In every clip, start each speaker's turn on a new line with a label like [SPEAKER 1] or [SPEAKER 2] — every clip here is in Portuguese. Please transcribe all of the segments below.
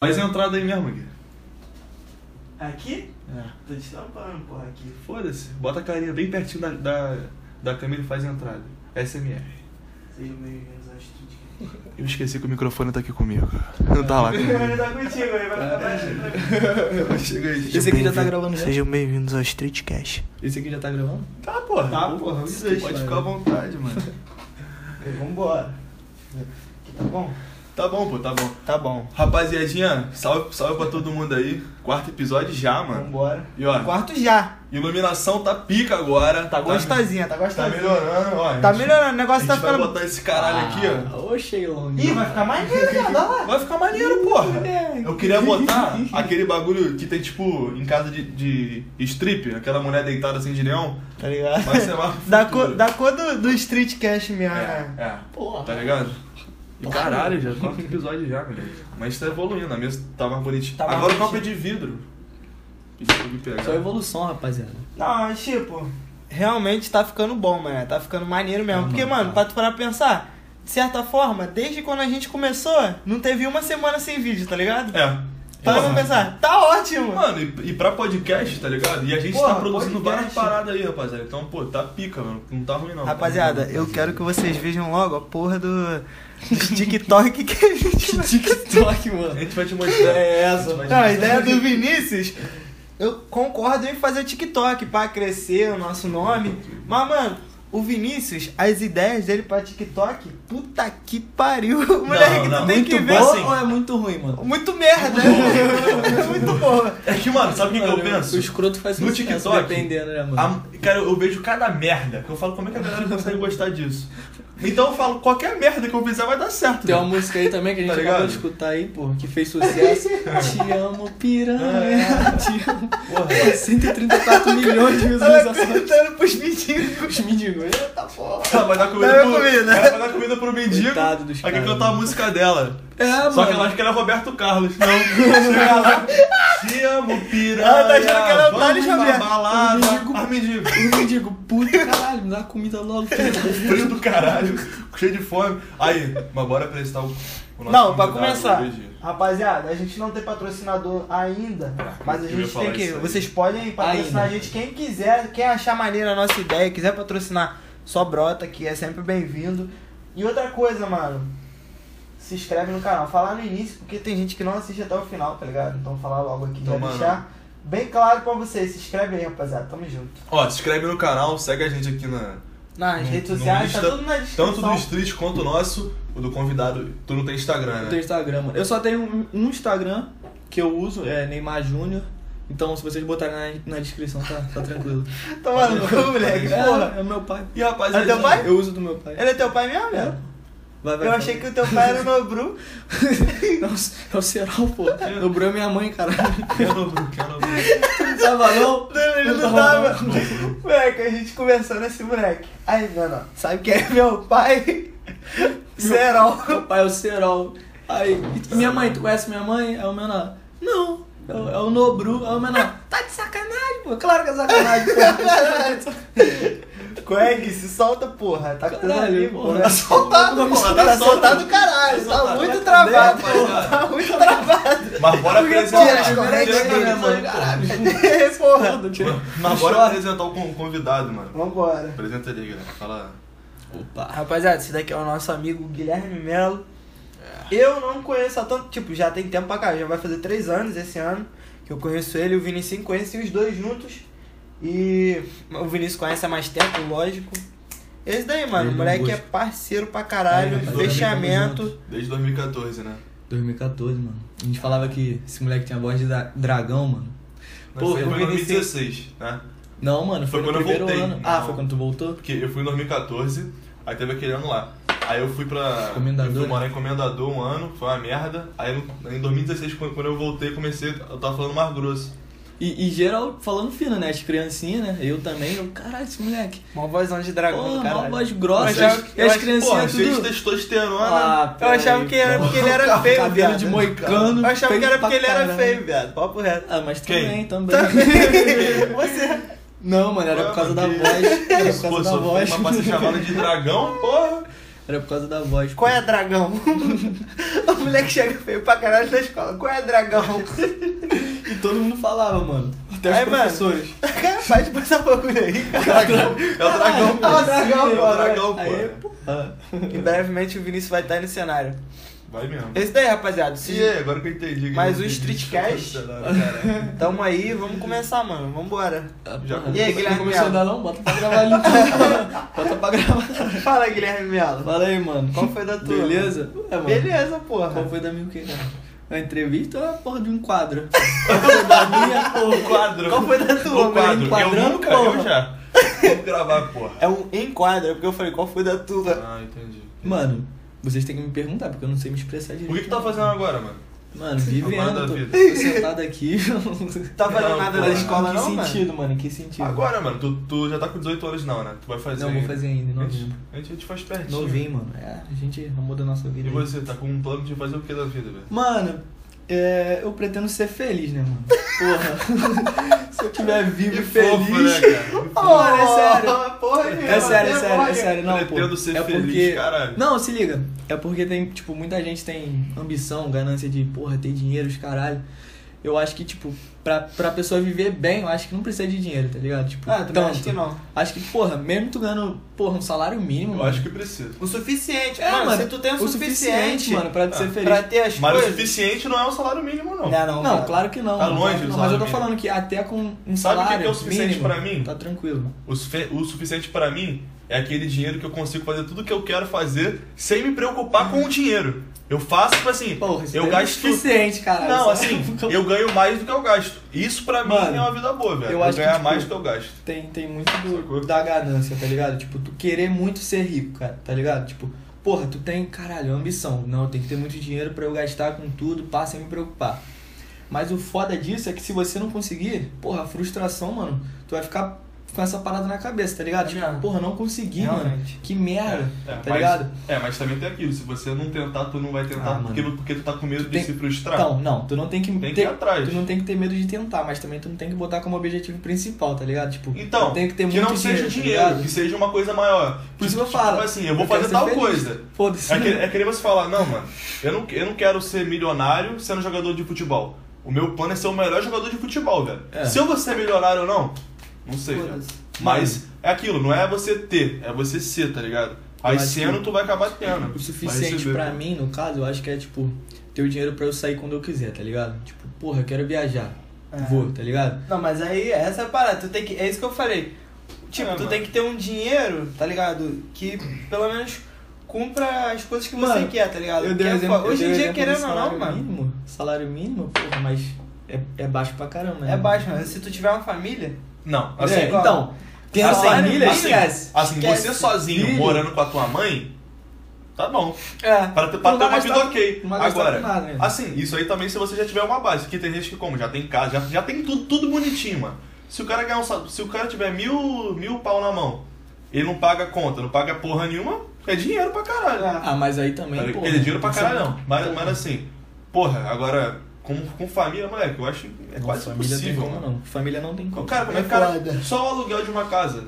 [SPEAKER 1] Faz a entrada aí mesmo, Gui.
[SPEAKER 2] Aqui?
[SPEAKER 1] É.
[SPEAKER 2] Tô destampando, porra, aqui.
[SPEAKER 1] Foda-se. Bota a carinha bem pertinho da, da, da câmera e faz a entrada. SMR.
[SPEAKER 2] Sejam bem-vindos ao estúdio.
[SPEAKER 1] Eu esqueci que o microfone tá aqui comigo. Não tá lá
[SPEAKER 2] O microfone tá contigo, ele vai ficar baixinho pra mim.
[SPEAKER 1] comigo. Chega aí.
[SPEAKER 3] Esse aqui já tá gravando já?
[SPEAKER 2] Sejam bem-vindos ao Streetcast.
[SPEAKER 3] Esse aqui já tá gravando?
[SPEAKER 1] Tá, porra.
[SPEAKER 3] Tá, porra.
[SPEAKER 1] Isso
[SPEAKER 3] Vocês,
[SPEAKER 1] aí, pode
[SPEAKER 3] mano.
[SPEAKER 1] ficar à vontade, mano.
[SPEAKER 2] Vambora. Tá bom?
[SPEAKER 1] tá bom, pô, tá bom.
[SPEAKER 3] Tá bom.
[SPEAKER 1] Rapaziadinha, salve, salve pra todo mundo aí. Quarto episódio já, mano.
[SPEAKER 2] Vambora.
[SPEAKER 1] E ó,
[SPEAKER 3] Quarto já.
[SPEAKER 1] iluminação tá pica agora.
[SPEAKER 3] Tá gostosinha, tá
[SPEAKER 1] Tá
[SPEAKER 3] gostosinha.
[SPEAKER 1] melhorando, ó.
[SPEAKER 3] Tá
[SPEAKER 1] a gente-
[SPEAKER 3] melhorando, o
[SPEAKER 1] A
[SPEAKER 3] negócio
[SPEAKER 1] gente
[SPEAKER 3] tá
[SPEAKER 1] vai
[SPEAKER 3] ficando.
[SPEAKER 1] botar esse caralho aqui, ó.
[SPEAKER 3] Ô, Sheilong.
[SPEAKER 2] Ih, vai ficar maneiro, cara. Olha
[SPEAKER 3] Ah,
[SPEAKER 2] lá.
[SPEAKER 1] Vai ficar maneiro, porra.
[SPEAKER 3] moleque.
[SPEAKER 1] Eu queria botar aquele bagulho que tem, tipo, em casa de, de strip, aquela mulher deitada assim de neon.
[SPEAKER 3] Tá ligado?
[SPEAKER 1] Vai ser lá pro
[SPEAKER 3] Da
[SPEAKER 1] futuro.
[SPEAKER 3] cor, da cor do, do Streetcast mesmo, né?
[SPEAKER 1] É, é.
[SPEAKER 3] Porra.
[SPEAKER 1] Tá ligado? E caralho, já quatro episódios já, galera. Mas tá evoluindo, a mesa tá mais bonitinha.
[SPEAKER 3] Tá mais
[SPEAKER 1] Agora o copo é
[SPEAKER 3] bonitinha.
[SPEAKER 1] de vidro. Pedi pra me pegar.
[SPEAKER 3] Só evolução, rapaziada.
[SPEAKER 2] Não, mas tipo,
[SPEAKER 3] Realmente tá ficando bom, mano. Tá ficando maneiro mesmo.
[SPEAKER 1] Ah,
[SPEAKER 3] Porque,
[SPEAKER 1] mano,
[SPEAKER 3] mano,
[SPEAKER 1] tá.
[SPEAKER 3] pra tu parar pra pensar, de certa forma, desde quando a gente começou, não teve uma semana sem vídeo, tá ligado?
[SPEAKER 1] É.
[SPEAKER 3] Para
[SPEAKER 1] Porra.
[SPEAKER 3] pra pensar, tá ótimo.
[SPEAKER 1] Mano, e, e pra podcast, tá ligado? E a gente
[SPEAKER 2] Porra,
[SPEAKER 1] tá produzindo várias
[SPEAKER 2] podcast.
[SPEAKER 1] paradas aí, rapaziada. Então, pô, tá pica, mano. Não tá ruim, não.
[SPEAKER 3] Rapaziada, eu quero que vocês vejam logo a porra do, do TikTok que a gente vai...
[SPEAKER 4] TikTok,
[SPEAKER 1] A
[SPEAKER 4] mano.
[SPEAKER 1] gente vai te mostrar.
[SPEAKER 4] É essa,
[SPEAKER 1] mano.
[SPEAKER 3] Não, a ideia do Vinícius, eu concordo em fazer o TikTok pra crescer o nosso nome. Mas, mano, o Vinícius, as ideias dele pra TikTok, puta que pariu. Moleque,
[SPEAKER 1] não,
[SPEAKER 3] tu tem
[SPEAKER 1] muito
[SPEAKER 3] que
[SPEAKER 4] Muito
[SPEAKER 3] ver.
[SPEAKER 4] bom
[SPEAKER 1] assim.
[SPEAKER 4] ou é muito ruim, mano?
[SPEAKER 3] Muito merda. É muito boa.
[SPEAKER 1] É que, mano, sabe o que, que eu
[SPEAKER 4] Mano, O
[SPEAKER 1] penso?
[SPEAKER 4] escroto faz
[SPEAKER 1] No
[SPEAKER 4] sucesso
[SPEAKER 1] TikTok,
[SPEAKER 4] dependendo, né, mano?
[SPEAKER 1] A- cara, eu vejo cada merda que eu falo, como é que a galera consegue gostar disso? Então eu falo, qualquer merda que eu fizer vai dar certo.
[SPEAKER 4] Tem uma
[SPEAKER 1] né?
[SPEAKER 4] música aí também que a gente
[SPEAKER 1] Tá
[SPEAKER 4] acabou
[SPEAKER 1] ligado?
[SPEAKER 4] de escutar aí, pô, que fez sucesso. Te amo,
[SPEAKER 1] Ah,
[SPEAKER 4] piranha.
[SPEAKER 1] é.
[SPEAKER 4] Te amo. Pô, 134 milhões de
[SPEAKER 3] Ela
[SPEAKER 4] visualizações.
[SPEAKER 3] cantando pros mendigos.
[SPEAKER 4] Os mendigos. né? Eita porra.
[SPEAKER 1] Ah, vai dar comida
[SPEAKER 3] Dá
[SPEAKER 1] pro
[SPEAKER 3] comida. né?
[SPEAKER 1] Ela vai dar comida pro mendigo.
[SPEAKER 4] Coitado
[SPEAKER 1] Aí
[SPEAKER 4] dos
[SPEAKER 1] quer
[SPEAKER 4] caras, né?
[SPEAKER 1] cantar a
[SPEAKER 4] mano.
[SPEAKER 1] música dela.
[SPEAKER 4] É,
[SPEAKER 3] Tá
[SPEAKER 4] mano.
[SPEAKER 1] Só que ela acha que ela é Roberto Carlos. Não, chega lá. Te amo, piranha.
[SPEAKER 3] Ela tá achando que ela é o
[SPEAKER 1] Vamos
[SPEAKER 3] Thales
[SPEAKER 1] pra
[SPEAKER 3] Roberto.
[SPEAKER 1] balada.
[SPEAKER 4] O mendigo.
[SPEAKER 1] Ah, mendigo.
[SPEAKER 4] O mendigo, puto caralho, me dá comida logo, filho.
[SPEAKER 1] Frio do caralho, cheio de fome. Aí, mas bora apresentar o, o nosso
[SPEAKER 3] Não, pra
[SPEAKER 1] convidado
[SPEAKER 3] começar,
[SPEAKER 1] hoje.
[SPEAKER 3] rapaziada, a gente não tem patrocinador ainda, mas a
[SPEAKER 1] eu ia
[SPEAKER 3] gente
[SPEAKER 1] falar
[SPEAKER 3] tem que.
[SPEAKER 1] isso aí.
[SPEAKER 3] Vocês podem patrocinar
[SPEAKER 4] Ainda.
[SPEAKER 3] a gente, quem quiser, quem achar maneira a nossa ideia, quiser patrocinar, só brota, que é sempre bem-vindo. E outra coisa, mano, se inscreve no canal, falar no início, porque tem gente que não assiste até o final, tá ligado? Então falar logo aqui,
[SPEAKER 1] Então,
[SPEAKER 3] já
[SPEAKER 1] mano.
[SPEAKER 3] deixar bem claro pra vocês. Se inscreve aí, rapaziada, tamo junto.
[SPEAKER 1] Ó, se inscreve no canal, segue a gente aqui na,
[SPEAKER 3] Nas
[SPEAKER 1] No-
[SPEAKER 3] redes
[SPEAKER 1] no
[SPEAKER 3] sociais,
[SPEAKER 1] Insta,
[SPEAKER 3] tá tudo na descrição.
[SPEAKER 1] Tanto do Street quanto o nosso, o do convidado. Tu não tem Instagram,
[SPEAKER 4] Eu
[SPEAKER 1] né?
[SPEAKER 4] tenho Instagram, mano. Eu só tenho um- um Instagram que eu uso, é Neymar Júnior. Então, se vocês botarem na, na descrição, tá, tá tranquilo.
[SPEAKER 3] Toma no cu, moleque, porra.
[SPEAKER 4] É, é meu pai.
[SPEAKER 1] E rapaziada,
[SPEAKER 3] É teu pai?
[SPEAKER 4] Eu uso do meu pai.
[SPEAKER 3] Ele é teu pai mesmo, velho?
[SPEAKER 4] Vai, vai,
[SPEAKER 3] Eu
[SPEAKER 4] vai.
[SPEAKER 3] achei que o teu pai era o Nobru.
[SPEAKER 4] Não, é o Serol, pô. Eu bro é minha mãe, caralho.
[SPEAKER 1] quero, quero.
[SPEAKER 4] Não tava não?
[SPEAKER 3] Não, ele
[SPEAKER 1] é
[SPEAKER 3] não tava. Moleque, a gente conversando assim, moleque. Aí, mano, ó, sabe quem é meu pai? Serol.
[SPEAKER 4] Meu pai é o Serol. Aí, e minha mãe, tu conhece minha mãe? É o menor. Não. É o, é o Nobru, é o menor. Tá de sacanagem, né? pô. Claro que é sacanagem, pô.
[SPEAKER 3] é, Quag, se solta, porra. Tá com teus
[SPEAKER 4] Caralho,
[SPEAKER 3] amigos,
[SPEAKER 4] porra.
[SPEAKER 3] porra. Tá soltado,
[SPEAKER 1] Porra,
[SPEAKER 3] porra.
[SPEAKER 1] tá
[SPEAKER 3] Tá
[SPEAKER 1] soltado.
[SPEAKER 3] soltado do caralho.
[SPEAKER 1] Tá
[SPEAKER 3] Tá
[SPEAKER 1] soltado.
[SPEAKER 3] muito travado,
[SPEAKER 1] Vai, vai,
[SPEAKER 3] porra. Tá muito travado.
[SPEAKER 1] Mas bora
[SPEAKER 3] Tira as
[SPEAKER 1] apresentar.
[SPEAKER 3] correntes
[SPEAKER 1] Tira a
[SPEAKER 3] dele,
[SPEAKER 1] minha
[SPEAKER 3] mano.
[SPEAKER 1] mãe,
[SPEAKER 3] Caralho. É, Porra.
[SPEAKER 1] pô. Mas bora apresentar o con- convidado, mano.
[SPEAKER 3] Vambora.
[SPEAKER 1] Apresenta ele, galera. Fala.
[SPEAKER 4] Opa.
[SPEAKER 3] Rapaziada, esse daqui é o nosso amigo Guilherme Melo.
[SPEAKER 4] É.
[SPEAKER 3] Eu não conheço há tanto. Tipo, já tem tempo pra cá, já vai fazer três anos esse ano que eu conheço ele, o Vinicius conhece os dois juntos. E o Vinicius conhece há mais tempo, lógico. Esse daí, mano,
[SPEAKER 4] Ele
[SPEAKER 3] o
[SPEAKER 4] não
[SPEAKER 3] moleque é
[SPEAKER 4] gosta.
[SPEAKER 3] parceiro pra caralho,
[SPEAKER 4] É, rapaziada, tamo
[SPEAKER 3] fechamento.
[SPEAKER 1] Desde 2014, né?
[SPEAKER 4] 2014, mano. A gente falava que esse moleque tinha voz de dra- dragão, mano.
[SPEAKER 1] Mas
[SPEAKER 4] Pô,
[SPEAKER 1] foi
[SPEAKER 4] eu
[SPEAKER 1] foi em
[SPEAKER 4] vi nesse-
[SPEAKER 1] 2016, né?
[SPEAKER 4] Não, mano,
[SPEAKER 1] Foi
[SPEAKER 4] foi, no
[SPEAKER 1] quando eu
[SPEAKER 4] primeiro
[SPEAKER 1] voltei.
[SPEAKER 4] ano.
[SPEAKER 1] Não.
[SPEAKER 4] Ah, foi quando tu voltou?
[SPEAKER 1] Porque eu fui em 2014, aí teve aquele ano lá. Aí eu fui pra.
[SPEAKER 4] Comendador,
[SPEAKER 1] Eu fui
[SPEAKER 4] né?
[SPEAKER 1] morar em Comendador um ano, foi uma merda. Aí no- em 2016, quando quando eu voltei, comecei. Eu tava falando mais grosso.
[SPEAKER 4] E, e geral falando fino, né? As criancinhas, né? Eu também. Eu, caralho, esse moleque.
[SPEAKER 3] Mó vozão de
[SPEAKER 4] Pô,
[SPEAKER 3] dragão, do
[SPEAKER 4] uma
[SPEAKER 3] caralho.
[SPEAKER 4] voz
[SPEAKER 3] Mas
[SPEAKER 4] grossa.
[SPEAKER 3] já-
[SPEAKER 4] As, e as
[SPEAKER 3] mas,
[SPEAKER 1] Porra,
[SPEAKER 4] criancinhas
[SPEAKER 1] cheio de
[SPEAKER 4] tudo. Ah,
[SPEAKER 1] testosterona.
[SPEAKER 4] é
[SPEAKER 3] eu
[SPEAKER 4] um
[SPEAKER 3] achava que era porque ele era feio,
[SPEAKER 4] Cabelo
[SPEAKER 3] viado.
[SPEAKER 4] de moicano.
[SPEAKER 3] Eu achava que era
[SPEAKER 4] feio
[SPEAKER 3] porque ele
[SPEAKER 4] pra
[SPEAKER 3] era
[SPEAKER 4] caralho.
[SPEAKER 3] feio, Tá. viado. Papo reto.
[SPEAKER 4] Ah, mas
[SPEAKER 1] Quem?
[SPEAKER 4] também, também.
[SPEAKER 3] Você.
[SPEAKER 4] Não, mano, era por causa da voz. Era por
[SPEAKER 1] Pô,
[SPEAKER 4] causa da
[SPEAKER 1] sofri
[SPEAKER 4] voz.
[SPEAKER 1] uma pra ser chamada de dragão, porra.
[SPEAKER 4] Era por causa da voz.
[SPEAKER 2] Qual é dragão? o moleque chega feio pra caralho na escola. Qual é dragão?
[SPEAKER 4] E todo mundo falava, mano. Até os
[SPEAKER 2] Aí, mano.
[SPEAKER 4] professores.
[SPEAKER 2] Faz passar bagulho aí.
[SPEAKER 1] Dragão. É o dragão, pô.
[SPEAKER 2] Ah, dragão,
[SPEAKER 1] É
[SPEAKER 2] pô.
[SPEAKER 1] o dragão, pô.
[SPEAKER 4] Aí, porra.
[SPEAKER 2] E brevemente o Vinícius vai estar no cenário.
[SPEAKER 1] Vai mesmo.
[SPEAKER 2] É isso daí, rapaziada. Se-
[SPEAKER 1] E aí, agora que eu entendi.
[SPEAKER 2] Mas
[SPEAKER 1] eu
[SPEAKER 2] o
[SPEAKER 1] entendi.
[SPEAKER 2] Streetcast-
[SPEAKER 1] Caralho.
[SPEAKER 2] Tamo aí, vamos começar, mano. Vambora.
[SPEAKER 1] Já
[SPEAKER 4] Porra,
[SPEAKER 2] E aí,
[SPEAKER 4] não
[SPEAKER 2] Guilherme
[SPEAKER 4] começou a
[SPEAKER 2] Melo?
[SPEAKER 4] dar não? Bota pra gravar ali. então. Bota pra gravar.
[SPEAKER 2] Fala, Guilherme Melo.
[SPEAKER 4] Fala aí, mano.
[SPEAKER 2] Qual foi da tua?
[SPEAKER 4] Beleza? Ué, mano.
[SPEAKER 2] Beleza, porra.
[SPEAKER 4] Qual foi da minha o quê, cara? A entrevista ou a porra de um quadro? Qual foi da minha,
[SPEAKER 1] O
[SPEAKER 4] porra?
[SPEAKER 1] quadro.
[SPEAKER 2] Qual foi da tua,
[SPEAKER 1] O quadro. Eu
[SPEAKER 4] Enquadrando,
[SPEAKER 1] nunca, eu
[SPEAKER 4] porra.
[SPEAKER 1] já. Vamos gravar, porra.
[SPEAKER 2] É um enquadro, é porque eu falei, qual foi da tua?
[SPEAKER 1] Ah, entendi.
[SPEAKER 4] Mano, vocês têm que me perguntar, porque eu não sei me expressar
[SPEAKER 1] O
[SPEAKER 4] direito.
[SPEAKER 1] que que tu tá fazendo agora, mano?
[SPEAKER 4] Mano,
[SPEAKER 1] Agora da
[SPEAKER 4] vivendo. Tô,
[SPEAKER 1] vida.
[SPEAKER 4] tô sentado aqui.
[SPEAKER 2] Tá fazendo
[SPEAKER 1] Não,
[SPEAKER 2] nada
[SPEAKER 1] pô,
[SPEAKER 2] na
[SPEAKER 1] não.
[SPEAKER 2] escola,
[SPEAKER 4] que
[SPEAKER 2] não, mano?
[SPEAKER 4] sentido, mano? Que sentido?
[SPEAKER 1] Agora, mano, tu, tu já tá com 18 anos não, né? Tu vai fazer
[SPEAKER 4] Não, vou fazer ainda,
[SPEAKER 1] A gente,
[SPEAKER 4] novinho.
[SPEAKER 1] a gente- a gente faz pertinho.
[SPEAKER 4] Novinho, mano. É, a gente amou da nossa vida.
[SPEAKER 1] E
[SPEAKER 4] aí.
[SPEAKER 1] você, tá com um plano de fazer o que da vida, velho?
[SPEAKER 4] Mano, é, eu pretendo ser feliz, né, mano? Porra. Se eu tiver vivo e
[SPEAKER 1] Que fofo, né,
[SPEAKER 4] feliz.
[SPEAKER 1] cara?
[SPEAKER 4] Porra, é sério.
[SPEAKER 2] Porra,
[SPEAKER 4] É sério, é sério, é sério. Não, pô.
[SPEAKER 1] Pretendo ser
[SPEAKER 4] é
[SPEAKER 1] feliz,
[SPEAKER 4] porque...
[SPEAKER 1] caralho.
[SPEAKER 4] Não, se liga. É porque tem, tipo, muita gente tem ambição, ganância de, porra, ter dinheiro, os caralho. Eu acho que, tipo, pra, pra pessoa viver bem, eu acho que não precisa de dinheiro, tá ligado? Tipo,
[SPEAKER 2] Ah, também
[SPEAKER 4] tanto.
[SPEAKER 2] acho que não.
[SPEAKER 4] Acho que, porra, mesmo tu ganhando, porra, um salário mínimo,
[SPEAKER 1] Eu
[SPEAKER 4] mano.
[SPEAKER 1] acho que precisa.
[SPEAKER 2] O suficiente.
[SPEAKER 4] É,
[SPEAKER 2] mano, se tu tem o, suficiente,
[SPEAKER 4] mano, pra
[SPEAKER 1] Ah,
[SPEAKER 4] te ser feliz.
[SPEAKER 2] pra ter as
[SPEAKER 1] Mas o
[SPEAKER 2] coisas...
[SPEAKER 1] suficiente não é o salário mínimo, não.
[SPEAKER 2] Não, não,
[SPEAKER 4] Não,
[SPEAKER 2] cara.
[SPEAKER 4] claro que não.
[SPEAKER 1] Tá
[SPEAKER 4] mano,
[SPEAKER 1] longe
[SPEAKER 4] claro que
[SPEAKER 1] do
[SPEAKER 4] não. Mas eu
[SPEAKER 1] salário
[SPEAKER 4] tô
[SPEAKER 1] mínimo.
[SPEAKER 4] falando que até com
[SPEAKER 1] Sabe o
[SPEAKER 4] um
[SPEAKER 1] que
[SPEAKER 4] salário
[SPEAKER 1] que é o suficiente
[SPEAKER 4] mínimo,
[SPEAKER 1] pra mim?
[SPEAKER 4] Tá tranquilo.
[SPEAKER 1] O, sufe- o suficiente pra mim é aquele dinheiro que eu consigo fazer tudo que eu quero fazer sem me preocupar com o dinheiro. Eu faço, tipo assim,
[SPEAKER 4] Porra, isso
[SPEAKER 1] eu
[SPEAKER 4] daí
[SPEAKER 1] gasto.
[SPEAKER 4] é suficiente, caralho.
[SPEAKER 1] Não,
[SPEAKER 4] Só-
[SPEAKER 1] assim, eu ganho mais do que eu gasto. Isso pra mim
[SPEAKER 4] Mano,
[SPEAKER 1] é uma vida boa, velho.
[SPEAKER 4] eu
[SPEAKER 1] Eu,
[SPEAKER 4] acho que,
[SPEAKER 1] ganhar
[SPEAKER 4] tipo,
[SPEAKER 1] mais do que eu gasto.
[SPEAKER 4] Tem, tem muito do,
[SPEAKER 1] Sacou?
[SPEAKER 4] da ganância, tá ligado? Tipo, tu querer muito ser rico, cara, tá ligado? Tipo, porra, tu tem, caralho, ambição. Não, eu tenho que ter muito dinheiro pra eu gastar com tudo, pá, sem me preocupar. Mas o foda disso é que se você não conseguir, porra, a frustração, mano, tu vai ficar com essa parada na cabeça, tá ligado?
[SPEAKER 2] É
[SPEAKER 4] Tipo,
[SPEAKER 2] mesmo.
[SPEAKER 4] porra, não consegui, mano.
[SPEAKER 2] Realmente.
[SPEAKER 4] Que merda,
[SPEAKER 1] É,
[SPEAKER 4] tá
[SPEAKER 1] mas,
[SPEAKER 4] ligado?
[SPEAKER 1] É, mas também tem aquilo. Se você não tentar, tu não vai tentar
[SPEAKER 4] Ah,
[SPEAKER 1] porque, porque tu tá com medo de
[SPEAKER 4] Tem-
[SPEAKER 1] se frustrar.
[SPEAKER 4] Então, não, tu não tem que,
[SPEAKER 1] Tem que
[SPEAKER 4] ter-
[SPEAKER 1] ir atrás.
[SPEAKER 4] Tu não tem que ter medo de tentar, mas também tu não tem que botar como objetivo principal, tá ligado? Tipo,
[SPEAKER 1] Então,
[SPEAKER 4] eu tenho que ter muito
[SPEAKER 1] não seja
[SPEAKER 4] tá
[SPEAKER 1] dinheiro,
[SPEAKER 4] ligado?
[SPEAKER 1] que seja uma coisa maior.
[SPEAKER 4] Por isso que eu
[SPEAKER 1] Tipo
[SPEAKER 4] falo.
[SPEAKER 1] assim, eu vou
[SPEAKER 4] quero
[SPEAKER 1] fazer
[SPEAKER 4] ser
[SPEAKER 1] tal
[SPEAKER 4] feliz.
[SPEAKER 1] coisa.
[SPEAKER 4] Foda-se.
[SPEAKER 1] É que, é que nem você falar, não, mano, eu não, eu não quero ser milionário sendo jogador de futebol. O meu plano é ser o melhor jogador de futebol, velho.
[SPEAKER 4] É.
[SPEAKER 1] Se eu vou ser milionário ou não, não sei, velho.
[SPEAKER 4] Foda-se.
[SPEAKER 1] Mas é aquilo, não é você ter, é você ser, tá ligado? Aí
[SPEAKER 4] acho
[SPEAKER 1] sendo, tu vai acabar tendo.
[SPEAKER 4] O
[SPEAKER 1] Vai
[SPEAKER 4] suficiente
[SPEAKER 1] receber.
[SPEAKER 4] pra mim, no caso, eu acho que é tipo, ter o dinheiro pra eu sair quando eu quiser, tá ligado? Tipo, porra, eu quero viajar.
[SPEAKER 2] É.
[SPEAKER 4] Vou, tá ligado?
[SPEAKER 2] Não, mas aí, essa é a parada. Tu tem que, é isso que eu falei. Tipo,
[SPEAKER 1] É,
[SPEAKER 2] tu
[SPEAKER 1] mano.
[SPEAKER 2] tem que ter um dinheiro, tá ligado? Que pelo menos cumpra as coisas que você
[SPEAKER 4] Mano,
[SPEAKER 2] quer, tá ligado?
[SPEAKER 4] Eu
[SPEAKER 2] Porque,
[SPEAKER 4] dei um exemplo-
[SPEAKER 2] pô,
[SPEAKER 4] eu
[SPEAKER 2] hoje
[SPEAKER 4] dei
[SPEAKER 2] em
[SPEAKER 4] um
[SPEAKER 2] dia,
[SPEAKER 4] exemplo do
[SPEAKER 2] querendo ou não,
[SPEAKER 4] salário
[SPEAKER 2] mano,
[SPEAKER 4] Mínimo, salário mínimo, porra, mas é, é baixo pra caramba, né?
[SPEAKER 2] é baixo, mano. Se tu tiver uma família,
[SPEAKER 1] Não,
[SPEAKER 4] É,
[SPEAKER 1] assim,
[SPEAKER 4] então, tem a
[SPEAKER 1] assim,
[SPEAKER 4] família,
[SPEAKER 1] assim,
[SPEAKER 4] esquece.
[SPEAKER 1] assim,
[SPEAKER 2] Esquece.
[SPEAKER 1] você sozinho
[SPEAKER 4] Filho.
[SPEAKER 1] morando com a tua mãe, tá bom.
[SPEAKER 2] é.
[SPEAKER 1] Para ter, para ter
[SPEAKER 4] Não
[SPEAKER 1] uma
[SPEAKER 4] vai gastar-
[SPEAKER 1] vida ok.
[SPEAKER 4] não vai gastar
[SPEAKER 1] Agora,
[SPEAKER 4] com nada, né?
[SPEAKER 1] assim, isso aí também se você já tiver uma base. Porque tem gente que, como, já tem casa, já, já tem tudo, tudo bonitinho, mano. Se o cara ganhar um sal- se o cara tiver mil, mil pau na mão, ele não paga conta, não paga porra nenhuma, é dinheiro pra caralho.
[SPEAKER 2] É.
[SPEAKER 4] Ah, mas aí também,
[SPEAKER 1] Ele
[SPEAKER 4] porra.
[SPEAKER 1] é dinheiro pra
[SPEAKER 4] tem que
[SPEAKER 1] caralho,
[SPEAKER 4] ser-
[SPEAKER 1] não. Mas,
[SPEAKER 4] Porra.
[SPEAKER 1] mas assim, porra, agora, com, com família, moleque, eu acho que é
[SPEAKER 4] Não,
[SPEAKER 1] quase
[SPEAKER 4] família
[SPEAKER 1] impossível,
[SPEAKER 4] tem como,
[SPEAKER 1] mano.
[SPEAKER 4] não. Família não tem como.
[SPEAKER 1] Cara, como é que o
[SPEAKER 3] foda.
[SPEAKER 1] cara. Só o aluguel de uma casa.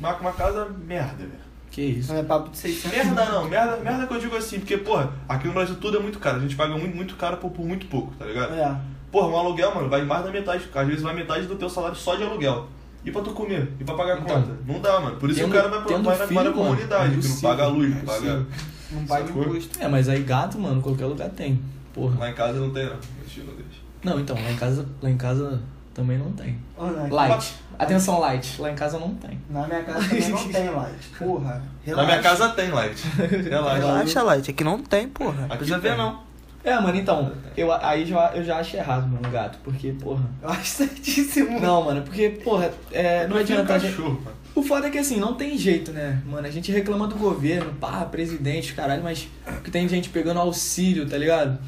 [SPEAKER 1] Uma, uma casa merda, velho.
[SPEAKER 4] Que isso?
[SPEAKER 3] Não é papo de 600.
[SPEAKER 1] Merda não, merda, merda que eu digo assim, porque, porra, aqui no Brasil tudo é muito caro, a gente paga muito, muito caro por, por muito pouco, tá ligado?
[SPEAKER 2] É.
[SPEAKER 1] Porra, um aluguel, mano, vai mais da metade, às vezes vai metade do teu salário só de aluguel. E pra tu comer? E pra pagar
[SPEAKER 4] Então,
[SPEAKER 1] conta? Não dá, mano. Por isso
[SPEAKER 4] tendo-
[SPEAKER 1] que o cara vai pra
[SPEAKER 4] tendo
[SPEAKER 1] vai na- vai na
[SPEAKER 4] filho, mano, é
[SPEAKER 1] comunidade, que não
[SPEAKER 4] impossível,
[SPEAKER 1] paga luz, não
[SPEAKER 4] é
[SPEAKER 1] paga.
[SPEAKER 4] impossível.
[SPEAKER 2] Não paga
[SPEAKER 1] Sacou?
[SPEAKER 2] imposto.
[SPEAKER 4] É, mas aí gato, mano, qualquer lugar tem. Porra.
[SPEAKER 1] Lá em casa não tem, não. Mentira, não deixa.
[SPEAKER 4] Não, então, lá em casa, lá em casa também não tem.
[SPEAKER 3] Ô, né?
[SPEAKER 4] Light. Atenção, light. Lá em casa não tem.
[SPEAKER 3] Na minha casa também não tem light. Porra.
[SPEAKER 1] Na
[SPEAKER 3] relaxa.
[SPEAKER 1] minha casa tem light. Relaxa.
[SPEAKER 2] Relaxa, Light.
[SPEAKER 3] é
[SPEAKER 2] Aqui não tem, porra.
[SPEAKER 1] Aqui
[SPEAKER 2] Precisa
[SPEAKER 1] tem.
[SPEAKER 2] ver, não.
[SPEAKER 4] É, mano, então, eu, aí já, eu já acho errado, mano, um gato. Porque, porra.
[SPEAKER 2] Eu acho certíssimo.
[SPEAKER 4] Não, mano, porque, porra, é,
[SPEAKER 1] Prefiro
[SPEAKER 4] não
[SPEAKER 1] um
[SPEAKER 4] adianta.
[SPEAKER 2] né?
[SPEAKER 4] a gente-
[SPEAKER 1] cachorro, mano.
[SPEAKER 4] O foda é que assim, não tem jeito, né, mano? A gente reclama do governo, pá, presidente, caralho, mas que tem gente pegando auxílio, tá ligado?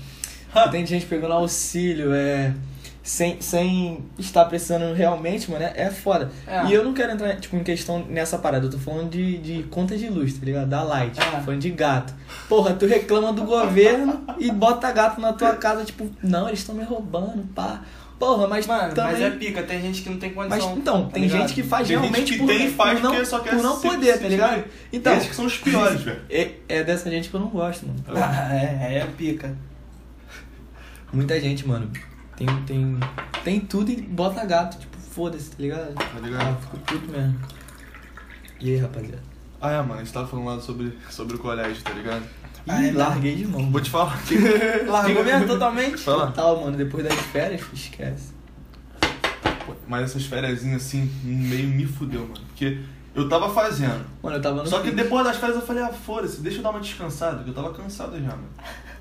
[SPEAKER 4] Que tem gente pegando auxílio, é. sem, sem estar precisando realmente, mano, é, é foda.
[SPEAKER 3] É.
[SPEAKER 4] E eu não quero entrar, tipo, em questão nessa parada. Eu tô falando de, de conta de luz, tá ligado? Da light.
[SPEAKER 3] É.
[SPEAKER 4] Falando de gato. Porra, tu reclama do governo e bota gato na tua casa, tipo, não, eles estão me roubando, pá. Porra, mas
[SPEAKER 3] Mano,
[SPEAKER 4] também...
[SPEAKER 3] mas é pica, tem gente que não tem
[SPEAKER 4] Mas
[SPEAKER 3] condição.
[SPEAKER 4] então,
[SPEAKER 3] tá
[SPEAKER 4] tem
[SPEAKER 3] ligado?
[SPEAKER 4] gente que faz
[SPEAKER 1] Tem gente
[SPEAKER 4] realmente
[SPEAKER 1] que
[SPEAKER 4] por,
[SPEAKER 1] tem e faz
[SPEAKER 4] por não,
[SPEAKER 1] porque só quer
[SPEAKER 4] por não
[SPEAKER 1] se-
[SPEAKER 4] poder,
[SPEAKER 1] se-
[SPEAKER 4] tá ligado? Então,
[SPEAKER 1] Esses que são os piores, velho. Tá
[SPEAKER 4] é, é dessa gente que eu não gosto, mano.
[SPEAKER 3] Ah, é, é pica.
[SPEAKER 4] Muita gente, mano, tem, tem, tem tudo e bota gato, tipo, foda-se, tá ligado?
[SPEAKER 1] Tá ligado?
[SPEAKER 4] Ah, fico puto mesmo. E aí, rapaziada?
[SPEAKER 1] Ah, é, mano, a gente tava falando lá sobre, sobre o colégio, tá ligado?
[SPEAKER 4] Ih,
[SPEAKER 3] Ah, é
[SPEAKER 4] larguei de mão.
[SPEAKER 1] Vou te falar.
[SPEAKER 2] Largou mesmo totalmente?
[SPEAKER 1] Fala.
[SPEAKER 4] Total, mano, depois das férias, esquece.
[SPEAKER 1] Mas essas férias assim, meio me fudeu, mano. Porque eu tava fazendo.
[SPEAKER 4] Mano, eu tava no...
[SPEAKER 1] Só que depois das férias eu falei, ah, foda-se, deixa eu dar uma descansada, que eu tava cansado já, mano.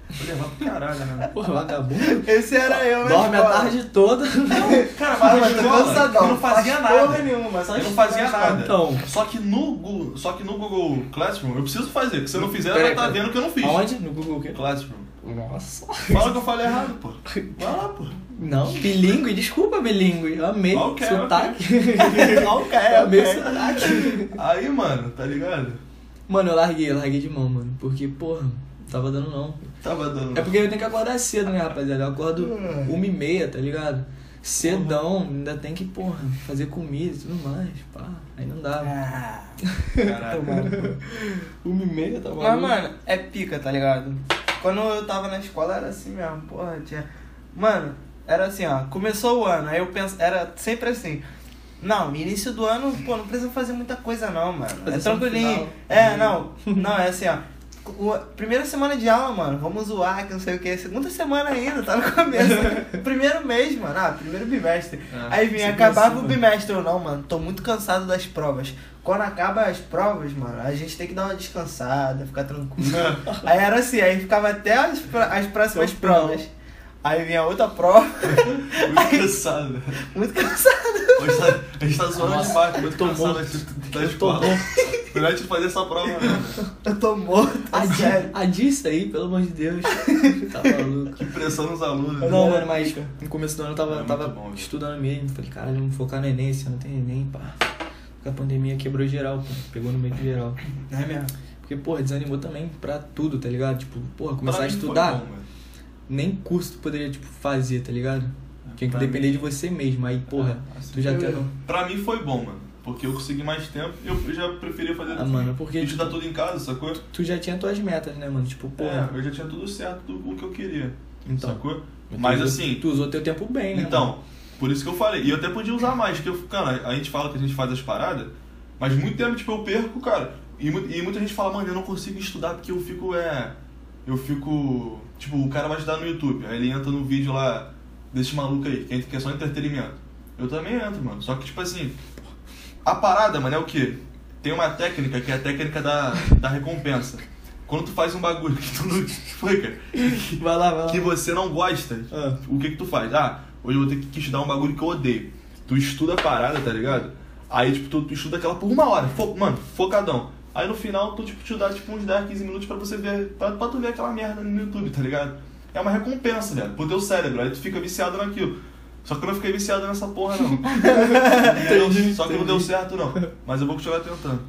[SPEAKER 1] Vou levar pro caralho, né?
[SPEAKER 4] Porra, vagabundo.
[SPEAKER 2] Esse era eu, né?
[SPEAKER 4] Dorme a tarde toda.
[SPEAKER 1] Cara, mas na
[SPEAKER 2] Mas tá
[SPEAKER 1] escola,
[SPEAKER 2] cansadão,
[SPEAKER 1] eu não fazia
[SPEAKER 2] faz porra
[SPEAKER 1] nada.
[SPEAKER 2] nenhuma, só
[SPEAKER 1] eu não
[SPEAKER 2] estuda
[SPEAKER 1] fazia
[SPEAKER 2] na
[SPEAKER 1] nada.
[SPEAKER 4] Então.
[SPEAKER 1] Só, que no, Gu- só que no Google Classroom eu preciso fazer, porque se eu não fizer, ela
[SPEAKER 4] Peraí,
[SPEAKER 1] tá
[SPEAKER 4] peraí.
[SPEAKER 1] vendo que eu não fiz.
[SPEAKER 4] Aonde? No Google o quê?
[SPEAKER 1] Classroom.
[SPEAKER 4] Nossa.
[SPEAKER 1] Fala que eu falei errado, pô. Vai lá, pô.
[SPEAKER 4] Não, bilingue, desculpa, bilingue. Eu amei
[SPEAKER 1] Ok,
[SPEAKER 4] sotaque.
[SPEAKER 2] Nunca
[SPEAKER 4] Eu
[SPEAKER 2] é,
[SPEAKER 4] amei
[SPEAKER 2] ok.
[SPEAKER 4] sotaque.
[SPEAKER 1] Aí, mano, tá ligado?
[SPEAKER 4] Mano, eu larguei, eu larguei de mão, mano. Porque, porra, não tava dando não.
[SPEAKER 1] Tava dando.
[SPEAKER 4] É porque eu tenho que acordar cedo, né, rapaziada? Eu acordo uma e meia, tá ligado? Cedão, ainda tem que, porra, fazer comida e tudo mais, pá. Aí não dá.
[SPEAKER 3] Ah,
[SPEAKER 1] É, Caralho.
[SPEAKER 4] Uma e meia tá
[SPEAKER 3] mas, mano, é pica, tá ligado? Quando eu tava na escola era assim mesmo, porra, tinha. Mano, era assim, ó. Começou o ano, aí eu penso. Era sempre assim. Não, no início do ano, pô, não precisa fazer muita coisa não, mano.
[SPEAKER 4] Fazer
[SPEAKER 3] é
[SPEAKER 4] só no
[SPEAKER 3] tranquilinho.
[SPEAKER 4] final.
[SPEAKER 3] É, não. Não, é assim, ó. O- Primeira semana de aula, mano, vamos zoar, que não sei o que. Segunda semana ainda, tá no começo. primeiro mês, mano. Ah, primeiro bimestre.
[SPEAKER 1] Ah,
[SPEAKER 3] Aí vinha,
[SPEAKER 4] sim,
[SPEAKER 3] acabava
[SPEAKER 4] sim,
[SPEAKER 3] o
[SPEAKER 4] mano.
[SPEAKER 3] bimestre ou não, mano. Tô muito cansado das provas. Quando acaba as provas, mano, a gente tem que dar uma descansada, ficar tranquilo. aí era assim, aí ficava até as, pró- as próximas
[SPEAKER 4] Seu final.
[SPEAKER 3] provas. Aí vinha outra prova,
[SPEAKER 1] Muito cansado. velho.
[SPEAKER 3] muito cansado.
[SPEAKER 1] Hoje tá, a gente tá zoando
[SPEAKER 4] Nossa,
[SPEAKER 1] demais, muito
[SPEAKER 4] eu tô
[SPEAKER 1] cansado
[SPEAKER 4] morto.
[SPEAKER 1] da- da
[SPEAKER 4] Eu tô
[SPEAKER 1] escola.
[SPEAKER 4] morto.
[SPEAKER 1] Melhor a gente fazer essa prova, né?
[SPEAKER 3] Eu tô morto,
[SPEAKER 4] A, di,
[SPEAKER 3] sério.
[SPEAKER 4] a disso aí, pelo amor de Deus. tá maluco.
[SPEAKER 1] Que pressão nos alunos. né?
[SPEAKER 4] Não, mano, mas no começo do ano eu tava,
[SPEAKER 1] É muito
[SPEAKER 4] tava
[SPEAKER 1] bom, né?
[SPEAKER 4] estudando mesmo. Falei, caralho, vamos focar no Enem, esse ano tem Enem, pá. Porque a pandemia quebrou geral, pô. Pegou no meio de geral.
[SPEAKER 3] Não é mesmo?
[SPEAKER 4] Porque, porra, desanimou também pra tudo, tá ligado? Tipo, porra, começar
[SPEAKER 1] Pra
[SPEAKER 4] a
[SPEAKER 1] mim foi
[SPEAKER 4] estudar,
[SPEAKER 1] bom, velho.
[SPEAKER 4] nem curso tu poderia, tipo, fazer, tá ligado? Tinha que
[SPEAKER 1] É, Pra
[SPEAKER 4] depender
[SPEAKER 1] mim-
[SPEAKER 4] de você mesmo. Aí, porra,
[SPEAKER 1] Ah, assim,
[SPEAKER 4] tu já
[SPEAKER 3] eu-
[SPEAKER 4] tem.
[SPEAKER 1] Pra mim foi bom, mano. Porque eu consegui mais tempo e eu já preferia fazer
[SPEAKER 4] Ah, mano, porque-
[SPEAKER 1] estudar tudo em casa, sacou?
[SPEAKER 4] Tu já tinha tuas metas, né, mano? Tipo, porra.
[SPEAKER 1] É, eu já tinha tudo certo do o que eu queria,
[SPEAKER 4] Então.
[SPEAKER 1] sacou?
[SPEAKER 4] tu
[SPEAKER 1] Mas
[SPEAKER 4] usou-
[SPEAKER 1] assim,
[SPEAKER 4] Tu usou teu tempo bem, né? mano?
[SPEAKER 1] então, por isso que eu falei. E eu até podia usar mais, porque, eu, cara, a gente fala que a gente faz as paradas, mas muito tempo, tipo, eu perco, cara. E, mu- e muita gente fala, mano, eu não consigo estudar porque eu fico, é... Eu fico... Tipo, o cara vai estudar no YouTube, aí ele entra no vídeo lá desse maluco aí, que é- que é só entretenimento. Eu também entro, mano. Só que, tipo assim, a parada, mano, é o quê? Tem uma técnica que é a técnica da, da recompensa. Quando tu faz um bagulho que tu não... Foi, cara.
[SPEAKER 4] Vai lá, vai lá.
[SPEAKER 1] que você não gosta,
[SPEAKER 4] Ah.
[SPEAKER 1] o que que tu faz? Ah, hoje eu vou ter que estudar um bagulho que eu odeio. Tu estuda a parada, tá ligado? Aí, tipo, tu, tu estuda aquela por uma hora, fo- mano, focadão. Aí no final, tu, tipo, te dá, tipo, uns 10, 15 minutos pra você ver, pra, pra tu ver aquela merda no YouTube, tá ligado? É uma recompensa, velho, pro teu cérebro. Aí tu fica viciado naquilo. Só que eu não fiquei viciado nessa porra, não. Entendeu? Só que não deu certo, não. Mas eu vou continuar tentando.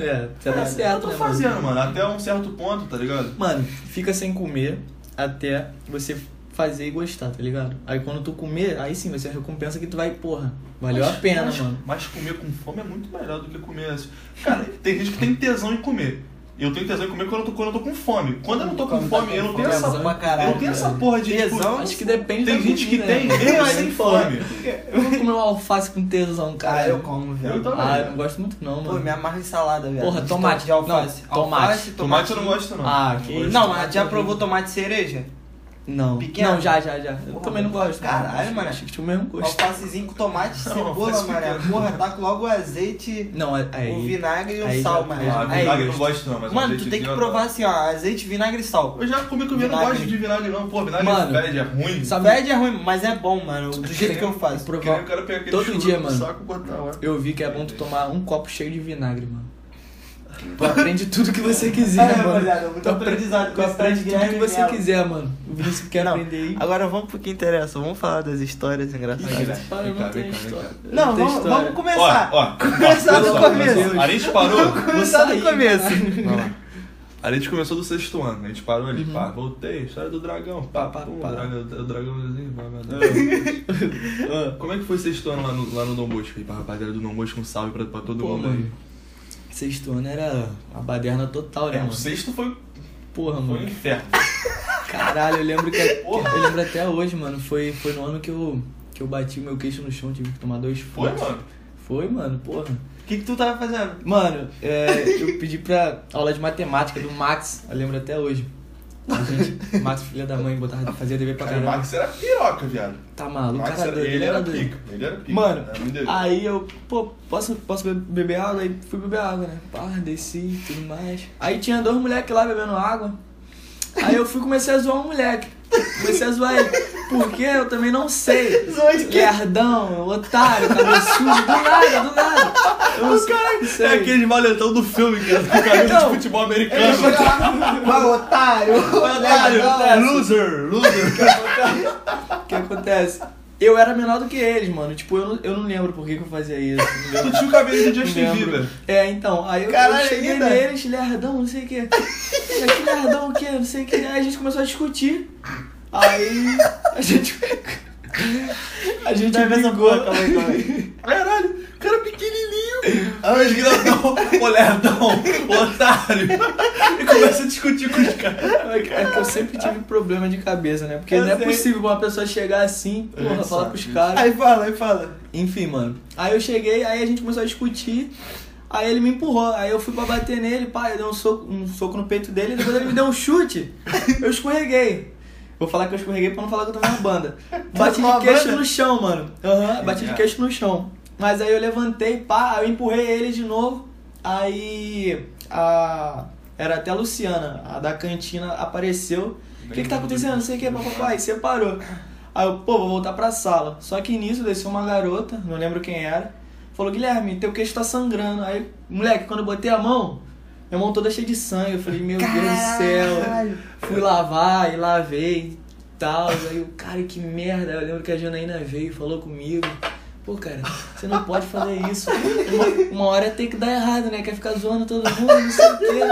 [SPEAKER 4] É, você tá
[SPEAKER 1] É,
[SPEAKER 4] certo,
[SPEAKER 1] eu tô
[SPEAKER 4] né,
[SPEAKER 1] fazendo, mano, até um certo ponto, tá ligado?
[SPEAKER 4] Mano, fica sem comer até você fazer e gostar, tá ligado? Aí quando tu comer, aí sim vai ser a recompensa que tu vai, porra, valeu a pena,
[SPEAKER 1] mas,
[SPEAKER 4] mano.
[SPEAKER 1] Mas comer com fome é muito melhor do que comer assim. Cara, tem gente que tem tesão em comer. Eu tenho tesão em comer quando eu tô, quando eu tô com fome. Quando eu não tô com
[SPEAKER 3] Quando tá
[SPEAKER 1] fome, eu não
[SPEAKER 3] com
[SPEAKER 1] tenho
[SPEAKER 3] fome,
[SPEAKER 1] essa.
[SPEAKER 3] tesão pra caralho,
[SPEAKER 1] eu não tenho essa
[SPEAKER 3] velho.
[SPEAKER 1] porra de tipo,
[SPEAKER 3] Tesão?
[SPEAKER 4] Acho que depende
[SPEAKER 1] Tem
[SPEAKER 4] da
[SPEAKER 1] gente que
[SPEAKER 4] comida,
[SPEAKER 1] tem,
[SPEAKER 4] né, mano?
[SPEAKER 1] mesmo
[SPEAKER 4] Eu
[SPEAKER 1] sem
[SPEAKER 4] não como-
[SPEAKER 1] fome.
[SPEAKER 4] Eu não comi uma alface com tesão, cara.
[SPEAKER 3] Cara, Ah, eu como,
[SPEAKER 1] Eu
[SPEAKER 3] velho.
[SPEAKER 1] também.
[SPEAKER 4] Ah, eu não gosto muito não,
[SPEAKER 3] Pô,
[SPEAKER 4] mano.
[SPEAKER 3] me amarra em salada, velho.
[SPEAKER 4] Porra,
[SPEAKER 3] De
[SPEAKER 4] tomate.
[SPEAKER 3] De alface.
[SPEAKER 4] Não, tomate.
[SPEAKER 3] Alface,
[SPEAKER 1] Tomate eu não gosto, não.
[SPEAKER 4] Ah,
[SPEAKER 1] Não
[SPEAKER 4] que
[SPEAKER 1] gosto.
[SPEAKER 4] isso.
[SPEAKER 3] Não, mas já provou tomate cereja?
[SPEAKER 4] Não.
[SPEAKER 3] Pequeno?
[SPEAKER 4] Não, já, já, já. Eu
[SPEAKER 3] Porra,
[SPEAKER 4] também não gosto.
[SPEAKER 3] caralho,
[SPEAKER 4] Acho-
[SPEAKER 3] mano.
[SPEAKER 4] Acho que tinha o mesmo gosto.
[SPEAKER 3] Alfacezinho com tomate,
[SPEAKER 1] Não,
[SPEAKER 3] cebola,
[SPEAKER 1] alface
[SPEAKER 3] mané.
[SPEAKER 1] fica-
[SPEAKER 3] Porra, taca logo o azeite,
[SPEAKER 4] Não, é- aí.
[SPEAKER 3] o vinagre e o
[SPEAKER 4] aí
[SPEAKER 3] sal,
[SPEAKER 4] já- tá
[SPEAKER 3] mané.
[SPEAKER 1] Ah,
[SPEAKER 3] Aí,
[SPEAKER 1] vinagre eu não gosto, não. Mas
[SPEAKER 3] é Mano,
[SPEAKER 1] azeite é de
[SPEAKER 3] tu tem que
[SPEAKER 1] vinagre eu
[SPEAKER 3] provar
[SPEAKER 1] adoro.
[SPEAKER 3] assim, ó, azeite, vinagre e sal.
[SPEAKER 1] Eu já comi comida, eu não
[SPEAKER 3] Vinagre.
[SPEAKER 1] gosto de vinagre, não. Pô, vinagre
[SPEAKER 4] Mano.
[SPEAKER 1] pede, é ruim.
[SPEAKER 4] Sabe-
[SPEAKER 3] Pede é ruim, mas é bom, mano, do jeito que eu faço.
[SPEAKER 1] Que nem
[SPEAKER 4] Provar.
[SPEAKER 1] o cara pega aquele
[SPEAKER 4] Todo
[SPEAKER 1] churume
[SPEAKER 4] dia,
[SPEAKER 1] no
[SPEAKER 4] mano.
[SPEAKER 1] Saco, botar, lá.
[SPEAKER 4] Eu vi que é bom tu tomar um copo cheio de vinagre, mano. Tu aprende tudo que você quiser,
[SPEAKER 3] É,
[SPEAKER 4] mano.
[SPEAKER 3] rapaziada, muito
[SPEAKER 4] Tu apre-
[SPEAKER 3] aprendizado com
[SPEAKER 4] Tu
[SPEAKER 3] esse tal de
[SPEAKER 4] aprende tudo que
[SPEAKER 3] Guilherme
[SPEAKER 4] você
[SPEAKER 3] Melo.
[SPEAKER 4] quiser, mano. O Vinícius quer
[SPEAKER 3] Não,
[SPEAKER 4] aprender aí.
[SPEAKER 3] Agora vamos pro que interessa, vamos falar das histórias engraçadas.
[SPEAKER 1] Guilherme,
[SPEAKER 4] Fala,
[SPEAKER 1] vem
[SPEAKER 4] eu
[SPEAKER 1] cá,
[SPEAKER 4] não
[SPEAKER 1] vem
[SPEAKER 4] tenho
[SPEAKER 1] cá, vem
[SPEAKER 4] história.
[SPEAKER 1] cá.
[SPEAKER 4] Eu
[SPEAKER 3] Não,
[SPEAKER 4] tenho
[SPEAKER 3] vamos,
[SPEAKER 4] história.
[SPEAKER 3] vamos
[SPEAKER 1] Ó,
[SPEAKER 3] começar.
[SPEAKER 1] ó.
[SPEAKER 3] Começar do
[SPEAKER 1] Pessoal,
[SPEAKER 3] começo.
[SPEAKER 1] A gente parou.
[SPEAKER 3] Começar do
[SPEAKER 4] sair.
[SPEAKER 3] começo.
[SPEAKER 1] A gente começou do sexto ano, a gente parou ali, pá, voltei, história do dragão, pá,
[SPEAKER 4] Uhum. Pá,
[SPEAKER 1] pá, pum,
[SPEAKER 4] pá.
[SPEAKER 1] draga- o dragãozinho, pá, pá, dragão. Como é que foi o sexto ano lá no, lá no Dom Bosco? Aí, Pra rapaziada do Dom Bosco, um salve pra, pra todo
[SPEAKER 4] Pô,
[SPEAKER 1] mundo
[SPEAKER 4] mano.
[SPEAKER 1] aí.
[SPEAKER 4] Sexto ano era a baderna total, né,
[SPEAKER 1] É, o
[SPEAKER 4] mano?
[SPEAKER 1] sexto foi,
[SPEAKER 4] Porra,
[SPEAKER 1] foi um
[SPEAKER 4] mano.
[SPEAKER 1] inferno.
[SPEAKER 4] Caralho, eu lembro que. é-
[SPEAKER 1] Porra.
[SPEAKER 4] Eu lembro até hoje, mano. Foi, foi no ano que eu, que eu bati o meu queixo no chão, tive que tomar dois
[SPEAKER 1] Foi,
[SPEAKER 4] pontos.
[SPEAKER 1] mano?
[SPEAKER 4] Foi, mano, porra.
[SPEAKER 3] O que, que tu tava fazendo?
[SPEAKER 4] Mano, é, eu pedi pra aula de matemática do Max, eu lembro até hoje. A gente, Max, filha da mãe, botava, fazia dever pra
[SPEAKER 1] Cara, o
[SPEAKER 4] caramba.
[SPEAKER 1] Max era piroca, viado.
[SPEAKER 4] Tá
[SPEAKER 1] O
[SPEAKER 4] maluco,
[SPEAKER 1] Max
[SPEAKER 4] cara
[SPEAKER 1] era,
[SPEAKER 4] doido,
[SPEAKER 1] ele era
[SPEAKER 4] doido.
[SPEAKER 1] pica, ele era pica.
[SPEAKER 4] Mano,
[SPEAKER 1] era é muito doido.
[SPEAKER 4] aí eu, pô, posso, posso be- beber água? Aí fui beber água, né? Pá, desci e tudo mais. Aí tinha dois moleques lá bebendo água. Aí eu fui e comecei a zoar um moleque. Comecei a zoar ele. Por quê? Eu também não sei.
[SPEAKER 3] Zoou de quê?
[SPEAKER 4] Lerdão, otário, cabeçudo, do nada, do nada. Eu o cara sei.
[SPEAKER 1] É aquele valentão do filme, cara, com camisa
[SPEAKER 4] Então,
[SPEAKER 1] de futebol americano.
[SPEAKER 4] é
[SPEAKER 3] Vai, otário!
[SPEAKER 4] Ah, Otário, otário.
[SPEAKER 1] Loser, loser.
[SPEAKER 4] O que acontece? Eu era menor do que eles, mano. Tipo, eu não, eu não lembro por que, que eu fazia isso. Não lembro.
[SPEAKER 1] Tu tinha o cabelo de Justin
[SPEAKER 4] Lembro.
[SPEAKER 1] Bieber.
[SPEAKER 4] É, então, aí eu,
[SPEAKER 3] Caralho,
[SPEAKER 4] eu cheguei
[SPEAKER 3] ainda?
[SPEAKER 4] neles, lerdão, não sei o quê. Que lerdão o quê, não sei o quê. Aí a gente começou a discutir. Aí a gente. A gente
[SPEAKER 3] Dá essa
[SPEAKER 4] brigou.
[SPEAKER 3] boca, calma aí, calma aí.
[SPEAKER 1] Caralho, cara pequenininho. Ah, Mas grandão, olhadão, otário. E começa a discutir com os caras.
[SPEAKER 4] É que- é que eu sempre tive problema de cabeça, né? Porque
[SPEAKER 3] Eu
[SPEAKER 4] não é
[SPEAKER 3] sei.
[SPEAKER 4] possível uma pessoa chegar assim, porra,
[SPEAKER 1] Eu
[SPEAKER 4] falar
[SPEAKER 1] sei,
[SPEAKER 4] pros
[SPEAKER 1] eu
[SPEAKER 4] caras.
[SPEAKER 3] Aí fala, aí fala.
[SPEAKER 4] Enfim, mano. Aí eu cheguei, aí a gente começou a discutir. Aí ele me empurrou, aí eu fui pra bater nele, pá, eu dei um soco, um soco no peito dele, depois ele me deu um chute, eu escorreguei. Vou falar que eu escorreguei pra não falar que eu tava na banda. Bati
[SPEAKER 3] Tava
[SPEAKER 4] de
[SPEAKER 3] na
[SPEAKER 4] queixo
[SPEAKER 3] banda?
[SPEAKER 4] no chão, mano. Aham, bati de queixo no chão. Mas aí eu levantei, pá, aí eu empurrei ele de novo. Aí a. Era até a Luciana, a da cantina, apareceu. O que, que tá acontecendo? Não sei o que, papai, separou. Aí eu, pô, vou voltar pra sala. Só que nisso desceu uma garota, não lembro quem era. Falou, Guilherme, teu queixo tá sangrando. Aí, moleque, quando eu botei a mão, minha mão toda cheia de sangue. Eu falei, meu Deus do céu. Fui lavar e lavei e tal. Aí o cara, que merda. Eu lembro que a Janaína veio e falou comigo. Pô, cara, você não pode fazer isso. Uma, uma hora tem que dar errado, né? Quer ficar zoando todo mundo, não sei o quê.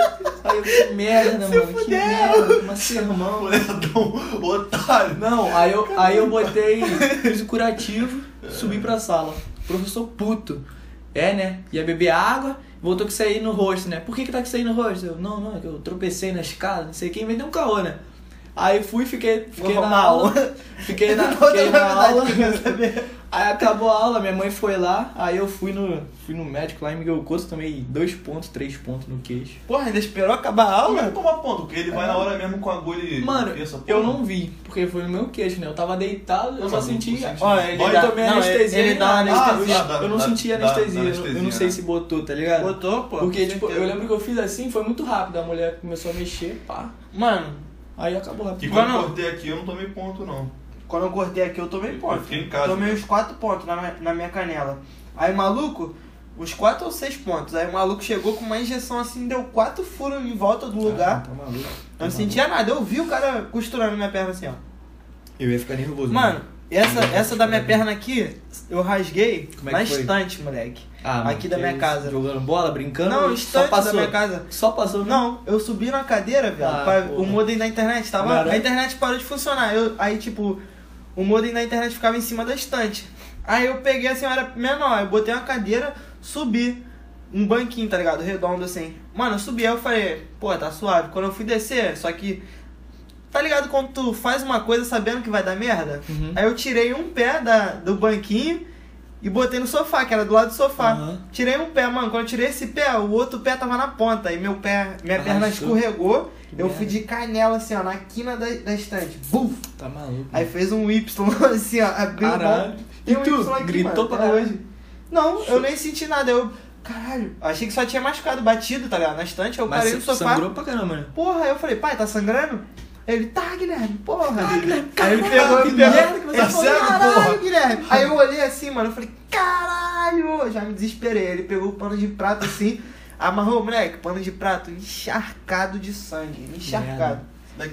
[SPEAKER 4] Aí eu, que merda, mano. Que merda, uma sermão.
[SPEAKER 1] Olhadão, otário.
[SPEAKER 4] Não, aí eu, aí eu botei fiz o curativo, subi pra sala. Professor puto. É, né? Ia beber água, voltou com isso aí no rosto, né? Por que, que tá com isso aí no rosto? Eu, não, não, é que eu tropecei na escada, não sei quem, me deu um caô, né? Aí fui, fiquei, fiquei na
[SPEAKER 3] Normal.
[SPEAKER 4] aula. Fiquei na, fiquei na
[SPEAKER 3] novidade
[SPEAKER 4] aula.
[SPEAKER 3] que eu quero saber.
[SPEAKER 4] Aí acabou a aula, minha mãe foi lá, aí eu fui no, fui no médico lá em Miguel Couto, tomei dois pontos, três pontos no queixo.
[SPEAKER 3] Porra, ainda esperou acabar a
[SPEAKER 1] Como é
[SPEAKER 3] aula?
[SPEAKER 1] que toma ponto? Porque ele vai na hora mesmo com a agulha e
[SPEAKER 4] Mano,
[SPEAKER 1] enfia essa porra.
[SPEAKER 4] eu não vi, porque foi no meu queixo, né? Eu tava deitado, eu
[SPEAKER 1] Não,
[SPEAKER 4] só
[SPEAKER 1] não
[SPEAKER 4] senti.
[SPEAKER 1] senti.
[SPEAKER 4] Ó, ele
[SPEAKER 1] Dói
[SPEAKER 4] dá-
[SPEAKER 3] também a
[SPEAKER 4] não,
[SPEAKER 3] anestesia,
[SPEAKER 4] Ele,
[SPEAKER 3] né?
[SPEAKER 4] ele dá
[SPEAKER 1] Ah,
[SPEAKER 4] anestesia.
[SPEAKER 1] dá-
[SPEAKER 4] eu não
[SPEAKER 1] dá-
[SPEAKER 4] senti
[SPEAKER 1] dá-
[SPEAKER 4] anestesia,
[SPEAKER 1] dá
[SPEAKER 4] eu- eu não
[SPEAKER 1] anestesia,
[SPEAKER 4] sei
[SPEAKER 1] né?
[SPEAKER 4] se botou, tá ligado?
[SPEAKER 3] Botou, pô.
[SPEAKER 4] porque,
[SPEAKER 3] com
[SPEAKER 4] tipo, eu
[SPEAKER 3] certeza.
[SPEAKER 4] lembro que eu fiz assim, foi muito rápido. A mulher começou a mexer, pá.
[SPEAKER 3] Mano,
[SPEAKER 4] Aí acabou né?
[SPEAKER 1] E
[SPEAKER 4] rápido.
[SPEAKER 1] quando eu
[SPEAKER 3] Mano.
[SPEAKER 1] cortei aqui, eu não tomei ponto, não.
[SPEAKER 3] Quando eu cortei aqui, eu tomei
[SPEAKER 1] Eu
[SPEAKER 3] ponto.
[SPEAKER 1] fiquei em casa.
[SPEAKER 3] Tomei uns 4 pontos na, minha- na minha canela. Aí, maluco, uns 4 ou 6 pontos. Aí, o maluco chegou com uma injeção assim, deu 4 furos em volta do
[SPEAKER 1] Ah,
[SPEAKER 3] lugar.
[SPEAKER 4] Tá maluco.
[SPEAKER 3] eu não sentia nada. Eu vi o cara costurando minha perna assim, ó.
[SPEAKER 4] Eu ia ficar nervoso. né?
[SPEAKER 3] Mano, essa,
[SPEAKER 4] Não,
[SPEAKER 3] essa da minha
[SPEAKER 4] não.
[SPEAKER 3] perna aqui, eu rasguei
[SPEAKER 4] Como é que
[SPEAKER 3] na
[SPEAKER 4] foi?
[SPEAKER 3] estante, moleque.
[SPEAKER 4] Ah, mano,
[SPEAKER 3] aqui da
[SPEAKER 4] que
[SPEAKER 3] minha
[SPEAKER 4] isso,
[SPEAKER 3] casa.
[SPEAKER 4] Jogando bola, brincando?
[SPEAKER 3] Não, o
[SPEAKER 4] só
[SPEAKER 3] estante
[SPEAKER 4] passou.
[SPEAKER 3] da minha casa.
[SPEAKER 4] Só passou. né?
[SPEAKER 3] Não, eu subi na cadeira, velho.
[SPEAKER 4] Ah,
[SPEAKER 3] pra-
[SPEAKER 4] porra.
[SPEAKER 3] o modem da internet tava.
[SPEAKER 4] Não era?
[SPEAKER 3] A internet parou de funcionar. Eu, aí, tipo, o modem da internet ficava em cima da estante. Aí eu peguei assim, eu era menor. Eu botei uma cadeira, subi. Um banquinho, tá ligado? Redondo assim. Mano, eu subi, aí eu falei, pô, tá suave. Quando eu fui descer, só que. Tá ligado quando tu faz uma coisa sabendo que vai dar merda?
[SPEAKER 4] Uhum.
[SPEAKER 3] Aí eu tirei um pé da, do banquinho e botei no sofá, que era do lado do sofá.
[SPEAKER 4] Aham.
[SPEAKER 3] Tirei um pé, mano. Quando eu tirei esse pé, o outro pé tava na ponta. E meu pé, minha perna
[SPEAKER 4] Arrastou.
[SPEAKER 3] escorregou.
[SPEAKER 4] Que
[SPEAKER 3] Eu
[SPEAKER 4] merda.
[SPEAKER 3] fui de canela assim, ó, na quina da, da estante. Buf!
[SPEAKER 4] Tá maluco.
[SPEAKER 3] Aí fez um Y assim, ó. Abriu o
[SPEAKER 4] Caralho.
[SPEAKER 3] braço.
[SPEAKER 4] E
[SPEAKER 3] Tem um
[SPEAKER 4] tu?
[SPEAKER 3] Y aqui,
[SPEAKER 4] Gritou
[SPEAKER 3] mano,
[SPEAKER 4] pra
[SPEAKER 3] até
[SPEAKER 4] caralho?
[SPEAKER 3] hoje. Não, eu nem senti nada. Eu, caralho, achei que só tinha machucado, batido, tá ligado? Na estante, eu
[SPEAKER 4] Mas
[SPEAKER 3] parei no
[SPEAKER 4] você
[SPEAKER 3] sofá.
[SPEAKER 4] sangrou pra caramba, né?
[SPEAKER 3] Porra, aí eu falei, pai, tá sangrando? Ele, tá, Guilherme, porra.
[SPEAKER 4] Aí ele
[SPEAKER 3] Pegou,
[SPEAKER 4] Tá, que
[SPEAKER 3] me pegou.
[SPEAKER 4] merda que você
[SPEAKER 3] Ele falou,
[SPEAKER 4] falou.
[SPEAKER 1] cego,
[SPEAKER 3] caralho,
[SPEAKER 1] porra."
[SPEAKER 3] Guilherme. Aí eu olhei assim, mano, eu falei, caralho, já me desesperei. Ele pegou o pano de prato assim. Amarrou, moleque, pano de prato encharcado de sangue. Encharcado.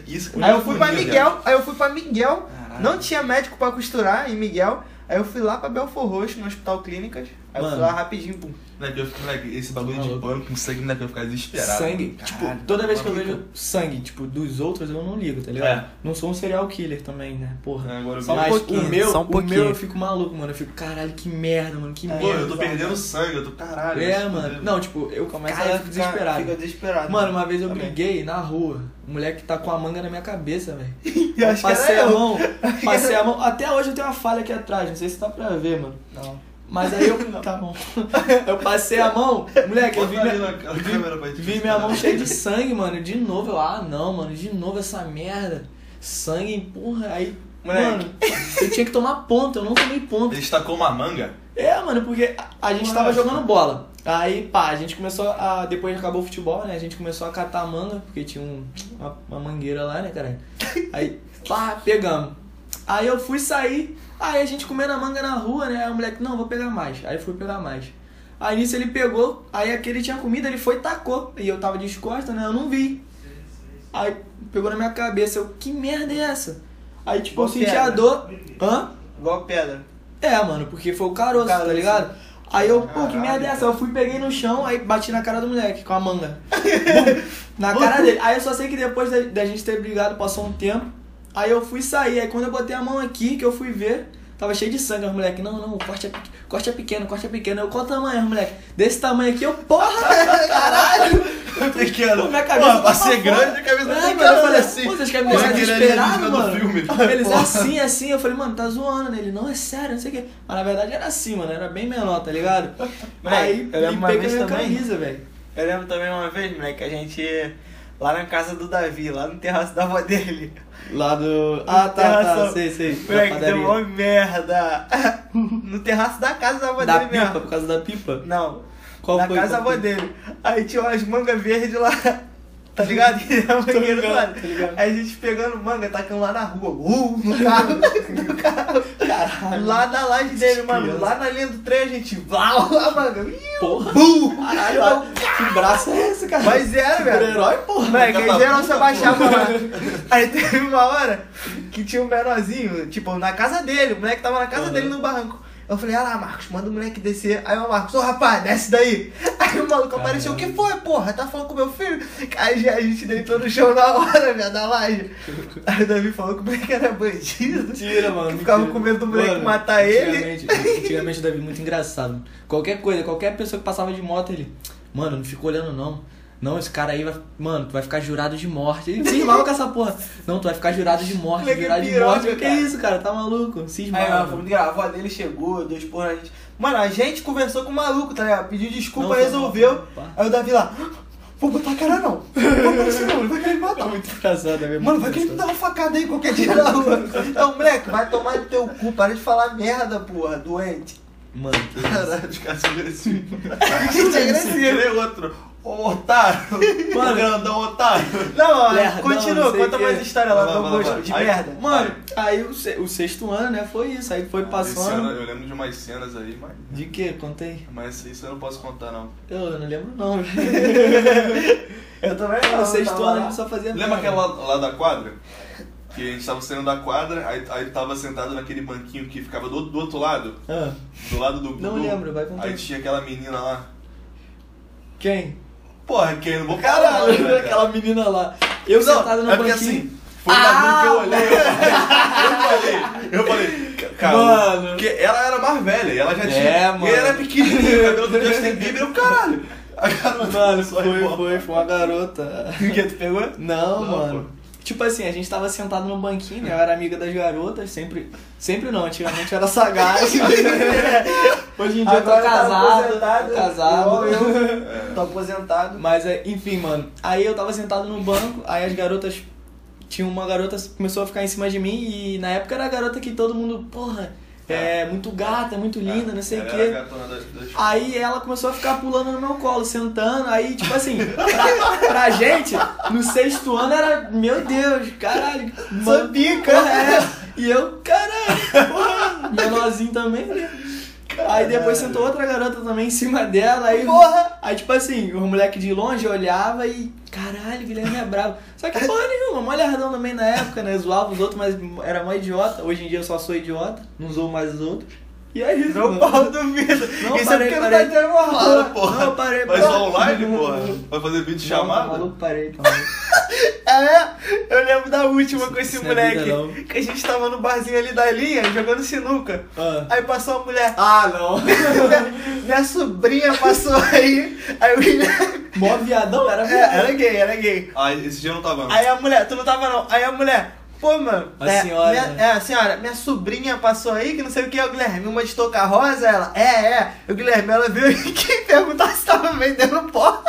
[SPEAKER 1] Isso
[SPEAKER 3] Aí eu fui pra Miguel, aí eu fui pra Miguel,
[SPEAKER 4] Caralho.
[SPEAKER 3] não tinha médico pra costurar em Miguel. Aí eu fui lá pra Belfor Roxo, no Hospital Clínicas. Aí eu fui
[SPEAKER 4] Mano.
[SPEAKER 3] lá rapidinho, pum.
[SPEAKER 1] Moleque, eu fico- moleque, esse bagulho
[SPEAKER 4] Maluco.
[SPEAKER 1] de pano com sangue, moleque, eu ficar desesperado.
[SPEAKER 4] sangue. tipo, toda vez que eu vejo sangue, tipo, dos outros, eu não ligo, tá ligado?
[SPEAKER 1] É.
[SPEAKER 4] Não sou um serial killer também, né? Porra.
[SPEAKER 1] É, agora eu
[SPEAKER 4] Só
[SPEAKER 1] vi-
[SPEAKER 4] Mas o meu,
[SPEAKER 2] só um
[SPEAKER 4] o
[SPEAKER 2] pouquinho.
[SPEAKER 4] meu eu fico maluco, mano. Eu fico, caralho, que merda, É, mano,
[SPEAKER 3] É,
[SPEAKER 4] que
[SPEAKER 1] Pô,
[SPEAKER 4] merda.
[SPEAKER 1] eu tô perdendo sangue, eu tô caralho.
[SPEAKER 4] É,
[SPEAKER 1] eu tô
[SPEAKER 4] mano.
[SPEAKER 1] perdendo.
[SPEAKER 4] Não, tipo, eu começo
[SPEAKER 3] Cara,
[SPEAKER 4] a ficar desesperado.
[SPEAKER 3] Fica desesperado.
[SPEAKER 4] Mano, uma vez eu
[SPEAKER 3] Também.
[SPEAKER 4] briguei na rua. O moleque tá com a manga na minha cabeça, velho.
[SPEAKER 3] Eu acho que era
[SPEAKER 4] Passei a
[SPEAKER 3] eu.
[SPEAKER 4] mão, passei a mão. Até hoje eu tenho uma falha aqui atrás, não sei se tá pra ver, mano.
[SPEAKER 3] Não.
[SPEAKER 4] Mas aí eu. tá bom. Eu passei a mão, moleque, é eu vi
[SPEAKER 1] Bota ali na
[SPEAKER 4] minha,
[SPEAKER 1] na câmera pra gente
[SPEAKER 4] vi
[SPEAKER 1] ver. tá
[SPEAKER 4] minha mão cheia de sangue, mano. De novo, eu, ah não, mano, de novo essa merda. Sangue, porra, aí.
[SPEAKER 3] Moleque.
[SPEAKER 4] Mano, eu tinha que tomar ponta, eu não tomei ponta.
[SPEAKER 1] Ele estacou uma manga?
[SPEAKER 4] É, mano, porque a- a gente tava jogando bola. Aí, pá, a gente começou a. Depois que acabou o futebol, né? A gente começou a catar manga, porque tinha um- uma, uma mangueira lá, né, cara? Aí, pá, pegamos. Aí eu fui sair, aí a gente comendo a manga na rua, né? Aí o moleque, não, vou pegar mais. Aí fui pegar mais. Aí nisso ele pegou, aí aquele tinha comida, ele foi e tacou. E eu tava de costas, né? Eu não vi. Aí pegou na minha cabeça, eu, que merda é essa? Aí, tipo, eu
[SPEAKER 3] Boa
[SPEAKER 4] senti a
[SPEAKER 3] pedra.
[SPEAKER 4] dor. Hã?
[SPEAKER 3] Igual pedra.
[SPEAKER 4] É, mano, porque foi o caroço,
[SPEAKER 3] Caroço.
[SPEAKER 4] tá ligado? Aí eu, pô, que
[SPEAKER 1] Caralho,
[SPEAKER 4] merda é essa? Eu fui, peguei no chão, aí bati na cara do moleque com a manga. Bum! na cara dele. Aí eu só sei que depois da, da gente ter brigado, passou um tempo. Aí eu fui sair. Aí quando eu botei a mão aqui, que eu fui ver, tava cheio de sangue. Aí o moleque, não, não, o corte é, pequ- corte é pequeno, o corte é pequeno. Eu, qual tamanho, Aí o moleque? Desse tamanho aqui, eu, porra, caralho.
[SPEAKER 1] Pequeno.
[SPEAKER 4] Pô, minha cabeça
[SPEAKER 1] pra
[SPEAKER 4] tá
[SPEAKER 1] ser
[SPEAKER 4] pra fora.
[SPEAKER 1] grande, a cabeça
[SPEAKER 4] É,
[SPEAKER 1] tá
[SPEAKER 4] mano, eu falei,
[SPEAKER 1] assim.
[SPEAKER 4] pô, vocês querem me
[SPEAKER 1] Pô,
[SPEAKER 4] deixar
[SPEAKER 1] aquele ali é
[SPEAKER 4] desesperado,
[SPEAKER 1] do
[SPEAKER 4] mano?
[SPEAKER 1] filme.
[SPEAKER 4] Eles
[SPEAKER 1] Porra.
[SPEAKER 4] assim, assim, eu falei, mano, tá zoando né? Ele, não, é sério, não sei o quê. Mas na verdade era assim, mano, era bem menor, tá ligado?
[SPEAKER 3] Moleque,
[SPEAKER 4] Aí
[SPEAKER 3] eu lembro
[SPEAKER 4] ele
[SPEAKER 3] uma
[SPEAKER 4] pegou
[SPEAKER 3] vez
[SPEAKER 4] minha
[SPEAKER 3] também.
[SPEAKER 4] camisa, velho.
[SPEAKER 3] Eu lembro também uma vez, moleque, a gente. Lá na casa do Davi, lá no terraço da avó dele.
[SPEAKER 4] Lá do. Ah, tá, tá,
[SPEAKER 3] Terraço.
[SPEAKER 4] sei, sei. Da
[SPEAKER 3] Moleque, deu
[SPEAKER 4] padaria.
[SPEAKER 3] uma merda. No terraço da casa da avó
[SPEAKER 4] Da
[SPEAKER 3] dele
[SPEAKER 4] pipa,
[SPEAKER 3] mesmo.
[SPEAKER 4] por causa da pipa?
[SPEAKER 3] Não.
[SPEAKER 4] Qual
[SPEAKER 3] na
[SPEAKER 4] foi?
[SPEAKER 3] casa da
[SPEAKER 4] Qual
[SPEAKER 3] avó dele. Aí tinha umas mangas verdes lá. Tá ligado? E a mangueira do
[SPEAKER 4] ligado,
[SPEAKER 3] lado.
[SPEAKER 4] tô ligado.
[SPEAKER 3] Aí a gente pegando manga, tacando lá na rua. Uh, no carro. no carro.
[SPEAKER 4] Caralho.
[SPEAKER 3] Lá na laje dele, mano.
[SPEAKER 4] criança.
[SPEAKER 3] Lá na linha do trem, a gente. Vau, a manga. Ih,
[SPEAKER 4] Porra.
[SPEAKER 3] bum.
[SPEAKER 4] Caralho, lá- que braço é esse, cara?
[SPEAKER 3] Mas era, velho.
[SPEAKER 4] Super-herói, porra.
[SPEAKER 3] Moleque, aí
[SPEAKER 1] Catapulta,
[SPEAKER 3] geral se abaixava lá. Aí teve uma hora que tinha um menorzinho, tipo, na casa dele. O moleque tava na casa
[SPEAKER 4] Uhum.
[SPEAKER 3] dele no barranco. Eu falei, ah lá, Marcos, manda o moleque descer. Aí o Marcos, ô rapaz, desce daí. Aí o maluco apareceu, o que foi, porra? Tá falando com meu filho? Aí a gente deitou no chão na hora, velho, da laje. Aí o Davi falou que o moleque era bandido.
[SPEAKER 4] Mentira, mano.
[SPEAKER 3] Que ficava
[SPEAKER 4] mentira.
[SPEAKER 3] com medo do moleque
[SPEAKER 4] Mano,
[SPEAKER 3] matar ele.
[SPEAKER 4] Antigamente, antigamente o Davi muito engraçado. Qualquer coisa, qualquer pessoa que passava de moto, ele. Mano, não fica olhando não. Não, esse cara aí vai. Mano, tu vai ficar jurado de morte. Ele cismava com essa porra. Não, tu vai ficar jurado de morte,
[SPEAKER 3] Moleque é
[SPEAKER 4] jurado de
[SPEAKER 3] piroca,
[SPEAKER 4] morte. Que
[SPEAKER 3] cara.
[SPEAKER 4] isso, cara? Tá maluco?
[SPEAKER 3] Aí, mano,
[SPEAKER 4] Cismava.
[SPEAKER 3] foi muito grave. A avó dele chegou, deu expor na gente. Mano, a gente conversou com o maluco, tá ligado? Pediu desculpa,
[SPEAKER 4] Não, foi
[SPEAKER 3] resolveu.
[SPEAKER 4] mal, pá.
[SPEAKER 3] Aí o Davi lá, vou botar a cara não. Vou aparecer não, ele vai querer me matar.
[SPEAKER 4] muito engraçado, Davi. é
[SPEAKER 3] Mano,
[SPEAKER 4] muito
[SPEAKER 3] vai querer me dar
[SPEAKER 4] engraçado.
[SPEAKER 3] uma facada aí qualquer dia na rua. Então, moleque, vai tomar no teu cu, para de falar merda, porra, doente.
[SPEAKER 4] Mano, que
[SPEAKER 1] Caralho, os caras são assim. agressivos.
[SPEAKER 3] A gente é agressivo.
[SPEAKER 1] Ele é outro. Ô, otário.
[SPEAKER 4] Mano.
[SPEAKER 1] Mano, grandão, otário.
[SPEAKER 3] Não, ó,
[SPEAKER 4] Lerdão,
[SPEAKER 3] continua,
[SPEAKER 4] não sei
[SPEAKER 3] conta
[SPEAKER 4] o quê.
[SPEAKER 3] mais história lá,
[SPEAKER 1] Vai lá,
[SPEAKER 3] meu
[SPEAKER 1] vai lá,
[SPEAKER 3] gosto
[SPEAKER 1] vai.
[SPEAKER 3] de
[SPEAKER 1] Aí,
[SPEAKER 3] merda.
[SPEAKER 4] Mano, aí o, se- o sexto ano, né? Foi isso. Aí foi
[SPEAKER 1] Ah, Esse ano,
[SPEAKER 4] passando.
[SPEAKER 1] eu lembro de umas cenas aí, mas...
[SPEAKER 4] De quê? Contei.
[SPEAKER 1] Mas isso eu não posso contar, não.
[SPEAKER 4] Eu não lembro não, velho.
[SPEAKER 3] Eu também não,
[SPEAKER 4] O sexto
[SPEAKER 3] tava
[SPEAKER 4] ano a
[SPEAKER 3] lá.
[SPEAKER 4] gente só fazia.
[SPEAKER 1] Lembra
[SPEAKER 4] merda.
[SPEAKER 1] aquela lá, lá da quadra? Que a gente tava saindo da quadra, aí, aí tava sentado naquele banquinho que ficava do, do outro lado,
[SPEAKER 4] Ah,
[SPEAKER 1] do lado do
[SPEAKER 4] Não
[SPEAKER 1] do-
[SPEAKER 4] lembro, vai contar.
[SPEAKER 1] Aí tinha aquela menina lá.
[SPEAKER 4] quem?
[SPEAKER 1] Porra, que eu não vou falar,
[SPEAKER 4] Caralho,
[SPEAKER 1] né, cara?
[SPEAKER 4] aquela menina lá. Eu
[SPEAKER 1] Não,
[SPEAKER 4] sentado no
[SPEAKER 1] é porque
[SPEAKER 4] banquinho. Ah!
[SPEAKER 1] assim, foi um bagulho que eu olhei. Eu falei, eu falei, ca- cara,
[SPEAKER 4] Mano.
[SPEAKER 1] porque ela era mais velha, ela já
[SPEAKER 4] É,
[SPEAKER 1] tinha.
[SPEAKER 4] mano.
[SPEAKER 1] E ela era pequenininha, o cabelo do Justin Bieber, eu, caralho. A garota
[SPEAKER 4] Mano,
[SPEAKER 1] só
[SPEAKER 4] foi,
[SPEAKER 1] rebolou.
[SPEAKER 4] foi, foi uma garota.
[SPEAKER 3] O que, tu pegou?
[SPEAKER 4] Não,
[SPEAKER 1] Não,
[SPEAKER 4] mano. Tipo assim, a gente tava sentado no banquinho, né? Eu era amiga das garotas, sempre. Sempre não, antigamente eu era sagaz. Hoje em dia eu tô
[SPEAKER 3] Agora tá
[SPEAKER 4] casado.
[SPEAKER 3] aposentado,
[SPEAKER 4] tô casado.
[SPEAKER 3] igual
[SPEAKER 1] é.
[SPEAKER 3] eu. Tô aposentado.
[SPEAKER 4] Mas é, enfim, mano. Aí eu tava sentado no banco, aí as garotas. Tinha uma garota que começou a ficar em cima de mim e na época era a garota que todo mundo, porra, é muito gata, muito linda, não sei o
[SPEAKER 1] É, Ela
[SPEAKER 4] quê.
[SPEAKER 1] era a gatona das- das-
[SPEAKER 4] Aí ela começou a ficar pulando no meu colo, sentando, aí, tipo assim, pra, pra gente, no sexto ano era, meu Deus, caralho, mano,
[SPEAKER 3] Sabia,
[SPEAKER 4] porra, é. E eu, caralho, porra, menorzinho também, né? Aí depois sentou outra garota também em cima dela. Aí,
[SPEAKER 3] Porra!
[SPEAKER 4] Aí, tipo assim, o moleque de longe olhava e. Caralho, Guilherme é brabo. Só que porra nenhuma, mó lerdão também na época, né? Zoava os outros, mas era mó idiota. Hoje em dia eu só sou idiota, não zoo mais os outros. E é isso,
[SPEAKER 3] Não
[SPEAKER 4] mano.
[SPEAKER 3] pau do medo.
[SPEAKER 4] Não,
[SPEAKER 3] Isso
[SPEAKER 4] parei,
[SPEAKER 3] é porque não tá
[SPEAKER 4] parei.
[SPEAKER 3] entrando uma
[SPEAKER 1] Para,
[SPEAKER 3] rola.
[SPEAKER 1] porra.
[SPEAKER 4] Não, parei,
[SPEAKER 1] Vai
[SPEAKER 4] parei.
[SPEAKER 1] só online, porra? Vai fazer vídeo
[SPEAKER 4] é Uhum. Não,
[SPEAKER 1] chamada?
[SPEAKER 4] Maluco, parei, tá maluco.
[SPEAKER 3] É, eu lembro da última com esse
[SPEAKER 4] isso não é
[SPEAKER 3] moleque.
[SPEAKER 4] vida, não.
[SPEAKER 3] que a gente tava no barzinho ali da linha, jogando sinuca.
[SPEAKER 4] Ah.
[SPEAKER 3] Aí passou uma mulher.
[SPEAKER 4] Ah, não.
[SPEAKER 3] Minha, minha sobrinha passou aí. Aí o Guilherme.
[SPEAKER 4] Mó viadão, era
[SPEAKER 3] É,
[SPEAKER 4] viadão.
[SPEAKER 3] era gay, era gay.
[SPEAKER 1] Ah, esse dia eu não tava. não.
[SPEAKER 3] Aí a mulher, tu não tava não. Aí a mulher, pô, mano.
[SPEAKER 4] A senhora,
[SPEAKER 3] minha-
[SPEAKER 4] né?
[SPEAKER 3] é, a senhora, minha sobrinha passou aí, que não sei o que, é o Guilherme, uma de touca rosa, ela. É, é. O Guilherme, ela veio e perguntar se tava vendendo pó.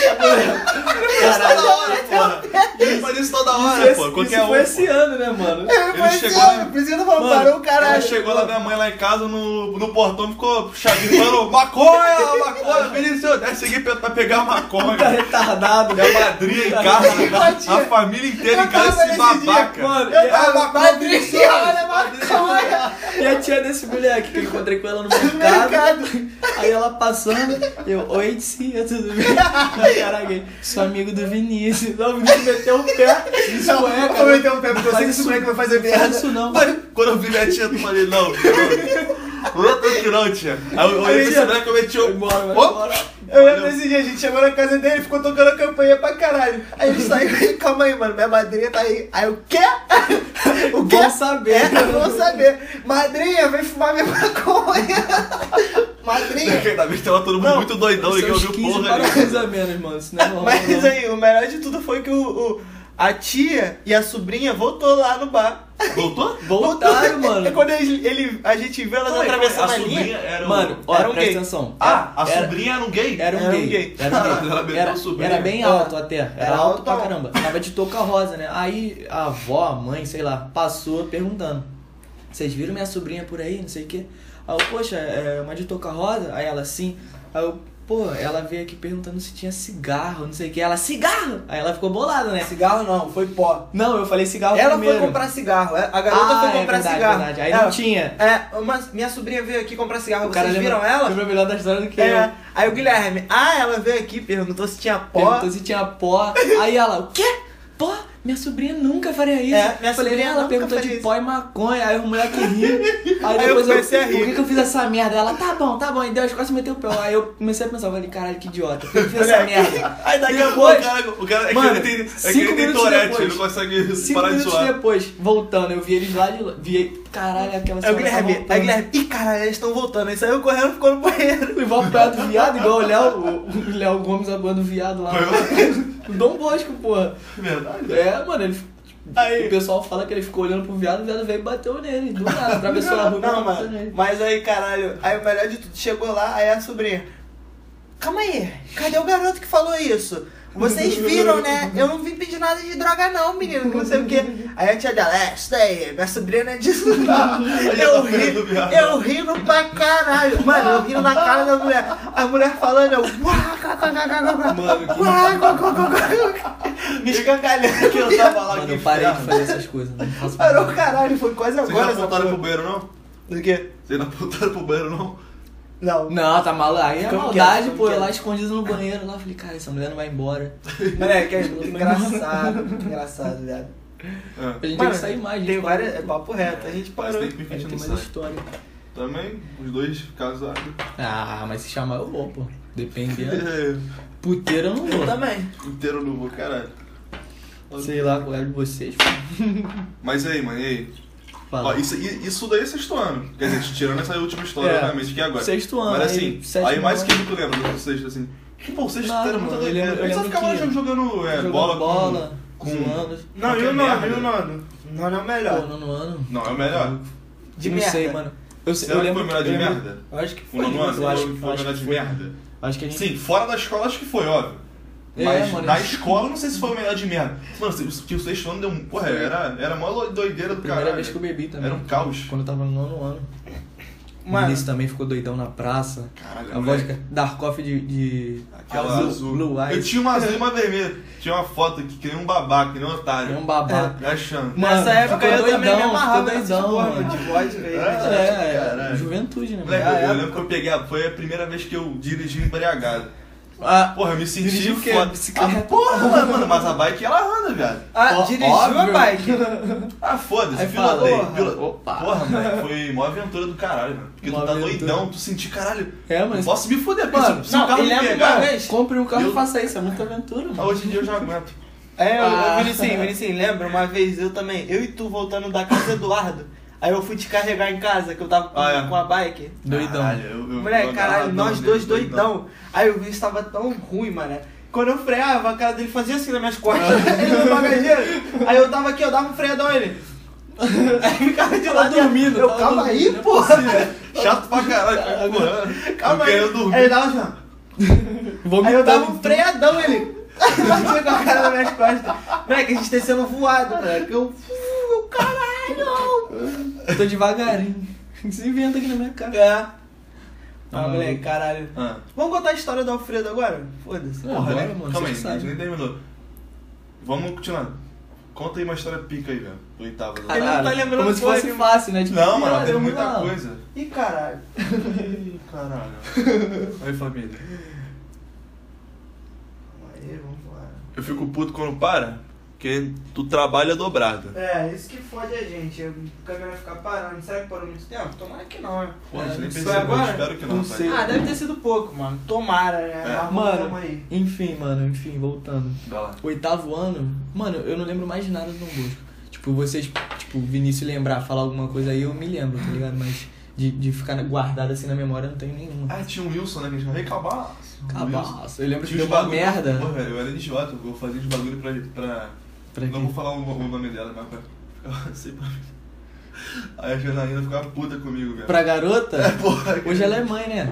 [SPEAKER 1] Isso toda hora, porra. Ele faz isso toda hora,
[SPEAKER 4] Isso-
[SPEAKER 1] pô. Qualquer
[SPEAKER 4] isso foi
[SPEAKER 1] um.
[SPEAKER 4] esse ano, né, mano?
[SPEAKER 3] Ele
[SPEAKER 1] Ele chegou na-
[SPEAKER 3] Por isso que eu tô falando,
[SPEAKER 4] Mano,
[SPEAKER 3] parou
[SPEAKER 1] Ela
[SPEAKER 3] o caralho.
[SPEAKER 1] chegou na minha mãe lá em casa, no, no portão, ficou chavitando maconha, maconha, Vinicius, desce aqui pra, pra pegar a
[SPEAKER 4] Tá
[SPEAKER 1] maconha.
[SPEAKER 4] retardado,
[SPEAKER 1] Minha madrinha em casa, a família inteira em casa, esse
[SPEAKER 3] nesse dia,
[SPEAKER 1] babaca.
[SPEAKER 4] mano.
[SPEAKER 1] É,
[SPEAKER 4] Eu tava-
[SPEAKER 1] maconha, Vinicius.
[SPEAKER 3] Madrinha, olha a maconha.
[SPEAKER 4] Ah, E a tia desse moleque, que eu encontrei com ela no mercado.
[SPEAKER 3] Mercado.
[SPEAKER 4] Aí ela passando, eu, oi, tia, tudo bem? Aí, Caraca, sou amigo do Vinícius. Não, o Vinícius meteu o pé. Isso
[SPEAKER 3] Não,
[SPEAKER 4] é,
[SPEAKER 3] eu
[SPEAKER 4] cara.
[SPEAKER 3] comentei um pé, porque eu sei que isso não é que vai fazer
[SPEAKER 4] Faz
[SPEAKER 3] merda.
[SPEAKER 4] isso não.
[SPEAKER 1] Quando eu vi minha tia, eu falei, não, não, não, não, não, não, tia. Aí eu olhei pra esse moleque e meti
[SPEAKER 4] Vai
[SPEAKER 1] o...
[SPEAKER 4] embora, vai
[SPEAKER 1] Opa.
[SPEAKER 4] embora.
[SPEAKER 3] Eu lembro desse dia, a gente chegou na casa dele, ficou tocando campanha pra caralho. Aí ele saiu e, calma aí, mano, minha madrinha tá aí. Aí o quê? O quê?
[SPEAKER 4] Bom saber.
[SPEAKER 3] É, eu vou saber. Madrinha, vem fumar minha maconha. Madrinha.
[SPEAKER 1] Ainda bem que tava todo mundo
[SPEAKER 3] Não,
[SPEAKER 1] muito doidão e que eu
[SPEAKER 4] Seus
[SPEAKER 1] vi o
[SPEAKER 4] 15
[SPEAKER 1] porra ali.
[SPEAKER 4] parabéns a menos, mano. Isso não é normal,
[SPEAKER 3] Mas
[SPEAKER 4] não.
[SPEAKER 3] aí, o melhor de tudo foi que o, o- a tia e a sobrinha voltou lá no bar.
[SPEAKER 1] Voltou?
[SPEAKER 4] Voltaram, mano.
[SPEAKER 3] É quando ele, ele- a gente viu elas
[SPEAKER 1] Não,
[SPEAKER 3] atravessando
[SPEAKER 1] a
[SPEAKER 3] é a linha.
[SPEAKER 1] sobrinha era o-
[SPEAKER 4] Mano, ó,
[SPEAKER 3] Era um
[SPEAKER 4] presta
[SPEAKER 3] gay.
[SPEAKER 4] atenção.
[SPEAKER 1] Ah, a
[SPEAKER 4] Era-
[SPEAKER 1] sobrinha era um gay?
[SPEAKER 4] Era um
[SPEAKER 3] Era um
[SPEAKER 4] gay.
[SPEAKER 3] gay.
[SPEAKER 4] Era um
[SPEAKER 1] Caralho,
[SPEAKER 4] gay.
[SPEAKER 1] ela meteu
[SPEAKER 4] Era,
[SPEAKER 1] o sobrinho.
[SPEAKER 4] era bem né? alto até. Era,
[SPEAKER 3] Era
[SPEAKER 4] alto,
[SPEAKER 3] alto.
[SPEAKER 4] pra caramba. Tava de touca rosa, né? Aí a avó, a mãe, sei lá, passou perguntando. Vocês viram minha sobrinha por aí, não sei o quê? Aí eu, poxa, é uma de touca rosa? Aí ela, sim. Aí eu, pô, ela veio aqui perguntando se tinha cigarro, não sei o quê. Ela, cigarro! Aí ela ficou bolada, né?
[SPEAKER 3] Cigarro não, foi pó.
[SPEAKER 4] Não, eu falei cigarro
[SPEAKER 3] Ela
[SPEAKER 4] primeiro.
[SPEAKER 3] foi comprar cigarro, é? a garota
[SPEAKER 4] Ah,
[SPEAKER 3] foi comprar
[SPEAKER 4] é verdade,
[SPEAKER 3] cigarro.
[SPEAKER 4] verdade. Aí não
[SPEAKER 3] É,
[SPEAKER 4] tinha.
[SPEAKER 3] É, uma, minha sobrinha veio aqui comprar cigarro,
[SPEAKER 4] O
[SPEAKER 3] vocês viram
[SPEAKER 4] lembra-
[SPEAKER 3] ela?
[SPEAKER 4] Lembra melhor da história do que eu.
[SPEAKER 3] É. Aí o Guilherme, ah, ela veio aqui, perguntou se tinha pó.
[SPEAKER 4] Perguntou se tinha pó. Aí ela, o quê? Pó? Minha sobrinha nunca faria isso.
[SPEAKER 3] É, minha
[SPEAKER 4] Eu falei,
[SPEAKER 3] sobrinha
[SPEAKER 4] ela
[SPEAKER 3] nunca
[SPEAKER 4] perguntou de
[SPEAKER 3] faria isso.
[SPEAKER 4] pó e maconha. Aí o moleque riu. Aí
[SPEAKER 3] eu
[SPEAKER 4] depois
[SPEAKER 3] comecei a rir.
[SPEAKER 4] Por que, que eu fiz essa merda? Ela, tá bom, tá bom. E Deus quase meteu o pé. Aí eu comecei a pensar, eu falei, caralho, que idiota. Por que eu fiz essa merda?
[SPEAKER 3] Aí daqui a pouco.
[SPEAKER 1] O
[SPEAKER 4] Depois,
[SPEAKER 1] cara, o cara é
[SPEAKER 4] Mano,
[SPEAKER 1] que ele tem, é que
[SPEAKER 4] cinco
[SPEAKER 1] ele tem
[SPEAKER 4] minutos
[SPEAKER 1] Tourette,
[SPEAKER 4] depois.
[SPEAKER 1] ele não consegue
[SPEAKER 4] cinco
[SPEAKER 1] parar de
[SPEAKER 4] minutos
[SPEAKER 1] suar.
[SPEAKER 4] depois, voltando, eu vi eles lá de... lo- Vi, caralho, aquela
[SPEAKER 3] Aí É o
[SPEAKER 4] senhora tá
[SPEAKER 3] Guilherme, aí o
[SPEAKER 4] voltando.
[SPEAKER 3] Guilherme, ih caralho, eles estão voltando. Aí saiu correndo ficou no banheiro.
[SPEAKER 4] Levar o pé do viado, igual o Léo, o o Léo Gomes aguando o viado lá. O Dom Bosco, porra.
[SPEAKER 1] Verdade.
[SPEAKER 4] É, mano, ele.
[SPEAKER 3] Aí.
[SPEAKER 4] O pessoal fala que ele ficou olhando pro viado, o viado veio e bateu nele. Do nada, atravessou a rua e
[SPEAKER 3] Não,
[SPEAKER 4] bateu
[SPEAKER 3] mano.
[SPEAKER 4] nele.
[SPEAKER 3] Mas aí, caralho, aí o melhor de tudo, chegou lá, aí a sobrinha. Calma aí, cadê o garoto que falou isso? Vocês viram, né? Eu não vim pedir nada de droga, não, menino, que não sei o quê. Aí a tia dela, é, isso daí, minha sobrinha não é disso, não. Eu ri, eu rindo pra caralho. Mano, eu rindo na cara da mulher. A mulher falando, eu.
[SPEAKER 4] Mano, que-
[SPEAKER 3] Me escangalhando que
[SPEAKER 1] tá
[SPEAKER 3] eu tava lá.
[SPEAKER 4] Mano,
[SPEAKER 3] que
[SPEAKER 4] eu parei de
[SPEAKER 3] inferno.
[SPEAKER 4] fazer essas coisas. Não faço mais.
[SPEAKER 3] Parou o caralho, foi quase
[SPEAKER 1] Vocês não
[SPEAKER 3] agora essa
[SPEAKER 1] apontaram pro
[SPEAKER 3] porra.
[SPEAKER 1] banheiro, não?
[SPEAKER 3] Do quê?
[SPEAKER 1] Vocês não apontaram pro banheiro, não?
[SPEAKER 3] Não.
[SPEAKER 4] Não, tá maluco. Aí é
[SPEAKER 3] Ficamos
[SPEAKER 4] maldade,
[SPEAKER 3] quietos,
[SPEAKER 4] pô. Eu
[SPEAKER 3] ficamos
[SPEAKER 4] lá escondido no banheiro lá, eu falei, cara, essa mulher não vai embora.
[SPEAKER 3] Moleque, é engraçado, muito engraçado, velho.
[SPEAKER 4] A
[SPEAKER 1] É.
[SPEAKER 4] gente tem
[SPEAKER 3] Mano,
[SPEAKER 4] que sair mais,
[SPEAKER 3] Tem
[SPEAKER 4] gente. tá
[SPEAKER 3] várias. É papo reto, a gente
[SPEAKER 1] Mas
[SPEAKER 3] parou.
[SPEAKER 1] tem que me
[SPEAKER 4] Aí
[SPEAKER 1] fingir
[SPEAKER 4] tem
[SPEAKER 1] no
[SPEAKER 4] mais
[SPEAKER 1] site.
[SPEAKER 4] história.
[SPEAKER 1] Também, os dois casados.
[SPEAKER 4] Ah, mas se chamar eu vou, pô. Dependendo.
[SPEAKER 1] É,
[SPEAKER 4] Puteiro eu não
[SPEAKER 3] Eu
[SPEAKER 4] vou.
[SPEAKER 3] também.
[SPEAKER 1] inteiro no voo, caralho.
[SPEAKER 4] Sei lá qual é de vocês.
[SPEAKER 1] Mas e aí, mano, e aí? Ó,
[SPEAKER 4] Fala.
[SPEAKER 1] isso, i- isso daí é sexto ano. Quer dizer, tirando essa última história,
[SPEAKER 4] É.
[SPEAKER 1] obviamente, que é agora.
[SPEAKER 4] Sexto ano,
[SPEAKER 1] Mas
[SPEAKER 4] aí
[SPEAKER 1] assim, aí,
[SPEAKER 4] sétimo
[SPEAKER 1] mais
[SPEAKER 4] ano.
[SPEAKER 1] que tu lembra do sexto, assim. Que, pô, o sexto
[SPEAKER 4] Nada,
[SPEAKER 1] era muito
[SPEAKER 4] mano, é eu
[SPEAKER 1] doido.
[SPEAKER 4] lembro-
[SPEAKER 1] A gente só
[SPEAKER 4] eu
[SPEAKER 1] ficava
[SPEAKER 4] lembro que-
[SPEAKER 1] jogando é,
[SPEAKER 4] Jogando
[SPEAKER 1] bola,
[SPEAKER 4] bola
[SPEAKER 1] com...
[SPEAKER 4] zoando.
[SPEAKER 3] Não, e
[SPEAKER 1] Qualquer
[SPEAKER 3] o nono?
[SPEAKER 1] merda.
[SPEAKER 3] E o nono? O nono é o
[SPEAKER 4] Pô,
[SPEAKER 3] melhor.
[SPEAKER 4] nono ano.
[SPEAKER 1] Não, é o melhor.
[SPEAKER 3] De
[SPEAKER 4] não
[SPEAKER 3] merda.
[SPEAKER 4] sei, mano. Eu, sei-
[SPEAKER 1] Será
[SPEAKER 4] eu
[SPEAKER 1] que
[SPEAKER 4] lembro
[SPEAKER 1] foi melhor de
[SPEAKER 4] eu lembro-
[SPEAKER 1] merda?
[SPEAKER 4] Eu acho que
[SPEAKER 1] O
[SPEAKER 4] foi.
[SPEAKER 1] nono ano,
[SPEAKER 4] eu acho
[SPEAKER 1] foi
[SPEAKER 4] que
[SPEAKER 1] foi o
[SPEAKER 4] acho
[SPEAKER 1] melhor
[SPEAKER 4] que
[SPEAKER 1] de
[SPEAKER 4] foi.
[SPEAKER 1] merda.
[SPEAKER 4] Acho que a gente.
[SPEAKER 1] Sim, fora da escola acho que foi, óbvio.
[SPEAKER 4] É,
[SPEAKER 1] Mas
[SPEAKER 4] mano,
[SPEAKER 1] na
[SPEAKER 4] a gente-
[SPEAKER 1] escola não sei se foi o melhor de merda. Mano, se- que o sexto ano deu um. Porra, era, era a maior doideira do
[SPEAKER 4] Primeira
[SPEAKER 1] caralho.
[SPEAKER 4] vez que eu bebi também.
[SPEAKER 1] Era um caos.
[SPEAKER 4] Quando eu tava no nono ano. O
[SPEAKER 3] Mano.
[SPEAKER 4] Vinícius também ficou doidão na praça.
[SPEAKER 1] Caralho,
[SPEAKER 4] a
[SPEAKER 1] moleque.
[SPEAKER 4] vodka Darkoff de, de.
[SPEAKER 1] Aquela
[SPEAKER 4] Blue-
[SPEAKER 1] azul.
[SPEAKER 4] Blue
[SPEAKER 1] Eu
[SPEAKER 4] Eyes.
[SPEAKER 1] tinha uma azul e uma vermelha. Tinha uma foto aqui, que nem um babaca, que nem um otário.
[SPEAKER 4] É um babaca.
[SPEAKER 1] Achando.
[SPEAKER 4] Mano,
[SPEAKER 3] Nessa época
[SPEAKER 4] ficou
[SPEAKER 3] eu também me
[SPEAKER 4] doidão,
[SPEAKER 3] amarrava
[SPEAKER 4] ficou
[SPEAKER 3] nessas
[SPEAKER 4] doidão,
[SPEAKER 3] porra,
[SPEAKER 4] mano.
[SPEAKER 3] de vodka aí.
[SPEAKER 1] É.
[SPEAKER 3] né?
[SPEAKER 4] É,
[SPEAKER 1] Caralho.
[SPEAKER 4] juventude, né?
[SPEAKER 1] Moleque,
[SPEAKER 4] mano?
[SPEAKER 1] eu lembro que eu peguei, a- foi a primeira vez que eu dirigi embriagado.
[SPEAKER 4] Ah,
[SPEAKER 1] Porra, eu me senti
[SPEAKER 4] Dirigiu o quê?
[SPEAKER 1] foda.
[SPEAKER 4] Bicicleta?
[SPEAKER 1] Ah, porra, mano, mano, mas a bike ela anda, viado.
[SPEAKER 3] Ah,
[SPEAKER 4] Ó,
[SPEAKER 3] dirigiu
[SPEAKER 4] óbvio.
[SPEAKER 3] a bike.
[SPEAKER 1] Ah, foda-se,
[SPEAKER 4] Aí fala,
[SPEAKER 1] pilotei.
[SPEAKER 4] porra,
[SPEAKER 1] pilo-
[SPEAKER 4] opa.
[SPEAKER 1] Porra, mano, foi uma aventura do caralho, mano. Porque
[SPEAKER 4] Uma
[SPEAKER 1] tu tá
[SPEAKER 4] aventura.
[SPEAKER 1] doidão, tu senti caralho.
[SPEAKER 4] É,
[SPEAKER 1] Não
[SPEAKER 4] mas.
[SPEAKER 1] posso me foder, porque
[SPEAKER 4] Mano,
[SPEAKER 1] se, se o
[SPEAKER 3] Não,
[SPEAKER 1] carro
[SPEAKER 3] ele
[SPEAKER 1] me
[SPEAKER 3] lembra uma
[SPEAKER 1] pegar,
[SPEAKER 3] vez?
[SPEAKER 4] Compre um carro
[SPEAKER 1] Eu-
[SPEAKER 4] e faça isso, é muita aventura, mano.
[SPEAKER 1] hoje em dia eu já aguento.
[SPEAKER 3] É, eu,
[SPEAKER 4] Ah.
[SPEAKER 3] eu Vinicius, Vinicius, lembra uma vez eu também, eu e tu voltando da casa do Eduardo, aí eu fui te carregar em casa, que eu tava com,
[SPEAKER 1] Ah, é.
[SPEAKER 3] com a bike.
[SPEAKER 4] Doidão.
[SPEAKER 1] Caralho, eu, eu, eu
[SPEAKER 3] Moleque,
[SPEAKER 1] agarradão
[SPEAKER 3] caralho, nós
[SPEAKER 1] nele,
[SPEAKER 3] dois doidão. Aí o Vinicius tava tão ruim, mano. Quando eu freava, a cara dele fazia assim nas minhas costas,
[SPEAKER 4] Ah.
[SPEAKER 3] ele no bagageiro. Aí eu tava aqui, eu dava um freadão ele. Aí ficava de lado
[SPEAKER 4] dormindo,
[SPEAKER 3] Eu,
[SPEAKER 4] tava
[SPEAKER 3] calma
[SPEAKER 4] dormindo,
[SPEAKER 3] aí,
[SPEAKER 4] não é
[SPEAKER 3] porra.
[SPEAKER 1] Chato pra caralho. Porra,
[SPEAKER 3] Calma
[SPEAKER 1] calma
[SPEAKER 3] aí.
[SPEAKER 1] eu dormir.
[SPEAKER 3] Aí ele dava assim, ó.
[SPEAKER 4] Vou
[SPEAKER 3] Aí eu dava um freadão ele. Batia com a cara nas minhas costas. Moleque, a gente descendo voado, moleque. Eu. eu caralho! Ah,
[SPEAKER 4] Tô devagarinho. Se inventa aqui na minha cara.
[SPEAKER 3] É. Ah,
[SPEAKER 4] Tá
[SPEAKER 3] moleque,
[SPEAKER 4] maluco.
[SPEAKER 3] caralho.
[SPEAKER 1] Ah,
[SPEAKER 3] Vamos contar a história do Alfredo agora? Foda-se.
[SPEAKER 4] É.
[SPEAKER 1] porra,
[SPEAKER 4] Agora,
[SPEAKER 1] né?
[SPEAKER 4] mano,
[SPEAKER 1] Calma aí,
[SPEAKER 4] você
[SPEAKER 1] a
[SPEAKER 4] sabe.
[SPEAKER 1] gente nem terminou. Vamos continuar. Conta aí uma história pica aí, velho. Do oitavo. né?
[SPEAKER 3] Ele não tá lembrando
[SPEAKER 4] Como se
[SPEAKER 3] porra
[SPEAKER 4] fosse
[SPEAKER 3] nenhuma.
[SPEAKER 4] fácil, né? Tipo,
[SPEAKER 1] Não, mano,
[SPEAKER 4] "Ih,
[SPEAKER 1] tem
[SPEAKER 4] olha,
[SPEAKER 1] muita
[SPEAKER 4] vamos lá."
[SPEAKER 1] coisa.
[SPEAKER 3] Ih, caralho.
[SPEAKER 1] Ih, caralho. Aí, família.
[SPEAKER 3] Calma aí, vambora.
[SPEAKER 1] Eu fico puto quando para, porque tu trabalha dobrado.
[SPEAKER 3] É, isso que fode a gente. A câmera ficar parando. Será que parou muito tempo? Tomara que não, né?
[SPEAKER 1] Pô, a gente nem
[SPEAKER 4] Isso é
[SPEAKER 1] percebeu,
[SPEAKER 3] agora?
[SPEAKER 1] espero que não, tá
[SPEAKER 4] Não
[SPEAKER 1] rapaz.
[SPEAKER 4] sei.
[SPEAKER 3] Ah, deve ter sido pouco, mano. Tomara, né?
[SPEAKER 1] É.
[SPEAKER 3] Mas
[SPEAKER 4] Mano.
[SPEAKER 3] Tamo aí.
[SPEAKER 4] Enfim, mano, enfim, voltando.
[SPEAKER 1] Vai lá.
[SPEAKER 4] Oitavo ano, mano, eu não lembro mais de nada do Dom Bosco. Tipo, vocês, tipo, o Vinícius lembrar, falar alguma coisa aí, eu me lembro, tá ligado? Mas de, de ficar guardado assim na memória, eu não tenho nenhuma.
[SPEAKER 1] Ah, tinha um Wilson, né? Que a gente não recabava.
[SPEAKER 4] Cabaço. Eu lembro que
[SPEAKER 1] Um Tinha
[SPEAKER 4] deu
[SPEAKER 1] uns
[SPEAKER 4] uma
[SPEAKER 1] bagulho.
[SPEAKER 4] merda.
[SPEAKER 1] Pô, velho, eu era idiota, eu fazia uns bagulho pra. pra...
[SPEAKER 4] Pra
[SPEAKER 1] não
[SPEAKER 4] quê?
[SPEAKER 1] vou falar o, o nome dela, mas pra. ficava Sei pra mim. Aí a Janaína ficava puta comigo, velho.
[SPEAKER 4] Pra garota?
[SPEAKER 1] Porra,
[SPEAKER 4] Hoje ela é mãe, né?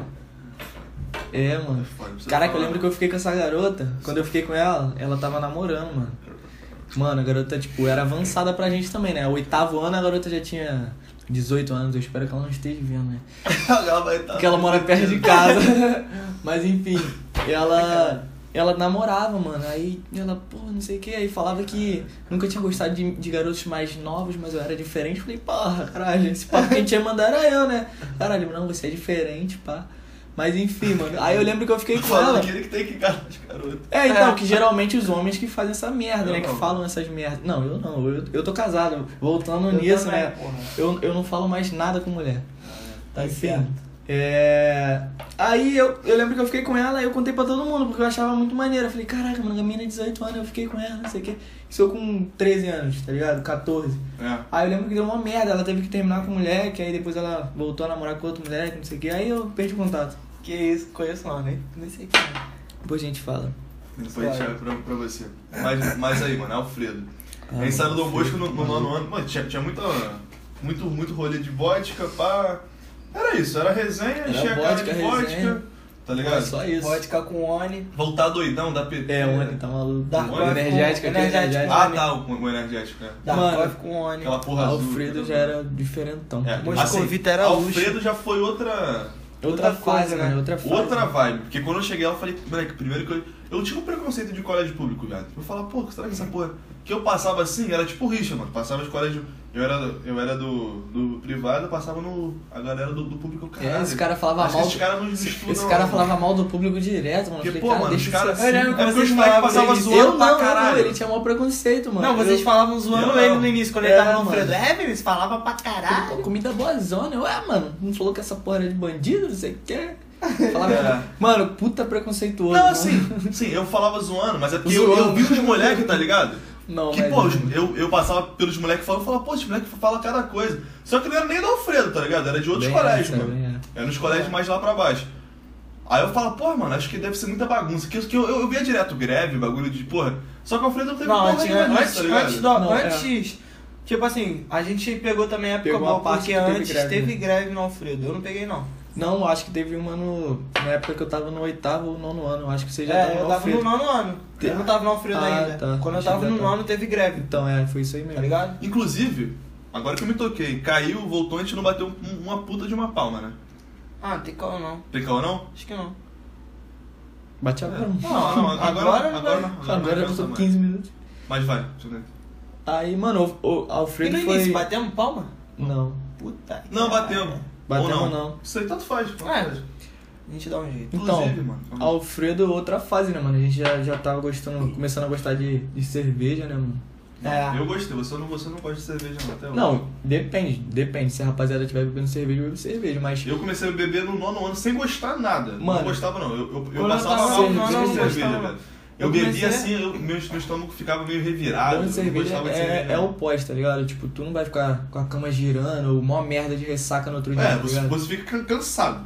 [SPEAKER 4] É, mano.
[SPEAKER 1] Foda, não precisa
[SPEAKER 4] Caraca, eu
[SPEAKER 1] falar.
[SPEAKER 4] lembro que eu fiquei com essa garota. Quando eu fiquei com ela, ela tava namorando, mano. Mano, a garota, tipo, era avançada pra gente também, né? Oitavo ano a garota já tinha 18 anos. Eu espero que ela não esteja vendo, né?
[SPEAKER 1] ela vai tá estar.
[SPEAKER 4] Porque ela mora perto de casa. Mas enfim, ela. Ela namorava, mano. Aí ela, pô, não sei o que. Aí falava que nunca tinha gostado de, de garotos mais novos, mas eu era diferente. Falei, porra, caralho, esse papo que a gente ia mandar era eu, né? Caralho, não, você é diferente, pá. Mas enfim, mano. Aí eu lembro que eu fiquei com
[SPEAKER 1] falando
[SPEAKER 4] ela.
[SPEAKER 1] aquele que tem que encarar os garotos.
[SPEAKER 4] É, então, que geralmente os homens que fazem essa merda,
[SPEAKER 1] Eu
[SPEAKER 4] né? Que
[SPEAKER 1] não.
[SPEAKER 4] falam essas merdas. Não, eu não. Eu, eu tô casado. Voltando
[SPEAKER 3] Eu
[SPEAKER 4] nisso,
[SPEAKER 3] também,
[SPEAKER 4] né?
[SPEAKER 3] porra.
[SPEAKER 4] Eu, eu não falo mais nada com mulher.
[SPEAKER 3] Tá
[SPEAKER 4] Enfim.
[SPEAKER 3] certo.
[SPEAKER 4] É... Aí eu, eu lembro que eu fiquei com ela e eu contei pra todo mundo, porque eu achava muito maneiro. Eu falei, caraca, mano, a menina é 18 anos, eu fiquei com ela, não sei o quê. Isso eu com 13 anos, tá ligado? 14.
[SPEAKER 1] É.
[SPEAKER 4] Aí eu lembro que deu uma merda, ela teve que terminar com o moleque, aí depois ela voltou a namorar com outro moleque, não sei o quê. Aí eu perdi o contato.
[SPEAKER 3] Que isso, conheço não, nem, nem sei quem é.
[SPEAKER 4] Depois a gente fala.
[SPEAKER 1] Depois a gente
[SPEAKER 3] Claro.
[SPEAKER 1] vai pra, pra você. Mas, mas aí, mano, é Alfredo.
[SPEAKER 4] Ah,
[SPEAKER 1] a gente saiu do Dom Bosco no, no
[SPEAKER 4] Alfredo.
[SPEAKER 1] nono ano. Mano, tinha, tinha muita, muito, muito rolê de vodka, pá. Era isso, era resenha,
[SPEAKER 4] Era
[SPEAKER 1] encher a cara
[SPEAKER 4] vodka,
[SPEAKER 1] de
[SPEAKER 4] resenha.
[SPEAKER 1] vodka. Tá ligado?
[SPEAKER 4] Só isso.
[SPEAKER 3] Vodka com Oni.
[SPEAKER 1] Voltar doidão da PT.
[SPEAKER 4] É, o Oni tá maluco.
[SPEAKER 3] Dark
[SPEAKER 1] Oni? é
[SPEAKER 4] energética, aquele
[SPEAKER 3] Energético.
[SPEAKER 4] energético.
[SPEAKER 1] Ah, tá, o, o energético, né?
[SPEAKER 4] Mano.
[SPEAKER 3] Darkov com Oni.
[SPEAKER 1] Aquela porra azul.
[SPEAKER 4] Ah, Alfredo já era diferentão.
[SPEAKER 1] É,
[SPEAKER 3] Moscovita era
[SPEAKER 1] Alfredo já foi outra,
[SPEAKER 4] Outra,
[SPEAKER 3] Outra
[SPEAKER 4] fase,
[SPEAKER 3] coisa,
[SPEAKER 4] né?
[SPEAKER 3] né?
[SPEAKER 4] Outra fase.
[SPEAKER 1] outra vibe. Porque quando eu cheguei lá, eu falei, moleque, primeiro que eu. Eu tinha um preconceito de colégio público, viado. Eu falava, pô, será que essa porra. Que eu passava assim, era tipo rixa, mano. Passava de colégio. Eu era, eu era do, do privado, eu passava no. A galera do, do público, caralho.
[SPEAKER 4] É, esse cara falava
[SPEAKER 1] acho que
[SPEAKER 4] mal.
[SPEAKER 1] Esse cara não estudam,
[SPEAKER 4] Esse cara
[SPEAKER 1] não. né,
[SPEAKER 4] falava mal do público direto, mano. Eu
[SPEAKER 1] Porque,
[SPEAKER 4] falei,
[SPEAKER 1] pô,
[SPEAKER 4] cara,
[SPEAKER 1] mano,
[SPEAKER 4] deixa
[SPEAKER 1] os caras
[SPEAKER 4] isso aí.
[SPEAKER 1] assim.
[SPEAKER 3] lembro que
[SPEAKER 1] É porque
[SPEAKER 3] vocês
[SPEAKER 1] os moleques
[SPEAKER 3] falavam
[SPEAKER 1] passavam
[SPEAKER 3] dele.
[SPEAKER 1] zoando
[SPEAKER 4] Eu não,
[SPEAKER 1] pra
[SPEAKER 4] não,
[SPEAKER 1] caralho.
[SPEAKER 4] ele tinha maior preconceito, mano.
[SPEAKER 3] Não, vocês
[SPEAKER 4] eu...
[SPEAKER 3] falavam zoando
[SPEAKER 1] Eu
[SPEAKER 3] ele
[SPEAKER 1] não.
[SPEAKER 3] no início, quando
[SPEAKER 4] É,
[SPEAKER 3] ele tava no
[SPEAKER 4] mano.
[SPEAKER 3] Alfredo. É, Vinícius, falava pra caralho.
[SPEAKER 4] Pô, comida boa zona, eu, é, mano, não falou que essa porra era de bandido, não sei o que. Falava,
[SPEAKER 1] É.
[SPEAKER 4] mano, puta preconceituoso.
[SPEAKER 1] Não,
[SPEAKER 4] mano.
[SPEAKER 1] assim, sim, eu falava zoando, mas é porque eu,
[SPEAKER 4] Zoando.
[SPEAKER 1] eu vi os moleques, tá ligado?
[SPEAKER 4] Não,
[SPEAKER 1] que,
[SPEAKER 4] mas- é.
[SPEAKER 1] pô, os- eu, eu passava pelos moleques e falava, eu falava, pô, esse moleque fala cada coisa. Só que não era nem do Alfredo, tá ligado? Era de outros
[SPEAKER 4] Bem
[SPEAKER 1] colégios,
[SPEAKER 4] essa, bem
[SPEAKER 1] mano.
[SPEAKER 4] essa.
[SPEAKER 1] Era É nos colégios mais lá pra baixo. Aí eu falo, pô, mano, acho que deve ser muita bagunça. Que, eu- que eu, eu, via direto greve, bagulho de porra. Só que o Alfredo não teve
[SPEAKER 3] Não,
[SPEAKER 1] porra
[SPEAKER 3] antes,
[SPEAKER 1] nenhuma disso,
[SPEAKER 3] antes,
[SPEAKER 1] tá ligado?
[SPEAKER 3] antes, do-
[SPEAKER 4] Não, é.
[SPEAKER 3] antes tipo assim, a gente pegou também a época
[SPEAKER 4] Pegou a
[SPEAKER 3] boa,
[SPEAKER 4] parte
[SPEAKER 3] porque
[SPEAKER 4] que teve
[SPEAKER 3] antes
[SPEAKER 4] greve,
[SPEAKER 3] teve
[SPEAKER 4] né?
[SPEAKER 3] greve no Alfredo. Eu não peguei, não.
[SPEAKER 4] Não, acho que teve uma no... na época que eu tava no oitavo ou nono ano. Eu Acho que você já
[SPEAKER 3] é,
[SPEAKER 4] tava
[SPEAKER 3] eu
[SPEAKER 4] no
[SPEAKER 3] tava
[SPEAKER 4] Alfredo.
[SPEAKER 3] no nono ano. Eu não tava no Alfredo
[SPEAKER 4] Ah,
[SPEAKER 3] ainda.
[SPEAKER 4] tá.
[SPEAKER 3] Quando eu
[SPEAKER 4] Achei
[SPEAKER 3] tava
[SPEAKER 4] que
[SPEAKER 3] no
[SPEAKER 4] já tava.
[SPEAKER 3] nono, teve greve,
[SPEAKER 4] Então, é, foi isso aí mesmo.
[SPEAKER 3] tá ligado?
[SPEAKER 1] Inclusive, agora que eu me toquei, caiu, voltou, a gente não bateu um, um uma puta de uma palma, né?
[SPEAKER 3] Ah, tem qual não?
[SPEAKER 1] Tricão não?
[SPEAKER 3] Acho que não.
[SPEAKER 4] Bate
[SPEAKER 1] É.
[SPEAKER 4] agora.
[SPEAKER 1] Não, não, agora, agora,
[SPEAKER 3] Tá Agora não
[SPEAKER 1] agora,
[SPEAKER 3] vai.
[SPEAKER 1] não.
[SPEAKER 4] Agora
[SPEAKER 1] não,
[SPEAKER 4] são
[SPEAKER 1] mas-
[SPEAKER 4] 15 minutos.
[SPEAKER 1] Mas vai, deixa eu ver.
[SPEAKER 4] Aí, mano, o, o
[SPEAKER 3] E
[SPEAKER 4] Alfredo
[SPEAKER 3] no
[SPEAKER 4] foi.
[SPEAKER 3] início, batemos palma?
[SPEAKER 4] Não.
[SPEAKER 3] Puta. que
[SPEAKER 1] Não,
[SPEAKER 3] caralho.
[SPEAKER 1] batemos.
[SPEAKER 4] Batemos,
[SPEAKER 1] Ou
[SPEAKER 4] não.
[SPEAKER 1] Isso aí tanto faz. tanto
[SPEAKER 3] Ah,
[SPEAKER 1] faz.
[SPEAKER 3] A gente dá um jeito.
[SPEAKER 4] Então,
[SPEAKER 1] Inclusive, mano.
[SPEAKER 4] Alfredo, outra fase, né, mano? A gente já, já tava gostando, começando a gostar de, de cerveja, né, mano?
[SPEAKER 3] É.
[SPEAKER 1] Eu gostei, você não, você não gosta de cerveja não, até hoje.
[SPEAKER 4] Não, depende, depende. Se a rapaziada tiver bebendo cerveja, bebe cerveja, mas.
[SPEAKER 1] Eu comecei a beber no nono ano sem gostar nada.
[SPEAKER 4] Mano,
[SPEAKER 1] não gostava não. Eu, eu, eu
[SPEAKER 4] quando
[SPEAKER 1] passava
[SPEAKER 4] eu tava
[SPEAKER 1] mal
[SPEAKER 4] no
[SPEAKER 1] de
[SPEAKER 4] nono ano, eu não
[SPEAKER 1] cerveja,
[SPEAKER 3] gostava.
[SPEAKER 1] velho. Eu,
[SPEAKER 3] Eu
[SPEAKER 1] bebia
[SPEAKER 3] comecei-
[SPEAKER 1] assim, eu, meu, meu estômago ficava meio revirado. eu
[SPEAKER 4] Dando
[SPEAKER 1] não
[SPEAKER 4] cerveja
[SPEAKER 1] gostava de cerveja.
[SPEAKER 4] é, é o pós, tá ligado? Tipo, tu não vai ficar com a cama girando ou mó merda de ressaca no outro dia,
[SPEAKER 1] É,
[SPEAKER 4] tá
[SPEAKER 1] você,
[SPEAKER 4] ligado?
[SPEAKER 1] você fica can- cansado.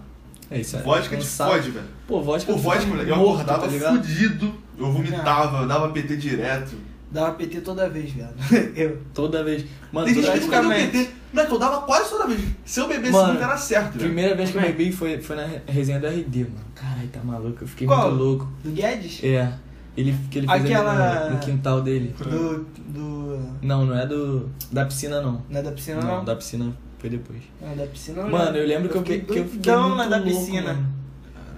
[SPEAKER 4] É isso aí.
[SPEAKER 1] Vodka te
[SPEAKER 4] cansado.
[SPEAKER 1] fode, velho.
[SPEAKER 4] Pô, vodka.
[SPEAKER 1] O
[SPEAKER 4] tu
[SPEAKER 1] vodka,
[SPEAKER 4] tá
[SPEAKER 1] moleque, eu
[SPEAKER 4] morto,
[SPEAKER 1] acordava
[SPEAKER 4] tá ligado?
[SPEAKER 1] fudido. Eu vomitava, eu dava PT direto.
[SPEAKER 3] Dava PT um toda vez, viado. Eu.
[SPEAKER 4] Toda vez. Mano,
[SPEAKER 1] Tem gente
[SPEAKER 4] toda
[SPEAKER 1] que
[SPEAKER 4] vez
[SPEAKER 1] nunca deu
[SPEAKER 3] praticamente.
[SPEAKER 1] PT. Moleque, eu dava quase toda vez. Se eu bebesse
[SPEAKER 4] Mano,
[SPEAKER 1] muito, era certo, velho. é?
[SPEAKER 4] Primeira vez que eu
[SPEAKER 3] Também.
[SPEAKER 4] bebi foi, foi na resenha do RD, mano. Caralho, tá maluco, eu fiquei
[SPEAKER 3] Qual?
[SPEAKER 4] muito louco.
[SPEAKER 3] Do Guedes?
[SPEAKER 4] É. Ele, que ele fez
[SPEAKER 3] Aquela-
[SPEAKER 4] ali no, no quintal dele.
[SPEAKER 3] Do. Do.
[SPEAKER 4] Não, não é do. Da piscina, não.
[SPEAKER 3] Não é da piscina,
[SPEAKER 4] não,
[SPEAKER 3] não?
[SPEAKER 4] da piscina foi depois.
[SPEAKER 3] Não é da piscina, não.
[SPEAKER 4] Mano, eu lembro que eu,
[SPEAKER 3] fiquei
[SPEAKER 4] que eu fiquei
[SPEAKER 3] doidão
[SPEAKER 4] muito
[SPEAKER 3] na da
[SPEAKER 4] louco,
[SPEAKER 3] piscina.
[SPEAKER 4] mano.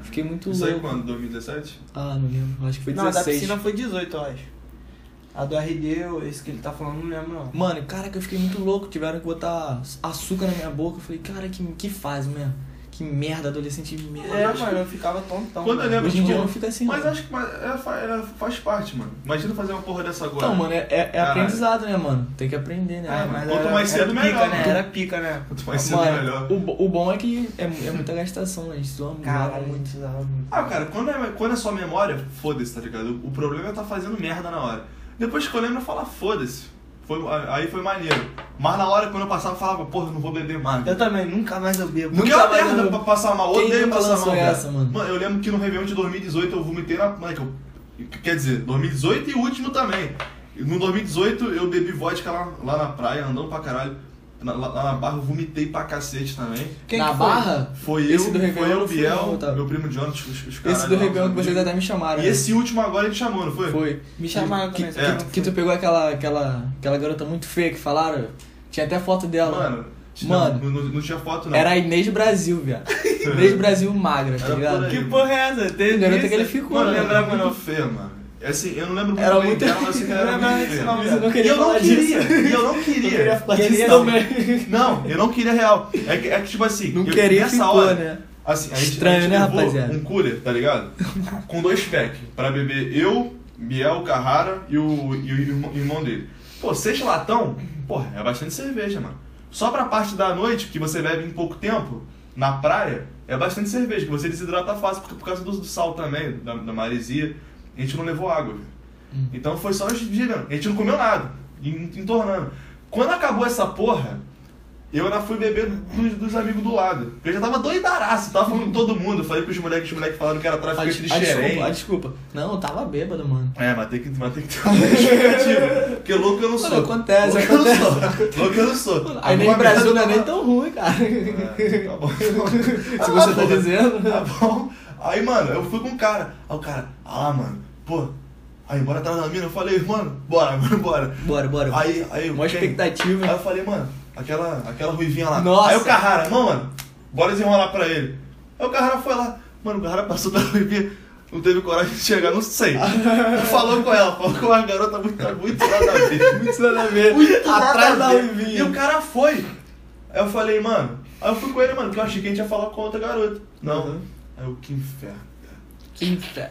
[SPEAKER 4] Fiquei muito
[SPEAKER 1] Isso aí
[SPEAKER 4] louco.
[SPEAKER 1] quando? 2017?
[SPEAKER 4] Ah, não lembro. Acho que foi
[SPEAKER 3] Não, a da
[SPEAKER 4] 16.
[SPEAKER 3] piscina foi 18, eu acho. A do RD, eu- esse que ele tá falando, não lembro, não.
[SPEAKER 4] Mano, caraca, eu fiquei muito louco. Tiveram que botar açúcar na minha boca. Eu falei, cara, que, que faz, mesmo? Que merda, adolescente de merda.
[SPEAKER 3] É, mano, eu ficava tontão.
[SPEAKER 1] Quando eu
[SPEAKER 3] mano.
[SPEAKER 1] lembro,
[SPEAKER 4] Hoje em dia
[SPEAKER 1] tipo,
[SPEAKER 4] não fica assim,
[SPEAKER 1] Mas
[SPEAKER 4] não.
[SPEAKER 1] acho que mas, é, fa- é, faz parte, mano. Imagina fazer uma porra dessa agora.
[SPEAKER 4] Então, mano, é, é- é
[SPEAKER 1] Caralho.
[SPEAKER 4] aprendizado, né, mano? Tem que aprender, né?
[SPEAKER 1] É,
[SPEAKER 4] mano?
[SPEAKER 1] Quanto mais cedo,
[SPEAKER 3] pica,
[SPEAKER 1] melhor,
[SPEAKER 3] Né?
[SPEAKER 1] mano.
[SPEAKER 3] Era pica, né?
[SPEAKER 1] Quanto mais cedo,
[SPEAKER 4] Mano,
[SPEAKER 1] é melhor.
[SPEAKER 4] o, bo- o bom é que é, é muita gastação, né? A gente zoa zoava
[SPEAKER 3] Caralho,
[SPEAKER 4] muito.
[SPEAKER 3] muito usava muito.
[SPEAKER 1] Ah, cara, quando é, quando é só memória, foda-se, tá ligado? O problema é tá fazendo merda na hora. Depois que eu lembro, eu falo, "Ah, foda-se. Foi, aí foi maneiro. Mas na hora, quando eu passava, eu falava, porra, não vou beber mais.
[SPEAKER 3] Eu também, nunca mais eu bebo.
[SPEAKER 1] Porque é
[SPEAKER 4] nunca
[SPEAKER 1] uma
[SPEAKER 4] mais
[SPEAKER 1] merda
[SPEAKER 4] eu-
[SPEAKER 1] pra passar mal.
[SPEAKER 4] Quem
[SPEAKER 1] Odeio
[SPEAKER 4] nunca
[SPEAKER 1] passar
[SPEAKER 4] lançou
[SPEAKER 1] mal,
[SPEAKER 4] essa,
[SPEAKER 1] cara.
[SPEAKER 4] mano?
[SPEAKER 1] eu lembro que no Réveillon de 2018 eu vomitei na... Moleque, eu... Quer dizer, 2018 e o último também. No 2018 eu bebi vodka lá, lá na praia, andando pra caralho. Na- lá, lá na barra eu vomitei pra cacete também.
[SPEAKER 3] Quem
[SPEAKER 4] Na
[SPEAKER 3] que foi?
[SPEAKER 4] barra?
[SPEAKER 1] Foi
[SPEAKER 4] Esse
[SPEAKER 1] eu,
[SPEAKER 4] do
[SPEAKER 1] foi
[SPEAKER 4] Réveillon
[SPEAKER 1] eu,
[SPEAKER 4] não fui
[SPEAKER 1] Biel,
[SPEAKER 4] não, tá?
[SPEAKER 1] meu primo John, os, os os
[SPEAKER 4] Esse
[SPEAKER 1] caralho
[SPEAKER 4] do
[SPEAKER 1] lá,
[SPEAKER 4] Réveillon que
[SPEAKER 1] os
[SPEAKER 4] vocês até me chamaram.
[SPEAKER 1] E esse último agora ele chamou, não foi?
[SPEAKER 4] né? Foi.
[SPEAKER 3] Me chamaram
[SPEAKER 4] Que,
[SPEAKER 3] também.
[SPEAKER 4] que,
[SPEAKER 3] só
[SPEAKER 1] é,
[SPEAKER 3] não
[SPEAKER 4] tu- que tu
[SPEAKER 3] fui.
[SPEAKER 4] pegou aquela, aquela, aquela garota muito feia que falaram. Tinha até foto dela.
[SPEAKER 1] Mano,
[SPEAKER 4] Mano.
[SPEAKER 1] Não, não, não tinha foto não.
[SPEAKER 4] Era a Inês Brasil, viado. Inês Brasil magra, tá
[SPEAKER 1] Era
[SPEAKER 4] ligado?
[SPEAKER 1] por aí.
[SPEAKER 3] Que porra é essa? Teve
[SPEAKER 4] Garota
[SPEAKER 3] isso?
[SPEAKER 4] que ele ficou,
[SPEAKER 1] Mano,
[SPEAKER 4] né?
[SPEAKER 1] eu
[SPEAKER 4] Lembra-
[SPEAKER 1] lembrava muito feia, mano. Assim, eu não lembro muito
[SPEAKER 4] Era
[SPEAKER 1] bem
[SPEAKER 4] muito-
[SPEAKER 1] dela, mas assim, ela era
[SPEAKER 3] Não lembrava
[SPEAKER 1] muito
[SPEAKER 3] desse
[SPEAKER 1] feia.
[SPEAKER 3] nome,
[SPEAKER 4] Mas eu não
[SPEAKER 1] E
[SPEAKER 4] queria
[SPEAKER 1] eu não
[SPEAKER 4] falar
[SPEAKER 1] queria,
[SPEAKER 4] disso.
[SPEAKER 1] e eu não
[SPEAKER 4] Eu
[SPEAKER 1] queria.
[SPEAKER 4] queria falar
[SPEAKER 3] Queria
[SPEAKER 4] disso
[SPEAKER 3] não.
[SPEAKER 4] também.
[SPEAKER 1] Não, eu não queria real. É que, é que tipo assim,
[SPEAKER 4] Não
[SPEAKER 1] eu,
[SPEAKER 4] queria
[SPEAKER 1] nessa
[SPEAKER 4] ficou,
[SPEAKER 1] hora,
[SPEAKER 4] né?
[SPEAKER 1] assim, a gente,
[SPEAKER 4] Estranho,
[SPEAKER 1] a gente
[SPEAKER 4] né,
[SPEAKER 1] levou
[SPEAKER 4] rapaziada?
[SPEAKER 1] um cooler, tá ligado? Com dois packs, pra beber eu, Biel, Carrara e o, e o irmão, irmão dele. Pô, seis latão, porra, é bastante cerveja, mano. Só pra parte da noite, que você bebe em pouco tempo, na praia, é bastante cerveja, que você desidrata fácil, porque por causa do, do sal também, da, da maresia, a gente não levou água, velho. Então foi só a gente girando. A gente não comeu nada, en- entornando. Quando acabou essa porra, eu ainda fui beber dos, dos amigos do lado. Eu já tava doidaraço, tava falando com todo mundo. Eu falei pros moleques, os moleques falaram que era
[SPEAKER 4] A,
[SPEAKER 1] traficante de
[SPEAKER 4] a Ah, desculpa, a
[SPEAKER 1] xerém.
[SPEAKER 4] desculpa. Não, eu tava bêbado, mano.
[SPEAKER 1] É, mas tem que, mas tem que ter uma justificativa. Porque louco eu não sou.
[SPEAKER 4] Mano, acontece,
[SPEAKER 1] louco
[SPEAKER 4] acontece.
[SPEAKER 1] eu não sou. Louco eu não sou.
[SPEAKER 4] A Inês
[SPEAKER 1] Alguma
[SPEAKER 4] Brasil não
[SPEAKER 1] merda
[SPEAKER 4] é nem
[SPEAKER 1] eu tava-
[SPEAKER 4] tão ruim, cara.
[SPEAKER 1] É, tá bom.
[SPEAKER 4] Se você tá
[SPEAKER 1] porra.
[SPEAKER 4] dizendo.
[SPEAKER 1] Tá bom? Aí, mano, eu fui com o cara. Aí o cara, ah, mano, pô. Aí, bora atrás da mina. Eu falei, mano, bora, mano, bora.
[SPEAKER 4] Bora, bora.
[SPEAKER 1] Aí, aí,
[SPEAKER 4] Mó
[SPEAKER 1] quem?
[SPEAKER 4] expectativa.
[SPEAKER 1] Aí eu falei, mano, aquela, aquela ruivinha lá.
[SPEAKER 4] Nossa.
[SPEAKER 1] Aí o Carrara, não, mano, bora desenrolar pra ele. Aí o Carrara foi lá. Mano, o Carrara passou da ruivinha, não teve coragem de chegar, não sei. falou com ela, falou com uma garota muito, muito nada a ver.
[SPEAKER 4] Muito nada a ver.
[SPEAKER 1] Muito nada
[SPEAKER 4] Atrás da
[SPEAKER 1] a ver. E o
[SPEAKER 4] Ruivinha.
[SPEAKER 1] cara foi. Aí eu falei, mano, aí eu fui com ele, mano, porque eu achei que a gente ia falar com outra garota. Não.
[SPEAKER 4] Uhum.
[SPEAKER 1] Aí eu, que inferno.
[SPEAKER 4] Que inferno.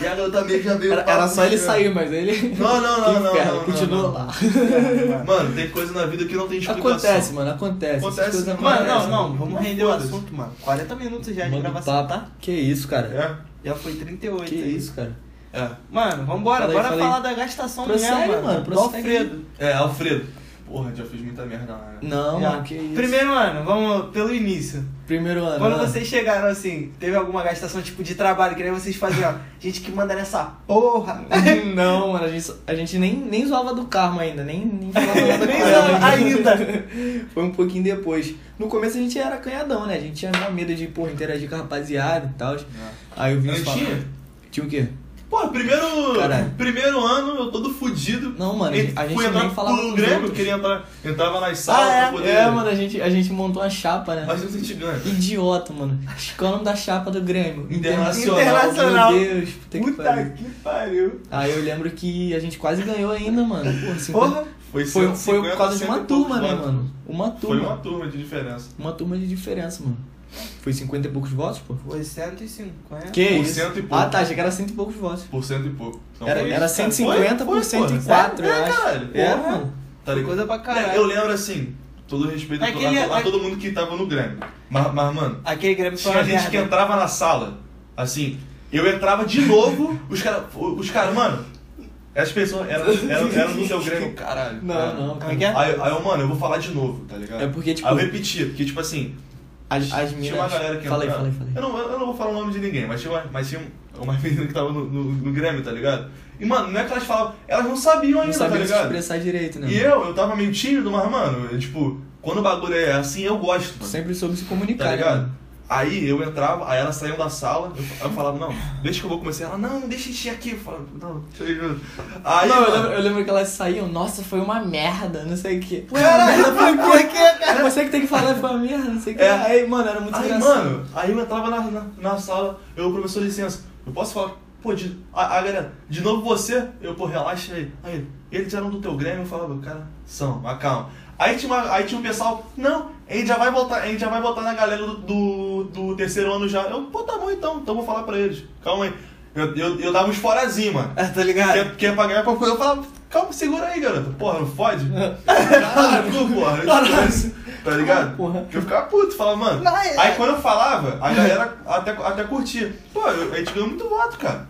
[SPEAKER 1] E a garota meio que já veio
[SPEAKER 4] Era,
[SPEAKER 1] pra-
[SPEAKER 4] era só ele sair, mas ele.
[SPEAKER 1] Não, não, não,
[SPEAKER 4] Que
[SPEAKER 1] não,
[SPEAKER 4] inferno,
[SPEAKER 1] não, não,
[SPEAKER 4] Continua
[SPEAKER 1] não.
[SPEAKER 4] lá.
[SPEAKER 1] né, Mano, tem coisa na vida que não tem explicação.
[SPEAKER 4] Acontece, mano, acontece.
[SPEAKER 1] Acontece,
[SPEAKER 4] Essas coisas
[SPEAKER 3] Mano,
[SPEAKER 4] acontecem.
[SPEAKER 3] não, não, vamos render o
[SPEAKER 1] Foda-se.
[SPEAKER 3] assunto, mano. 40 minutos já de
[SPEAKER 4] Manda um
[SPEAKER 3] gravação,
[SPEAKER 4] papo.
[SPEAKER 3] tá?
[SPEAKER 4] Que isso, cara.
[SPEAKER 1] É?
[SPEAKER 3] Já foi 38.
[SPEAKER 4] Que
[SPEAKER 3] aí.
[SPEAKER 4] isso, cara.
[SPEAKER 1] É.
[SPEAKER 3] Mano, vambora,
[SPEAKER 4] Fala aí,
[SPEAKER 3] bora
[SPEAKER 4] fala aí.
[SPEAKER 3] falar da gastação
[SPEAKER 4] Prossegue,
[SPEAKER 3] mesmo, mano.
[SPEAKER 4] mano,
[SPEAKER 3] Do
[SPEAKER 4] prossegue.
[SPEAKER 3] Alfredo.
[SPEAKER 1] É, Alfredo. Porra, já fiz muita merda lá, né?
[SPEAKER 4] Não,
[SPEAKER 3] Já.
[SPEAKER 4] mano, que isso.
[SPEAKER 3] É. Primeiro ano, vamos pelo início.
[SPEAKER 4] Primeiro ano.
[SPEAKER 3] Quando
[SPEAKER 4] né?
[SPEAKER 3] vocês chegaram assim, teve alguma gastação tipo de trabalho que nem vocês faziam, ó. Gente que manda nessa porra.
[SPEAKER 4] Não, mano, a gente, a gente nem, nem zoava do karma ainda, nem, nem falava nada
[SPEAKER 3] Nem
[SPEAKER 4] com ela
[SPEAKER 3] zoava
[SPEAKER 4] Foi um pouquinho depois. No começo a gente era canhadão, né? A gente tinha mó medo de, porra, interagir com a rapaziada e tal. Aí eu vi
[SPEAKER 1] Não
[SPEAKER 4] isso
[SPEAKER 1] tinha?
[SPEAKER 4] Tinha o quê?
[SPEAKER 1] Pô, primeiro,
[SPEAKER 4] Caralho.
[SPEAKER 1] primeiro ano eu todo fudido.
[SPEAKER 4] Não, mano, a
[SPEAKER 1] E
[SPEAKER 4] gente- a gente
[SPEAKER 1] fui entrar
[SPEAKER 4] nem falava com
[SPEAKER 1] pro
[SPEAKER 4] os
[SPEAKER 1] Grêmio,
[SPEAKER 4] outros.
[SPEAKER 1] queria entrar, entrava nas salas
[SPEAKER 4] Ah,
[SPEAKER 1] pra
[SPEAKER 4] é?
[SPEAKER 1] poder.
[SPEAKER 4] É, mano, a gente, a gente montou uma chapa, né?
[SPEAKER 1] Mas não se ganha.
[SPEAKER 4] Idiota, mano. Qual é o nome da chapa do Grêmio?
[SPEAKER 1] Internacional.
[SPEAKER 4] Internacional.
[SPEAKER 3] Internacional.
[SPEAKER 4] Meu Deus, puta que pariu.
[SPEAKER 3] que pariu.
[SPEAKER 4] Aí eu lembro que a gente quase ganhou ainda, mano. Porra, 50...
[SPEAKER 3] Porra,
[SPEAKER 1] Foi,
[SPEAKER 4] Foi,
[SPEAKER 1] 150,
[SPEAKER 4] foi por causa de uma
[SPEAKER 1] cento e poucos
[SPEAKER 4] turma, né,
[SPEAKER 1] votos.
[SPEAKER 4] mano? Uma turma.
[SPEAKER 1] Foi uma turma de diferença.
[SPEAKER 4] Uma turma de diferença, mano. Foi 50 e poucos votos, pô?
[SPEAKER 3] foi 150.
[SPEAKER 4] Que
[SPEAKER 1] Por
[SPEAKER 4] isso?
[SPEAKER 1] cento e pouco.
[SPEAKER 4] ah, tá, achei que era 100 e poucos votos.
[SPEAKER 1] Por cento e pouco. Então
[SPEAKER 4] Era,
[SPEAKER 1] foi
[SPEAKER 4] era
[SPEAKER 1] isso, cara.
[SPEAKER 4] 150
[SPEAKER 1] Foi?
[SPEAKER 4] por
[SPEAKER 1] Foi, pô.
[SPEAKER 4] 104, eu
[SPEAKER 1] É,
[SPEAKER 4] acho.
[SPEAKER 1] caralho.
[SPEAKER 4] É,
[SPEAKER 1] Porra.
[SPEAKER 4] mano.
[SPEAKER 1] Tá ligado?
[SPEAKER 3] Coisa pra caralho.
[SPEAKER 1] Eu lembro assim, todo respeito a, todo-
[SPEAKER 3] Aquele-
[SPEAKER 1] a, a todo mundo que tava no Grêmio. Mas, mas, mano,
[SPEAKER 3] Aquele Grêmio foi
[SPEAKER 1] tinha
[SPEAKER 3] uma
[SPEAKER 1] gente
[SPEAKER 3] merda.
[SPEAKER 1] que entrava na sala, assim, eu entrava de novo, os caras, os caras, mano, as pessoas eram, eram, eram do seu Grêmio, caralho. cara.
[SPEAKER 4] Não, não,
[SPEAKER 3] Como é
[SPEAKER 4] cara.
[SPEAKER 3] que é?
[SPEAKER 1] Aí, eu- aí eu, mano, eu vou falar de novo, tá ligado?
[SPEAKER 4] É porque, tipo-
[SPEAKER 1] Aí eu repetia, porque, tipo assim,
[SPEAKER 4] As, as
[SPEAKER 1] tinha uma
[SPEAKER 4] minas.
[SPEAKER 1] galera que
[SPEAKER 4] Falei,
[SPEAKER 1] entrava-
[SPEAKER 4] falei, falei.
[SPEAKER 1] Eu não, eu não vou falar o nome de ninguém, mas tinha uma, mas tinha um, uma menina que tava no, no, no Grêmio, tá ligado? E, mano, não é que elas falavam, elas não sabiam ainda,
[SPEAKER 4] Não sabia
[SPEAKER 1] tá
[SPEAKER 4] se
[SPEAKER 1] ligado?
[SPEAKER 4] expressar direito, né?
[SPEAKER 1] E eu, eu tava meio tímido, mas, mano, eu, tipo, quando o bagulho é assim, eu gosto, mano,
[SPEAKER 4] Sempre soube se
[SPEAKER 1] tá
[SPEAKER 4] comunicar, né,
[SPEAKER 1] ligado?
[SPEAKER 4] mano?
[SPEAKER 1] Aí eu entrava, aí elas saíam da sala, eu, aí eu falava, não, deixa que eu vou começar. Ela, não, deixa encher aqui. Eu falava, não, deixa eu ir junto. Aí,
[SPEAKER 4] não, eu
[SPEAKER 1] mano,
[SPEAKER 4] lembro, eu lembro que elas saíam, nossa, foi uma merda, não sei o quê.
[SPEAKER 3] Caralho, foi por quê?
[SPEAKER 4] É você que tem que falar, foi uma merda, não sei o quê.
[SPEAKER 1] É.
[SPEAKER 4] Aí, mano, era muito
[SPEAKER 1] aí,
[SPEAKER 4] engraçado.
[SPEAKER 1] mano, aí eu entrava na, na, na sala, eu, professor, licença, eu posso falar, pô, de, a, a galera, de novo você? Eu, pô, relaxa aí. Aí, eles eram do teu Grêmio, eu falava, cara, são, mas calma. Aí tinha, uma, aí tinha um pessoal, não, a gente já vai voltar, a gente já vai voltar na galera do, do, do terceiro ano já. Eu, pô, tá bom então, então eu vou falar pra eles, calma aí. Eu, eu, eu dava uns forazinhos, mano.
[SPEAKER 3] Ah, tá ligado?
[SPEAKER 1] Quer, quer pagar qualquer coisa? Eu falava, calma, segura aí, garoto. Porra, não fode? Caralho, porra. Tá ligado?
[SPEAKER 4] Porra.
[SPEAKER 1] Eu ficava puto, falava, mano.
[SPEAKER 3] Não, é-
[SPEAKER 1] Aí quando eu falava, a galera até, até curtia. Pô, eu- a gente ganhou muito voto, cara.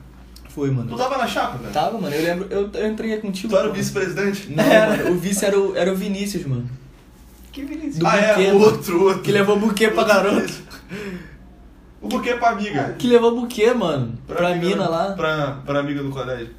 [SPEAKER 4] Foi, mano.
[SPEAKER 1] Tu tava na chapa, velho?
[SPEAKER 4] Tava, mano, eu lembro, eu, eu entrei contigo.
[SPEAKER 1] Tu era o
[SPEAKER 4] pô.
[SPEAKER 1] vice-presidente?
[SPEAKER 4] Não, mano, o vice era o, era o Vinícius, mano.
[SPEAKER 3] Que beleza.
[SPEAKER 4] Do
[SPEAKER 1] ah,
[SPEAKER 4] buquê,
[SPEAKER 1] é,
[SPEAKER 4] mano.
[SPEAKER 1] outro, outro.
[SPEAKER 4] Que levou buquê pra garota.
[SPEAKER 1] O buquê pra amiga. né?
[SPEAKER 4] Que levou buquê, mano. Pra, mina lá.
[SPEAKER 1] Pra, pra amiga do colégio.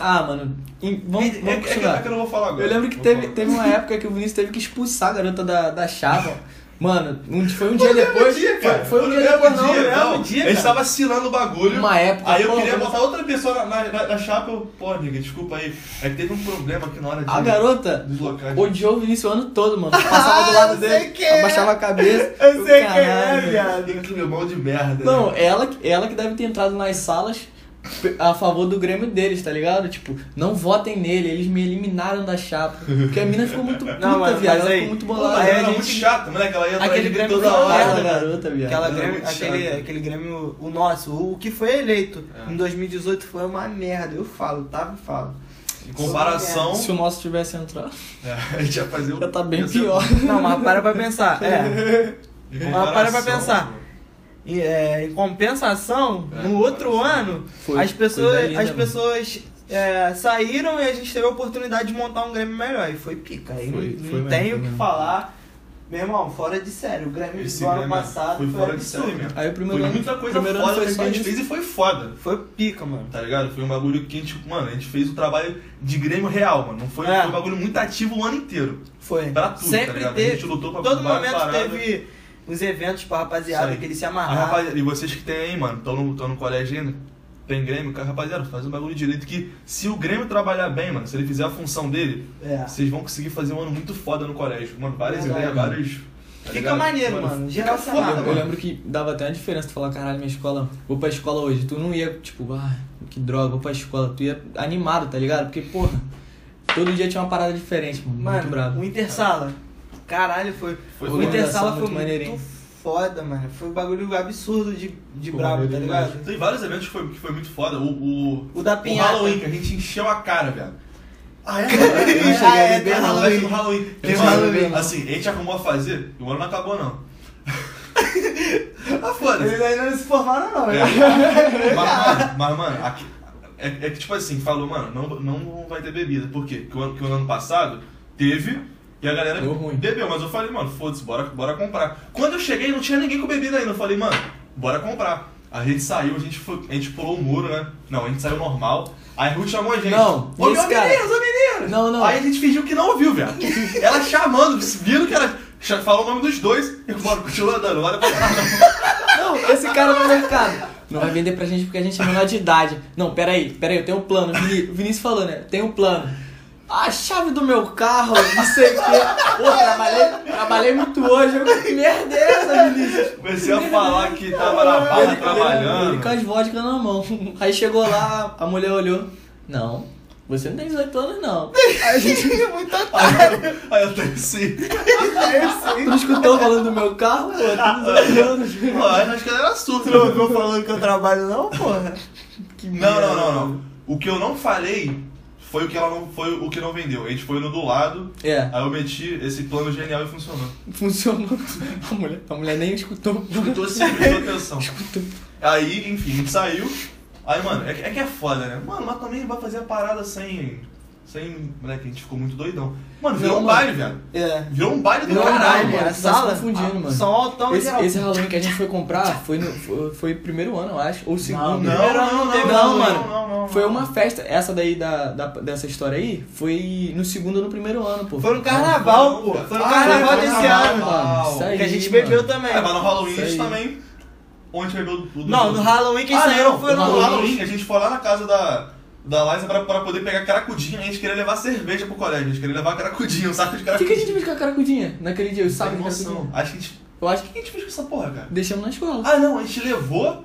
[SPEAKER 4] Ah, mano. em- vamos
[SPEAKER 1] é,
[SPEAKER 4] vamos
[SPEAKER 1] é que- é que,
[SPEAKER 4] continuar.
[SPEAKER 1] é que eu não vou falar agora.
[SPEAKER 4] Eu lembro que
[SPEAKER 1] Vou
[SPEAKER 4] teve,
[SPEAKER 1] falar.
[SPEAKER 4] teve uma época que o Vinícius teve que expulsar a garota da, da chapa. Mano, um- foi um dia depois.
[SPEAKER 1] Dia,
[SPEAKER 4] foi,
[SPEAKER 1] cara.
[SPEAKER 4] foi um
[SPEAKER 1] No
[SPEAKER 4] dia
[SPEAKER 1] mesmo
[SPEAKER 3] é
[SPEAKER 4] depois, não.
[SPEAKER 1] dia,
[SPEAKER 4] no mesmo
[SPEAKER 1] não.
[SPEAKER 4] dia,
[SPEAKER 1] A gente
[SPEAKER 4] cara.
[SPEAKER 1] tava assinando o bagulho.
[SPEAKER 4] Uma época,
[SPEAKER 1] Aí eu
[SPEAKER 4] pô,
[SPEAKER 1] queria
[SPEAKER 4] mas-
[SPEAKER 1] botar outra pessoa na, na, na- na chapa. Eu, pô, nigga, desculpa aí. É que teve um problema aqui na hora de.
[SPEAKER 4] A garota
[SPEAKER 1] Deslocar.
[SPEAKER 4] odiou o Vinícius o ano todo, mano. Passava do lado
[SPEAKER 3] eu sei
[SPEAKER 4] dele,
[SPEAKER 3] quem é.
[SPEAKER 4] abaixava a cabeça.
[SPEAKER 3] Eu sei quem é,
[SPEAKER 4] Caralho, velho.
[SPEAKER 3] viado.
[SPEAKER 1] Nigga, que meu mal de merda.
[SPEAKER 4] Não,
[SPEAKER 1] né?
[SPEAKER 4] ela, que- ela que deve ter entrado nas salas pe- a favor do Grêmio deles, tá ligado? Tipo, não votem nele, eles me eliminaram da chapa. Porque a mina ficou muito puta,
[SPEAKER 3] Não, mas-
[SPEAKER 4] viado.
[SPEAKER 3] mas
[SPEAKER 4] Ela
[SPEAKER 3] aí-
[SPEAKER 4] ficou muito
[SPEAKER 1] Pô, mas
[SPEAKER 4] bolada.
[SPEAKER 1] ela
[SPEAKER 3] aí a
[SPEAKER 1] era
[SPEAKER 3] gente-
[SPEAKER 1] muito chata, moleque. Ela ia atrás
[SPEAKER 3] Aquele
[SPEAKER 1] de
[SPEAKER 3] Grêmio
[SPEAKER 1] toda
[SPEAKER 3] foi uma
[SPEAKER 1] hora.
[SPEAKER 4] Aquela
[SPEAKER 3] merda.
[SPEAKER 4] garota, viado.
[SPEAKER 3] Aquela
[SPEAKER 1] Não,
[SPEAKER 3] Grêmio,
[SPEAKER 1] muito
[SPEAKER 3] aquele,
[SPEAKER 1] chato.
[SPEAKER 3] aquele Grêmio, o nosso, o que foi eleito em 2018 foi uma merda. Eu falo, tava e falo.
[SPEAKER 1] Em comparação,
[SPEAKER 4] Se o nosso tivesse entrado,
[SPEAKER 1] é, a gente ia fazer o.
[SPEAKER 4] já tá bem
[SPEAKER 1] ia ser- um
[SPEAKER 4] pior.
[SPEAKER 3] Não, mas para pra pensar. É.
[SPEAKER 1] Em
[SPEAKER 3] Mas para pra
[SPEAKER 1] comparação,
[SPEAKER 3] pensar.
[SPEAKER 1] pô.
[SPEAKER 3] E, é, em compensação,
[SPEAKER 1] É,
[SPEAKER 3] no outro
[SPEAKER 1] foi.
[SPEAKER 3] ano,
[SPEAKER 4] Foi.
[SPEAKER 3] as
[SPEAKER 4] Coisa
[SPEAKER 3] pessoas,
[SPEAKER 4] linda,
[SPEAKER 3] as
[SPEAKER 4] mano.
[SPEAKER 3] pessoas é, saíram e a gente teve a oportunidade de montar um Grêmio melhor. E foi pica. Aí
[SPEAKER 4] Foi-
[SPEAKER 3] não,
[SPEAKER 4] foi
[SPEAKER 3] não
[SPEAKER 4] mesmo,
[SPEAKER 3] tenho
[SPEAKER 4] foi
[SPEAKER 3] o que
[SPEAKER 4] mesmo.
[SPEAKER 3] falar. Meu irmão, fora de sério. O Grêmio
[SPEAKER 1] Esse
[SPEAKER 3] do ano
[SPEAKER 1] Grêmio é-
[SPEAKER 3] passado
[SPEAKER 1] foi
[SPEAKER 3] foi,
[SPEAKER 1] fora de série né?
[SPEAKER 3] absurdo.
[SPEAKER 1] mesmo.
[SPEAKER 4] Aí o primeiro
[SPEAKER 1] Foi
[SPEAKER 4] ano-
[SPEAKER 1] muita coisa
[SPEAKER 4] primeiro ano
[SPEAKER 1] foda
[SPEAKER 4] foi
[SPEAKER 1] que
[SPEAKER 4] só
[SPEAKER 1] a gente
[SPEAKER 4] isso.
[SPEAKER 1] fez e foi foda.
[SPEAKER 3] Foi pica, mano.
[SPEAKER 1] Tá ligado? Foi um bagulho que a gente, mano, a gente fez o trabalho de Grêmio real, mano. Não foi,
[SPEAKER 3] É.
[SPEAKER 1] foi um bagulho muito ativo o ano inteiro.
[SPEAKER 3] Foi.
[SPEAKER 1] Pra tudo, tá
[SPEAKER 3] Sempre
[SPEAKER 1] ligado? A
[SPEAKER 3] teve.
[SPEAKER 1] gente lutou pra
[SPEAKER 3] todo
[SPEAKER 1] pra
[SPEAKER 3] momento
[SPEAKER 1] parada.
[SPEAKER 3] teve uns eventos pra rapaziada
[SPEAKER 1] Isso aí.
[SPEAKER 3] que eles se
[SPEAKER 1] Ah,
[SPEAKER 3] amarraram.
[SPEAKER 1] rapaziada, e vocês que tem aí, mano, estão no, tão no colégio ainda, tem Grêmio, cara, rapaziada, faz um bagulho direito que se o Grêmio trabalhar bem, mano, se ele fizer a função dele,
[SPEAKER 3] É.
[SPEAKER 1] vocês vão conseguir fazer um ano muito foda no colégio. Mano, várias
[SPEAKER 3] Verdade,
[SPEAKER 1] ideias,
[SPEAKER 4] mano.
[SPEAKER 1] vários. tá
[SPEAKER 3] Fica
[SPEAKER 1] ligado?
[SPEAKER 3] maneiro, mano. Geral se
[SPEAKER 1] foda,
[SPEAKER 3] amarra,
[SPEAKER 4] Eu
[SPEAKER 3] mano.
[SPEAKER 4] lembro que dava até uma diferença tu falar, caralho, minha escola, vou pra escola hoje. Tu não ia, tipo, ah, que droga, vou pra escola. Tu ia animado, tá ligado? Porque, porra, todo dia tinha uma parada diferente, mano. muito bravo.
[SPEAKER 3] Mano, um o Intersala. Caralho, foi.
[SPEAKER 1] Foi
[SPEAKER 3] o
[SPEAKER 1] foda.
[SPEAKER 3] Intersala
[SPEAKER 4] Muito
[SPEAKER 3] foi muito,
[SPEAKER 4] maneirinho.
[SPEAKER 3] foda, mano. Foi um bagulho absurdo de, de
[SPEAKER 4] Pô,
[SPEAKER 3] brabo, tá
[SPEAKER 4] maneiro
[SPEAKER 3] ligado?
[SPEAKER 1] Tem vários eventos que foi, que foi muito foda. O, o,
[SPEAKER 3] O da
[SPEAKER 1] o
[SPEAKER 3] Pinhata.
[SPEAKER 1] Halloween, que a gente encheu a cara, velho. Ah, é?
[SPEAKER 4] não cheguei
[SPEAKER 3] Ah,
[SPEAKER 4] a
[SPEAKER 3] é,
[SPEAKER 4] beber,
[SPEAKER 3] tem
[SPEAKER 4] não,
[SPEAKER 1] Halloween.
[SPEAKER 3] Halloween.
[SPEAKER 1] Tem né? Halloween.
[SPEAKER 4] Eu
[SPEAKER 1] Tem
[SPEAKER 4] não sabia
[SPEAKER 1] Halloween.
[SPEAKER 4] não.
[SPEAKER 1] Assim, a gente arrumou a fazer e o ano não acabou, não. ah, foda-se.
[SPEAKER 3] Eles ainda não se formaram, não. né?
[SPEAKER 1] É. mas, mano, mas, mano, aqui- é, é que tipo assim, falou, mano, não, não vai ter bebida. Por quê? Porque o ano, que o ano passado teve e a galera
[SPEAKER 4] Deu ruim.
[SPEAKER 1] bebeu. Mas eu falei, mano, foda-se, bora, bora comprar. Quando eu cheguei, não tinha ninguém com bebida ainda. Eu falei, mano, bora comprar. A gente saiu, a gente, foi- a gente pulou o muro, né? Não, a gente saiu normal. Aí a Ruth chamou a gente.
[SPEAKER 4] Não,
[SPEAKER 1] ô, meu
[SPEAKER 4] e esse cara?
[SPEAKER 1] meninos, ô meninos!
[SPEAKER 4] Não, não.
[SPEAKER 1] Aí a gente fingiu que não ouviu, velho. Ela chamando, viram que ela já falou o nome dos dois. E bora, continua andando, olha pra trás.
[SPEAKER 4] Não, esse cara no mercado. Não vai vender pra gente porque a gente é menor de idade. Não, peraí, peraí, eu tenho um plano. Vini- O Vinícius falou, né? Tem um plano. A chave do meu carro, não sei o quê. Pô, trabalhei, trabalhei muito hoje. Eu, que merda é essa, Vinícius?
[SPEAKER 1] Comecei a falar que tava na barra
[SPEAKER 4] Ele com
[SPEAKER 1] trabalhando.
[SPEAKER 4] as vodka na mão. Aí chegou lá, a mulher olhou. Não, você não tem 18 anos, não.
[SPEAKER 2] A gente é muito otário.
[SPEAKER 1] Aí eu assim, tenho sim. É
[SPEAKER 4] Tu não escutou falando do meu carro, pô? Tem 18 anos.
[SPEAKER 1] Pô, acho que ela era surda.
[SPEAKER 3] Não tô falando que eu trabalho não, porra.
[SPEAKER 4] Que
[SPEAKER 1] Não,
[SPEAKER 4] merda.
[SPEAKER 1] não, não, não. O que eu não falei foi o que ela não foi o que não vendeu. A gente foi no do lado,
[SPEAKER 4] É,
[SPEAKER 1] aí eu meti esse plano genial e funcionou.
[SPEAKER 4] funcionou. A mulher, a mulher nem escutou.
[SPEAKER 1] Escutou sim, prestou atenção.
[SPEAKER 4] Escutou.
[SPEAKER 1] Aí, enfim, a gente saiu. Aí, mano, é, que- é que é foda, né? Mano, mas também vai fazer a parada sem. Sem. Moleque, a gente ficou muito doidão. Mano, virou
[SPEAKER 4] Não,
[SPEAKER 1] um
[SPEAKER 4] mano.
[SPEAKER 1] baile, velho.
[SPEAKER 3] É.
[SPEAKER 1] Virou um baile do
[SPEAKER 4] Virou um
[SPEAKER 1] caralho,
[SPEAKER 4] baile,
[SPEAKER 1] mano.
[SPEAKER 4] é.
[SPEAKER 3] a
[SPEAKER 4] tu tá se
[SPEAKER 3] sala?
[SPEAKER 4] confundindo, mano.
[SPEAKER 1] um
[SPEAKER 3] São altão
[SPEAKER 4] Esse,
[SPEAKER 3] de álcool.
[SPEAKER 4] esse Halloween que a gente foi comprar foi no foi, foi primeiro ano, eu acho, ou segundo.
[SPEAKER 1] Não,
[SPEAKER 3] Primeiro
[SPEAKER 1] não,
[SPEAKER 3] ano
[SPEAKER 1] não,
[SPEAKER 3] teve
[SPEAKER 1] não,
[SPEAKER 4] Não, mano.
[SPEAKER 1] não, não, não.
[SPEAKER 4] Foi uma festa, essa daí da, da- dessa história aí, foi no segundo ou no primeiro ano, pô.
[SPEAKER 3] Foi no carnaval, pô. Foi no
[SPEAKER 1] Ah,
[SPEAKER 3] carnaval
[SPEAKER 1] foi no
[SPEAKER 3] desse
[SPEAKER 1] carnaval.
[SPEAKER 3] ano.
[SPEAKER 1] ano.
[SPEAKER 4] Isso aí,
[SPEAKER 3] Que a gente
[SPEAKER 4] mano.
[SPEAKER 3] bebeu também.
[SPEAKER 1] É, mas no Halloween a gente
[SPEAKER 4] Isso aí.
[SPEAKER 1] também. Onde bebeu o do
[SPEAKER 3] Não, no Halloween quem
[SPEAKER 1] ah,
[SPEAKER 3] saiu
[SPEAKER 1] não,
[SPEAKER 3] foi
[SPEAKER 1] no
[SPEAKER 3] no
[SPEAKER 1] Halloween. A gente foi lá na casa da, da Liza pra, pra poder pegar cracudinha. A gente queria levar cerveja pro colégio. A gente queria levar cracudinha, um saco de
[SPEAKER 4] O que, que
[SPEAKER 1] cracudinha.
[SPEAKER 4] a gente fez com a caracudinha naquele dia? Eu sabe
[SPEAKER 1] Tem noção.
[SPEAKER 4] caracudinha?
[SPEAKER 1] Acho que a gente...
[SPEAKER 4] Eu acho
[SPEAKER 1] O
[SPEAKER 4] que
[SPEAKER 1] que a gente fez com essa porra, cara?
[SPEAKER 4] deixamos na escola.
[SPEAKER 1] Ah, não. A gente levou.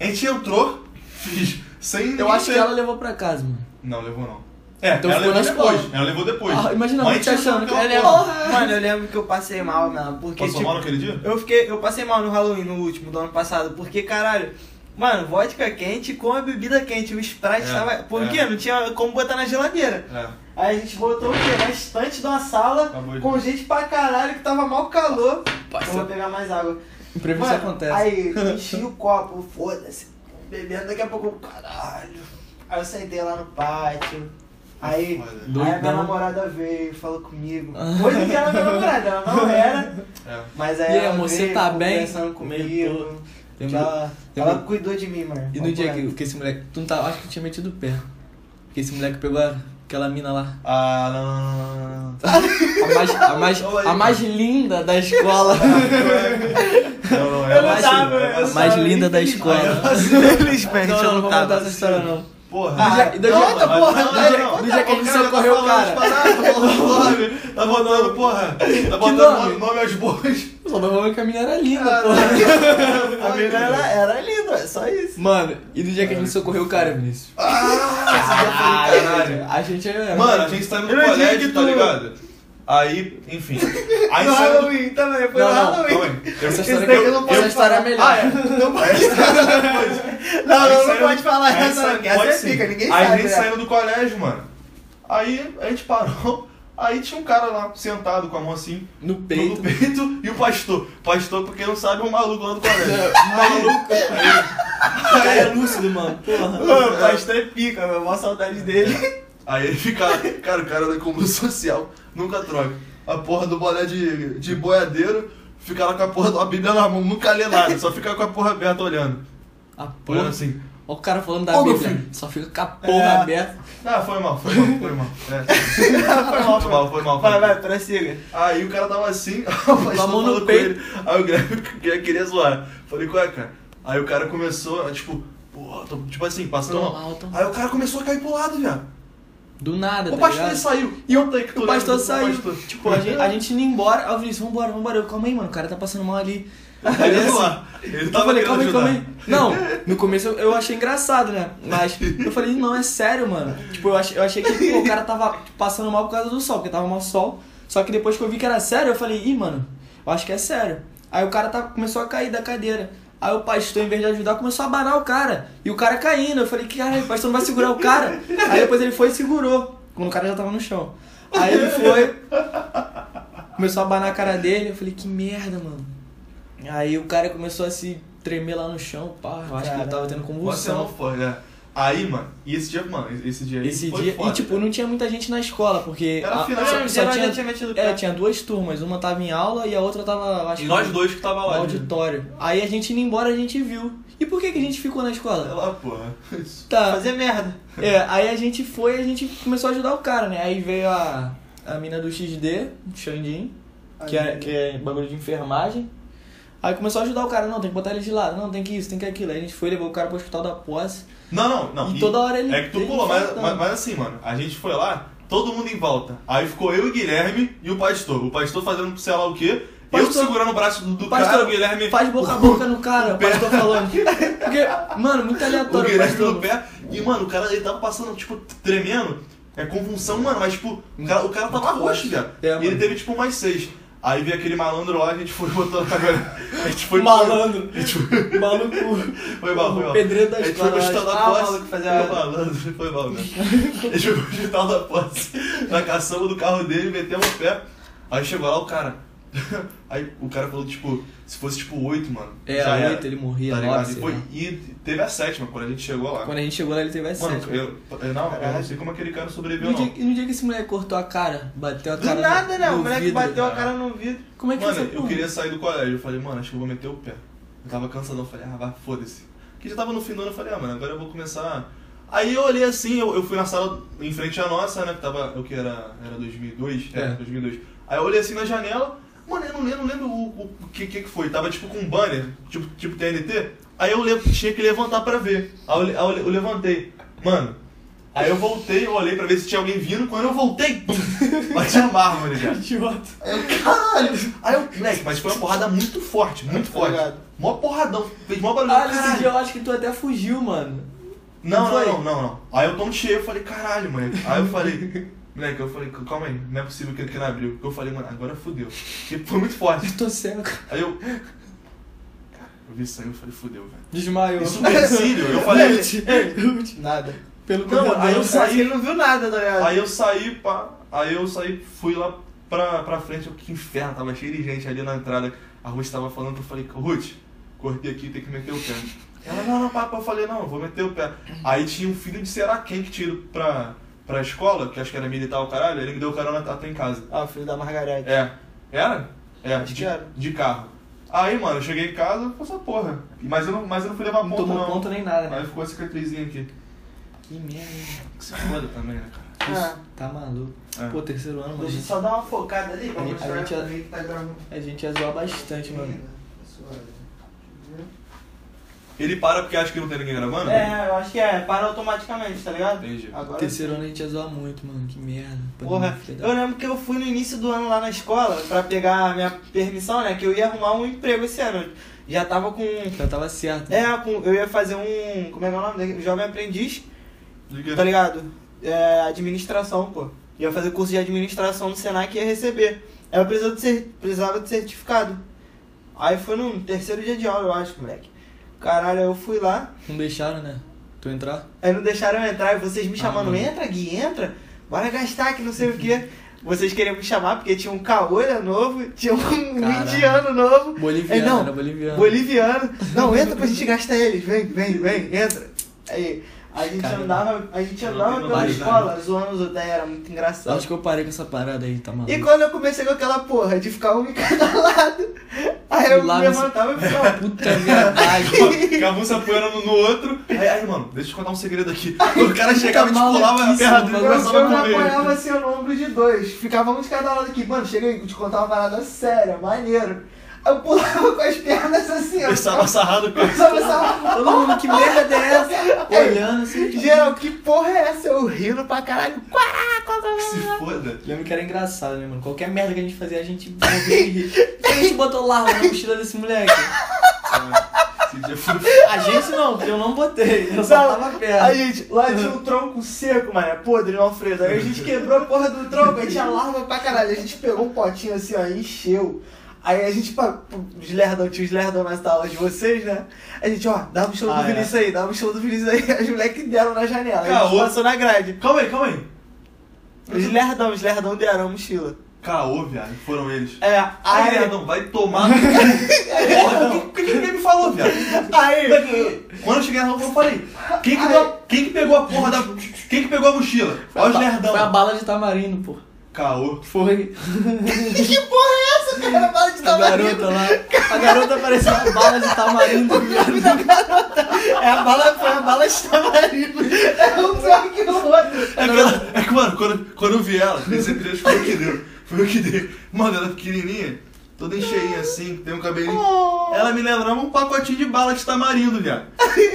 [SPEAKER 1] A gente entrou. Fiz. Sem...
[SPEAKER 4] eu acho
[SPEAKER 1] sem-
[SPEAKER 4] que ela levou pra casa, mano.
[SPEAKER 1] Não, levou não. É,
[SPEAKER 4] Então
[SPEAKER 1] ela
[SPEAKER 4] ficou
[SPEAKER 1] levou
[SPEAKER 4] na
[SPEAKER 1] depois.
[SPEAKER 4] escola.
[SPEAKER 1] Ela levou depois.
[SPEAKER 4] Ah, imagina,
[SPEAKER 1] Mas
[SPEAKER 4] a gente achando
[SPEAKER 1] entrou
[SPEAKER 4] que
[SPEAKER 1] naquela
[SPEAKER 4] ela
[SPEAKER 1] porra.
[SPEAKER 4] levou.
[SPEAKER 3] Mano, eu lembro que eu passei mal, na Porque,
[SPEAKER 1] Passou
[SPEAKER 3] tipo,
[SPEAKER 1] mal naquele dia?
[SPEAKER 3] eu fiquei. Eu passei mal no Halloween, no último, do ano passado, porque, caralho. Mano, vodka quente com a bebida quente. O Sprite
[SPEAKER 1] É,
[SPEAKER 3] tava. Por
[SPEAKER 1] é.
[SPEAKER 3] quê? Não tinha como botar na geladeira.
[SPEAKER 1] É.
[SPEAKER 3] Aí a gente botou o quê? Na estante de uma sala
[SPEAKER 1] Acabou de-
[SPEAKER 3] com gente pra caralho que tava mal calor. Eu vou pegar mais água.
[SPEAKER 4] Imprevisto
[SPEAKER 3] Mano,
[SPEAKER 4] acontece.
[SPEAKER 3] Aí, enchi o copo, foda-se. Bebendo, daqui a pouco, eu, caralho. Aí eu sentei lá no pátio. Aí,
[SPEAKER 1] Foda.
[SPEAKER 3] aí a minha
[SPEAKER 4] Doidão. Ah.
[SPEAKER 3] namorada veio, falou comigo. Hoje que ela é minha namorada, ela não era.
[SPEAKER 1] É.
[SPEAKER 3] Mas
[SPEAKER 4] E
[SPEAKER 3] aí
[SPEAKER 4] aí,
[SPEAKER 3] ela
[SPEAKER 4] amor, você
[SPEAKER 3] veio
[SPEAKER 4] tá bem?
[SPEAKER 3] conversando
[SPEAKER 4] Meio
[SPEAKER 3] comigo.
[SPEAKER 4] Lembra-
[SPEAKER 3] ela,
[SPEAKER 4] lembra-
[SPEAKER 3] ela cuidou de mim, mano.
[SPEAKER 4] um E no dia
[SPEAKER 3] Papo
[SPEAKER 4] que, que esse moleque. Tu não tá, acho que tu tinha metido o pé. Porque esse moleque pegou a- aquela mina lá.
[SPEAKER 1] Ah, não, não, não, não, não, não.
[SPEAKER 4] A mais, a mais, a mais linda da escola.
[SPEAKER 1] Não, não, é
[SPEAKER 3] Eu não
[SPEAKER 1] vacilo,
[SPEAKER 3] tava,
[SPEAKER 1] é
[SPEAKER 3] eu
[SPEAKER 1] vacilo.
[SPEAKER 4] A mais linda da escola.
[SPEAKER 2] Infelizmente,
[SPEAKER 4] Não, não, não vou contar
[SPEAKER 2] tava.
[SPEAKER 4] essa história, não.
[SPEAKER 1] Porra.
[SPEAKER 4] Do dia-
[SPEAKER 3] é
[SPEAKER 4] do dia-
[SPEAKER 1] Mas Ah, não,
[SPEAKER 4] do dia-
[SPEAKER 1] não,
[SPEAKER 4] do
[SPEAKER 1] não.
[SPEAKER 4] dia que
[SPEAKER 1] cara
[SPEAKER 4] ele
[SPEAKER 1] já
[SPEAKER 4] socorreu o
[SPEAKER 1] falando
[SPEAKER 4] cara.
[SPEAKER 1] as paradas, falando o nome, Tá botando, porra. Tá botando
[SPEAKER 4] nome?
[SPEAKER 1] nome? nome aos bois.
[SPEAKER 4] Só vai falar que a mina era linda, porra.
[SPEAKER 3] A menina era, era linda, é só isso.
[SPEAKER 4] Mano, e do dia que a gente socorreu o cara, Vinícius?
[SPEAKER 1] Ah, esse dia foi do caralho.
[SPEAKER 4] A gente é.
[SPEAKER 1] Mano, a gente tá indo
[SPEAKER 3] Eu
[SPEAKER 1] no
[SPEAKER 3] não
[SPEAKER 1] colégio,
[SPEAKER 3] digo
[SPEAKER 1] tá
[SPEAKER 3] que tu-
[SPEAKER 1] ligado? Aí, enfim. Aí
[SPEAKER 3] no
[SPEAKER 1] saiu-
[SPEAKER 3] Halloween também, foi
[SPEAKER 4] Não,
[SPEAKER 3] no
[SPEAKER 4] não,
[SPEAKER 3] Halloween.
[SPEAKER 1] Calma aí. Eu-
[SPEAKER 3] Esse
[SPEAKER 4] Essa história,
[SPEAKER 3] daqui eu não
[SPEAKER 4] que eu,
[SPEAKER 3] posso
[SPEAKER 4] essa história é melhor.
[SPEAKER 1] Ah, é. Não pode
[SPEAKER 3] Não,
[SPEAKER 1] Aí
[SPEAKER 3] não, não
[SPEAKER 1] saiu-
[SPEAKER 3] pode falar
[SPEAKER 1] aí
[SPEAKER 3] essa,
[SPEAKER 1] saiu-
[SPEAKER 3] não, que essa
[SPEAKER 1] pode
[SPEAKER 3] é
[SPEAKER 1] sim.
[SPEAKER 3] pica,
[SPEAKER 1] Aí
[SPEAKER 3] ninguém
[SPEAKER 1] a
[SPEAKER 3] sabe.
[SPEAKER 1] gente
[SPEAKER 3] né?
[SPEAKER 1] saiu do colégio, mano. Aí a gente parou. Aí tinha um cara lá sentado com a mão assim,
[SPEAKER 4] No
[SPEAKER 1] peito. no
[SPEAKER 4] peito.
[SPEAKER 1] peito, e o pastor. Pastor, porque não sabe, é um maluco lá do colégio.
[SPEAKER 4] É, Maluco. O cara é lúcido, mano. Porra.
[SPEAKER 3] Mano, o pastor é pica, meu. Mó saudade dele.
[SPEAKER 1] Aí ele fica, cara, o cara da comunidade social, nunca troca. A porra do boné de, de boiadeiro, fica lá com a porra da Bíblia na mão, nunca lê nada, só fica com a porra aberta olhando.
[SPEAKER 4] A
[SPEAKER 1] Olhando
[SPEAKER 4] porra.
[SPEAKER 1] assim.
[SPEAKER 4] Olha o cara falando da
[SPEAKER 1] Ô, meu
[SPEAKER 4] Bíblia. Só fica com a porra
[SPEAKER 3] É.
[SPEAKER 4] aberta.
[SPEAKER 1] Ah, foi mal, foi mal, foi mal. É. foi mal, foi mal, foi mal.
[SPEAKER 3] Vai, vai, prossiga.
[SPEAKER 1] Aí o cara tava assim, o
[SPEAKER 4] a
[SPEAKER 1] pastor
[SPEAKER 4] mão no
[SPEAKER 1] falou com
[SPEAKER 4] peito.
[SPEAKER 1] ele. Aí o Guilherme que- queria zoar. Falei, qual é, cara? Aí o cara começou, tipo, porra, tô- tipo assim, passando
[SPEAKER 4] Toma
[SPEAKER 1] mal.
[SPEAKER 4] mal, toma
[SPEAKER 1] Aí o cara começou a cair pro lado, velho.
[SPEAKER 4] Do nada,
[SPEAKER 1] O
[SPEAKER 4] tá
[SPEAKER 1] pastor
[SPEAKER 4] ligado?
[SPEAKER 1] ele saiu.
[SPEAKER 4] E
[SPEAKER 1] Conta aí que tu
[SPEAKER 4] o pastor
[SPEAKER 1] lembra do
[SPEAKER 4] saiu.
[SPEAKER 1] pastor.
[SPEAKER 4] Tipo, a gente, a gente indo embora. Aí eu falei, vambora, vambora. Eu, calma aí, mano. O cara tá passando mal ali.
[SPEAKER 1] Ele ia zoar. Ele
[SPEAKER 4] assim. Eu
[SPEAKER 1] tava
[SPEAKER 4] falei,
[SPEAKER 1] querendo
[SPEAKER 4] calma aí, calma aí.
[SPEAKER 1] ajudar.
[SPEAKER 4] Não, no começo eu, eu achei engraçado, né? Mas eu falei, não, é sério, mano. Tipo, eu achei, eu achei que pô, o cara tava passando mal por causa do sol, porque tava mal sol. Só que depois que eu vi que era sério, eu falei, ih, mano, eu acho que é sério. Aí o cara tá, começou a cair da cadeira. Aí o pastor, em vez de ajudar, começou a abanar o cara. E o cara caindo. Eu falei, caralho, o pastor não vai segurar o cara. Aí depois ele foi e segurou, quando o cara já tava no chão. Aí ele foi, começou a abanar a cara dele. Eu falei, que merda, mano. Aí o cara começou a se tremer lá no chão, pá, eu acho que ele
[SPEAKER 3] Caralho.
[SPEAKER 4] tava tendo
[SPEAKER 1] Você
[SPEAKER 4] convulsão.
[SPEAKER 1] não foi, né? Aí, mano, e esse dia, mano, esse dia aí
[SPEAKER 4] Esse
[SPEAKER 1] foi
[SPEAKER 4] dia.
[SPEAKER 1] foda.
[SPEAKER 4] E tipo, não tinha muita gente na escola, porque.
[SPEAKER 1] Era
[SPEAKER 4] a-
[SPEAKER 1] final,
[SPEAKER 4] só-
[SPEAKER 1] né?
[SPEAKER 4] só
[SPEAKER 3] Geral já
[SPEAKER 4] tinha,
[SPEAKER 3] tinha metido o
[SPEAKER 4] é,
[SPEAKER 3] pé.
[SPEAKER 4] tinha duas turmas, uma tava em aula e a outra tava, eu acho
[SPEAKER 1] E
[SPEAKER 4] que,
[SPEAKER 1] nós dois que tava
[SPEAKER 4] no
[SPEAKER 1] lá. né?
[SPEAKER 4] auditório. Aí a gente indo embora, a gente viu. E por que, que a gente ficou na
[SPEAKER 1] Né? Sei
[SPEAKER 4] escola?
[SPEAKER 1] lá, porra.
[SPEAKER 4] Tá.
[SPEAKER 3] Fazer merda.
[SPEAKER 4] É, aí a gente foi e a gente começou a ajudar o cara, né? Aí veio a, a mina do XD, Xandin, que é, que é bagulho de enfermagem. Aí começou a ajudar o cara, não, tem que botar ele de lado, não, tem que isso, tem que aquilo. Aí a gente foi, levou o cara pro hospital da posse.
[SPEAKER 1] Não, não, não.
[SPEAKER 4] E toda hora ele-
[SPEAKER 1] É que tu
[SPEAKER 4] ele
[SPEAKER 1] pulou, mas,
[SPEAKER 4] faltando.
[SPEAKER 1] mas, mas assim, mano, a gente foi lá, todo mundo em volta. Aí ficou eu e o Guilherme e o pastor. O pastor fazendo sei lá o quê. eu
[SPEAKER 4] Pastor-
[SPEAKER 1] segurando o braço do, do
[SPEAKER 4] Pastor,
[SPEAKER 1] cara, o Guilherme.
[SPEAKER 4] Faz boca a boca no cara, o pastor falando. Porque, mano, muito
[SPEAKER 1] O
[SPEAKER 4] aleatório o
[SPEAKER 1] Guilherme
[SPEAKER 4] pastor.
[SPEAKER 1] no pé. E, mano, o cara ele tava passando, tipo, tremendo. É convulsão, mano, mas, tipo, o cara, o cara tava roxo, viado.
[SPEAKER 4] É,
[SPEAKER 1] e ele
[SPEAKER 4] mano.
[SPEAKER 1] teve, tipo, mais seis. Aí veio aquele malandro lá, a gente foi botando agora. A gente foi.
[SPEAKER 4] Malandro. Maluco.
[SPEAKER 1] Foi mal, foi
[SPEAKER 4] O
[SPEAKER 1] mal.
[SPEAKER 4] pedreiro da
[SPEAKER 1] A gente foi pro
[SPEAKER 4] escola,
[SPEAKER 1] hospital da
[SPEAKER 3] Ah, o
[SPEAKER 1] posse.
[SPEAKER 3] maluco fazia-
[SPEAKER 1] Foi malandro, foi mal, né? A gente foi pro hospital da posse, na caçamba do carro dele, metemos o pé. Aí chegou lá o cara. Aí o cara falou, tipo, se fosse tipo oito, mano.
[SPEAKER 4] É,
[SPEAKER 1] já era,
[SPEAKER 4] oito, ele morria,
[SPEAKER 1] tá ligado?
[SPEAKER 4] nove,
[SPEAKER 1] E
[SPEAKER 4] sei
[SPEAKER 1] foi-
[SPEAKER 4] lá.
[SPEAKER 1] E teve a sétima quando a gente chegou lá.
[SPEAKER 4] Quando a gente chegou lá, ele teve as
[SPEAKER 1] Mano,
[SPEAKER 4] sete.
[SPEAKER 1] eu, eu, não, eu não sei como aquele cara sobreviveu,
[SPEAKER 4] No
[SPEAKER 1] não.
[SPEAKER 4] dia, e no dia que esse moleque cortou a cara, bateu a
[SPEAKER 3] Do
[SPEAKER 4] cara. no-
[SPEAKER 3] nada, né?
[SPEAKER 4] no
[SPEAKER 3] O moleque
[SPEAKER 4] vidro.
[SPEAKER 3] bateu a cara no vidro.
[SPEAKER 4] Como é que
[SPEAKER 1] Mano,
[SPEAKER 4] foi essa
[SPEAKER 1] eu
[SPEAKER 4] porra?
[SPEAKER 1] queria sair do colégio. Eu falei, mano, acho que eu vou meter o pé. Eu tava cansadão, eu falei, ah, vai, foda-se. Porque já tava no fim do ano, eu falei, ah, mano, agora eu vou começar. Aí eu olhei assim, eu, eu fui na sala em frente à nossa, né? Que tava, o que era? Era 2002? Era
[SPEAKER 4] É.
[SPEAKER 1] 2002. Aí eu olhei assim na janela, mano, eu não lembro, não lembro o, o- o que, que que foi. Tava tipo com um banner, tipo, tipo TNT. Aí eu le- tinha que levantar pra ver. Aí eu, le- aí eu le- eu levantei. Mano, aí eu voltei, eu olhei pra ver se tinha alguém vindo. Quando eu voltei, pum, bati a mármore, cara.
[SPEAKER 4] Idiota.
[SPEAKER 1] Caralho! Aí eu, moleque, mas foi uma porrada muito forte, muito
[SPEAKER 3] Tá
[SPEAKER 1] forte.
[SPEAKER 3] ligado.
[SPEAKER 1] Mó porradão, fez mó barulho.
[SPEAKER 4] Ah, nesse
[SPEAKER 1] caralho.
[SPEAKER 4] dia eu acho que tu até fugiu, mano.
[SPEAKER 1] Não,
[SPEAKER 4] não
[SPEAKER 1] não,
[SPEAKER 4] foi?
[SPEAKER 1] não, não, não. Aí eu tomo cheio, eu falei, caralho, moleque. Aí eu falei, moleque, eu falei, calma aí, não é possível que ele que não abriu. Eu falei, mano, agora fudeu. Porque foi muito forte.
[SPEAKER 4] Eu tô cego.
[SPEAKER 1] Aí eu. Cara, eu vi sangue, eu falei, fudeu, velho.
[SPEAKER 4] Desmaiou.
[SPEAKER 1] Isso empecilho, eu falei.
[SPEAKER 4] Nada. Pelo
[SPEAKER 1] Não,
[SPEAKER 4] corredor.
[SPEAKER 1] aí eu
[SPEAKER 3] Acho que
[SPEAKER 1] saí,
[SPEAKER 3] ele não viu nada, tá ligado?
[SPEAKER 1] aí eu saí, pá, aí eu saí, fui lá pra, pra frente, eu, que inferno, tava cheio de gente ali na entrada. A Ruth tava falando, eu falei, Ruth, cortei aqui, tem que meter o pé. Ela, não, não, papo, eu falei, não, eu vou meter o pé. Aí tinha um filho de será quem que tinha ido pra, pra escola, que acho que era militar o caralho, ele me deu carona até em casa.
[SPEAKER 3] Ah, o filho da Margarete.
[SPEAKER 1] É. Era? É,
[SPEAKER 3] Acho
[SPEAKER 1] de,
[SPEAKER 3] que era.
[SPEAKER 1] de carro. Aí, mano, eu cheguei em casa, eu falei, essa porra. Mas eu não, mas eu não fui levar
[SPEAKER 4] Não
[SPEAKER 1] ponto,
[SPEAKER 4] tomou
[SPEAKER 1] não.
[SPEAKER 4] ponto nem nada, né?
[SPEAKER 1] Aí ficou a cicatrizinha aqui.
[SPEAKER 4] Que merda.
[SPEAKER 1] Que se foda também, né, cara?
[SPEAKER 3] Ah.
[SPEAKER 4] Tá maluco.
[SPEAKER 1] É.
[SPEAKER 4] Pô, terceiro ano, mano. a
[SPEAKER 3] Deixa eu
[SPEAKER 4] gente-
[SPEAKER 3] só dar uma focada ali pra
[SPEAKER 4] A gente-
[SPEAKER 3] mostrar
[SPEAKER 4] a gente- é
[SPEAKER 3] também que tá gravando.
[SPEAKER 4] A gente ia zoar bastante, mano.
[SPEAKER 1] É. Ele para porque acha que não tem ninguém gravando?
[SPEAKER 3] É, eu acho que é, para automaticamente, tá ligado?
[SPEAKER 1] Entendi.
[SPEAKER 3] Agora.
[SPEAKER 4] Terceiro ano a gente ia zoar muito, mano. Que merda.
[SPEAKER 3] Porra,
[SPEAKER 4] Filha da-
[SPEAKER 3] eu lembro que eu fui no início do ano lá na escola pra pegar a minha permissão, né? Que eu ia arrumar um emprego esse ano. Já tava com.
[SPEAKER 4] Já tava certo. né?
[SPEAKER 3] É, com- eu ia fazer um. Como é que é o nome? dele? Jovem aprendiz,
[SPEAKER 1] Diga.
[SPEAKER 3] tá ligado? É, administração, pô. Ia fazer curso de administração no Senac e ia receber. Aí eu precisava de, cer- precisava de certificado. Aí foi no terceiro dia de aula, eu acho, moleque. Caralho, aí eu fui lá.
[SPEAKER 4] Não deixaram, né? Tu entrar?
[SPEAKER 3] Aí não deixaram eu entrar, e vocês me
[SPEAKER 4] Ah,
[SPEAKER 3] chamando,
[SPEAKER 4] mano.
[SPEAKER 3] entra, Gui, entra, bora gastar que não sei o quê. Vocês queriam me chamar porque tinha um caolha novo, tinha um
[SPEAKER 4] Caralho.
[SPEAKER 3] indiano novo.
[SPEAKER 4] Boliviano,
[SPEAKER 3] Ei, não.
[SPEAKER 4] era boliviano.
[SPEAKER 3] Boliviano. Não, entra pra gente gastar eles. Vem, vem, vem, entra. Aí, a gente
[SPEAKER 4] Cara,
[SPEAKER 3] andava, a gente
[SPEAKER 1] não
[SPEAKER 3] andava
[SPEAKER 1] tem
[SPEAKER 3] pela
[SPEAKER 4] novidade,
[SPEAKER 3] escola, zoando os outros, aí era muito
[SPEAKER 4] Eu
[SPEAKER 3] engraçado.
[SPEAKER 4] Acho que eu parei com essa parada aí, tá maluco.
[SPEAKER 3] E quando eu comecei com aquela porra de ficar um em cada lado, aí eu
[SPEAKER 4] Lá
[SPEAKER 3] me
[SPEAKER 4] no-
[SPEAKER 3] levantava e ficava.
[SPEAKER 4] Puta verdade.
[SPEAKER 1] Acabou se apoiando um no, no outro. Aí, aí, mano, deixa eu te contar um segredo aqui. Quando o cara chegava e te
[SPEAKER 4] Tá
[SPEAKER 1] pulava a
[SPEAKER 4] maluquice,
[SPEAKER 1] perna dele
[SPEAKER 4] mano.
[SPEAKER 1] e
[SPEAKER 3] Eu, eu
[SPEAKER 1] começava
[SPEAKER 3] me
[SPEAKER 1] a comer.
[SPEAKER 3] apoiava assim no ombro de dois. Ficava um de cada lado aqui. Mano, chega aí, vou te contar uma parada séria, maneiro. Aí Eu pulava com as pernas assim, ó.
[SPEAKER 1] Pensava sarrado com
[SPEAKER 3] Só pensava,
[SPEAKER 4] Todo mundo, que merda é essa? Olhando assim. tipo,
[SPEAKER 3] geral, que porra é essa? Eu rindo pra caralho.
[SPEAKER 1] que se foda.
[SPEAKER 4] Lembro que era engraçado, né, mano? Qualquer merda que a gente fazia, a gente morria de rir. Por que a gente botou larva na mochila desse moleque?
[SPEAKER 1] Ah, Esse dia foi
[SPEAKER 4] A gente não, porque eu não botei. Eu só
[SPEAKER 3] Sabe?
[SPEAKER 4] tava perto.
[SPEAKER 3] Aí, gente, lá tinha um tronco seco, mano, é podre no Alfredo. Aí a gente quebrou a porra do tronco, aí tinha larva pra caralho. A gente pegou um potinho assim, ó, e encheu. Aí a gente, pa- os lerdão, tinha os lerdão nas aulas de vocês, né? A gente, ó, dá um show
[SPEAKER 4] Ah,
[SPEAKER 3] do
[SPEAKER 4] é.
[SPEAKER 3] Vinícius aí, dá um show do Vinícius aí. Os moleques deram na janela, a gente
[SPEAKER 1] Caô.
[SPEAKER 3] passou na grade.
[SPEAKER 1] Calma aí, calma aí.
[SPEAKER 3] Os lerdão, os lerdão deram a mochila.
[SPEAKER 1] Caô, viado. Foram eles.
[SPEAKER 3] É,
[SPEAKER 1] Ai,
[SPEAKER 3] aí...
[SPEAKER 1] não, vai tomar. no cu. Porra, não. Por que que ninguém me falou, viado?
[SPEAKER 3] Aí...
[SPEAKER 1] Quando eu cheguei na rua, eu falei: quem que, deu a- quem que pegou a porra da. Quem que pegou a mochila? Olha os
[SPEAKER 4] Foi a ba- Tá, Foi a
[SPEAKER 1] lerdão.
[SPEAKER 4] bala de tamarindo, pô.
[SPEAKER 1] Caô.
[SPEAKER 4] Foi.
[SPEAKER 3] Que porra é essa, cara? Fala de
[SPEAKER 4] A
[SPEAKER 3] tamanho.
[SPEAKER 4] garota lá. A garota parecia uma bala de tamarindo.
[SPEAKER 3] É a bala, foi a bala de tamarindo. É um pior que o outro.
[SPEAKER 1] É que, ela, é que, mano, quando, quando eu vi ela, esse trecho foi eu que deu. Foi eu que dei. Mano, ela é pequenininha. toda encheinha assim, que tem um cabelinho. Ela me lembrava um pacotinho de bala de tamarindo, já.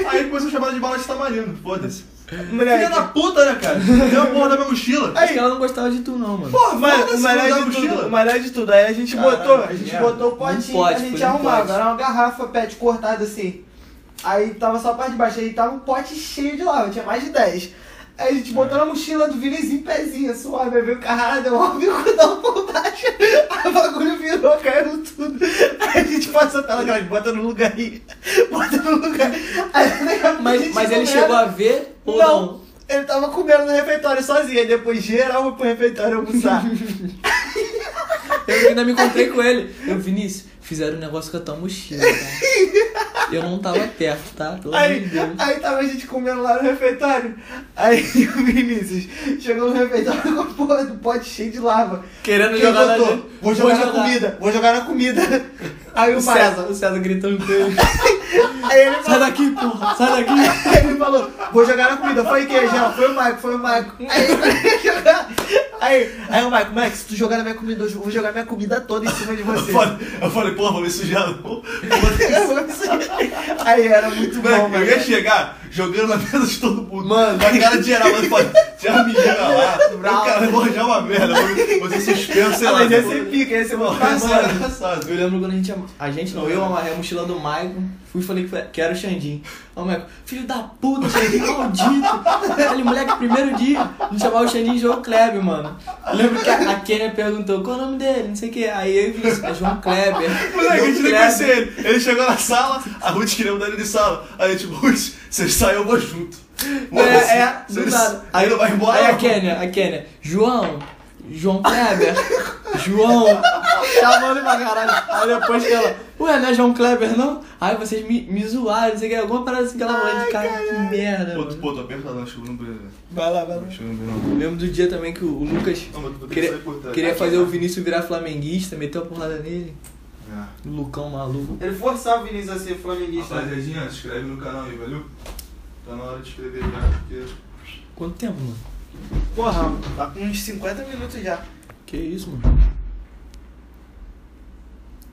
[SPEAKER 1] Aí começou a chamar ela de bala de tamarindo, foda-se. Filha da puta, né, cara? Deu a porra da minha mochila.
[SPEAKER 4] Acho que ela não gostava de tu, não, mano.
[SPEAKER 1] Porra,
[SPEAKER 3] Mas,
[SPEAKER 1] foda-se,
[SPEAKER 3] o
[SPEAKER 1] não dá
[SPEAKER 3] melhor de
[SPEAKER 1] mochila.
[SPEAKER 3] tudo, o melhor de tudo, aí a gente
[SPEAKER 1] Caralho,
[SPEAKER 3] botou, a gente
[SPEAKER 1] merda.
[SPEAKER 3] botou o
[SPEAKER 4] é. Não
[SPEAKER 3] potinho
[SPEAKER 4] pode,
[SPEAKER 3] a gente
[SPEAKER 4] pô, não
[SPEAKER 3] arrumava,
[SPEAKER 4] pode.
[SPEAKER 3] era
[SPEAKER 2] Era
[SPEAKER 3] uma
[SPEAKER 2] é uma garrafa pet cortada assim. Aí tava só a parte de baixo, aí tava um pote cheio de lava, tinha mais de 10. Aí a gente
[SPEAKER 4] É.
[SPEAKER 2] botou na mochila do Vinizinho pezinho, suave, aí veio o carrara, deu um bicudão por baixo, aí o bagulho virou, caiu tudo. Aí a gente passou pela grade, bota no lugar aí, bota no lugar. Aí, a
[SPEAKER 4] Mas,
[SPEAKER 2] gente
[SPEAKER 4] mas ele
[SPEAKER 2] comendo.
[SPEAKER 4] chegou a ver ou
[SPEAKER 2] Não.
[SPEAKER 4] não?
[SPEAKER 2] Ele tava comendo no refeitório sozinho, aí depois geral foi pro refeitório almoçar.
[SPEAKER 4] Eu ainda me encontrei com ele. Eu, Vinícius, fizeram um negócio com a tua mochila, tá? Eu não tava perto, tá? Pelo amor de
[SPEAKER 2] Aí,
[SPEAKER 4] Deus.
[SPEAKER 2] aí tava a gente comendo lá no refeitório. Aí o Vinícius chegou no refeitório com a porra do pote cheio de lava.
[SPEAKER 4] Querendo
[SPEAKER 2] Quem
[SPEAKER 4] jogar na
[SPEAKER 2] botou?
[SPEAKER 4] gente.
[SPEAKER 2] Vou jogar na comida, vou jogar na comida. Aí o,
[SPEAKER 4] O
[SPEAKER 2] Maia-
[SPEAKER 4] César, o César gritando com ele.
[SPEAKER 2] Aí ele,
[SPEAKER 4] Sai daqui, porra, sai daqui.
[SPEAKER 2] aí ele falou, vou jogar na comida. Foi quem, já? Foi o Maico, foi o Maico. Aí ele ia jogar. Aí, aí o Maico, Maico, se tu jogar na minha comida, eu vou jogar minha comida toda em cima de
[SPEAKER 1] Eu
[SPEAKER 2] você.
[SPEAKER 1] falei, assim, eu falei, porra, vou me sujar. não.
[SPEAKER 2] aí era muito bom,
[SPEAKER 1] Mano, eu ia
[SPEAKER 2] mano.
[SPEAKER 1] chegar jogando na mesa de todo mundo. Mano, na cara de geral, mas pode tirar a menina lá. Eu, cara, eu vou arranjar uma merda, vou, vou ser suspenso, sei lá.
[SPEAKER 2] Mas esse pica, esse é bom.
[SPEAKER 1] Isso era engraçado.
[SPEAKER 4] Eu lembro quando a gente. am- A gente não, eu amarrei a mochila do Maicon, fui e falei que- que era o Xandim. Aí o Maicon, filho da puta, Xandim maldito. Aquele moleque, primeiro dia, a gente chamava o Xandim de João Kleber, mano. Eu lembro que a, a Kenia perguntou qual é o nome dele, não sei o que. Aí eu vi, é João Kleber.
[SPEAKER 1] Moleque, a gente nem
[SPEAKER 4] João
[SPEAKER 1] conhecia
[SPEAKER 4] Kleber.
[SPEAKER 1] ele. Ele chegou na sala, a Ruth queria mudar ele de sala. Aí a gente, Ruth, você sai, eu vou junto.
[SPEAKER 4] É, é,
[SPEAKER 1] Você-
[SPEAKER 4] do nada.
[SPEAKER 1] Aí não vai embora.
[SPEAKER 4] Aí a
[SPEAKER 1] não.
[SPEAKER 4] Kenia, a Kenia, João, João Kleber, João, chamando pra caralho. Aí depois que ela, ué, não é João Kleber não? Aí vocês me, me zoaram, não sei o que, alguma parada assim que ela falou de cara, que merda.
[SPEAKER 1] Pô, tu-
[SPEAKER 4] mano.
[SPEAKER 1] pô, tô apertado, acho que eu não precisa.
[SPEAKER 4] Vai lá, vai lá.
[SPEAKER 1] Acho que eu não precisa, não.
[SPEAKER 4] Lembro do dia também que o, o Lucas
[SPEAKER 1] Não, mas tu vou ter que
[SPEAKER 4] queria,
[SPEAKER 1] sair por trás.
[SPEAKER 4] queria fazer o Vinícius virar flamenguista, meteu a porrada nele.
[SPEAKER 1] Ah.
[SPEAKER 4] O Lucão maluco.
[SPEAKER 3] Ele forçava o Vinícius a ser flamenguista. né?
[SPEAKER 1] Rapaziadinha, se inscreve no canal aí, valeu? Tá na hora de inscrever já, porque...
[SPEAKER 4] Quanto tempo, mano?
[SPEAKER 3] Porra, tá com uns 50 minutos já.
[SPEAKER 4] Que isso, mano?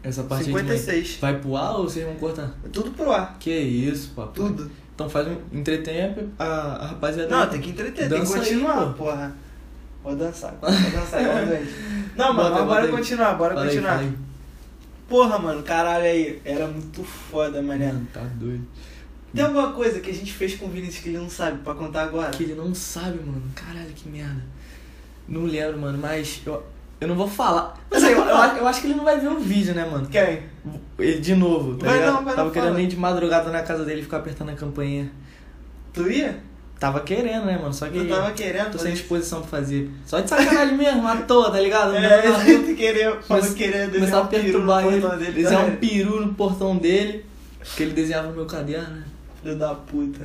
[SPEAKER 4] Essa parte aí de manhã-
[SPEAKER 3] 56.
[SPEAKER 4] Vai pro ar ou vocês vão cortar?
[SPEAKER 3] É Tudo pro ar.
[SPEAKER 4] Que isso, papo.
[SPEAKER 3] Tudo.
[SPEAKER 4] Então faz um entretenha a, a rapaziada.
[SPEAKER 3] Não, tem que entreter,
[SPEAKER 4] Dança aí,
[SPEAKER 3] tem que continuar,
[SPEAKER 4] pô.
[SPEAKER 3] porra. Vou dançar, vou dançar igualmente. Não,
[SPEAKER 4] Bota
[SPEAKER 3] mano, mas
[SPEAKER 4] aí,
[SPEAKER 3] bora
[SPEAKER 4] bota aí.
[SPEAKER 3] continuar, bora
[SPEAKER 4] Fala aí,
[SPEAKER 3] continuar.
[SPEAKER 4] fala aí.
[SPEAKER 3] Porra, mano, caralho aí, era muito foda, mané.
[SPEAKER 4] Mano, tá doido.
[SPEAKER 3] Tem alguma coisa que a gente fez com o Vinícius que ele não sabe pra contar agora?
[SPEAKER 4] Que ele não sabe, mano. Caralho, que merda. Não lembro, mano, mas eu, eu não vou falar. Não sei, eu, eu, acho- eu acho que ele não vai ver o vídeo, né, mano?
[SPEAKER 3] Quem?
[SPEAKER 4] Ele de novo, tá
[SPEAKER 3] Vai
[SPEAKER 4] ligado?
[SPEAKER 3] não, vai
[SPEAKER 4] Tava
[SPEAKER 3] não,
[SPEAKER 4] querendo
[SPEAKER 3] fala.
[SPEAKER 4] ir de madrugada na casa dele e ficar apertando a campainha.
[SPEAKER 3] Tu ia?
[SPEAKER 4] Tava querendo, né, mano? Só que.
[SPEAKER 3] Eu tava querendo, né?
[SPEAKER 4] Tô sem
[SPEAKER 3] mas-
[SPEAKER 4] disposição pra fazer. Só de sacanagem mesmo, à toa, tá ligado?
[SPEAKER 3] É,
[SPEAKER 4] Não, não, não.
[SPEAKER 3] ele queria, falou
[SPEAKER 4] Mas-
[SPEAKER 3] que queria
[SPEAKER 4] Começava
[SPEAKER 3] desenhar
[SPEAKER 4] a
[SPEAKER 3] um peru
[SPEAKER 4] perturbar
[SPEAKER 3] no
[SPEAKER 4] ele,
[SPEAKER 3] portão dele. É.
[SPEAKER 4] desenhar
[SPEAKER 3] também.
[SPEAKER 4] um peru no portão dele, que ele desenhava no meu caderno, né?
[SPEAKER 3] Filho da puta.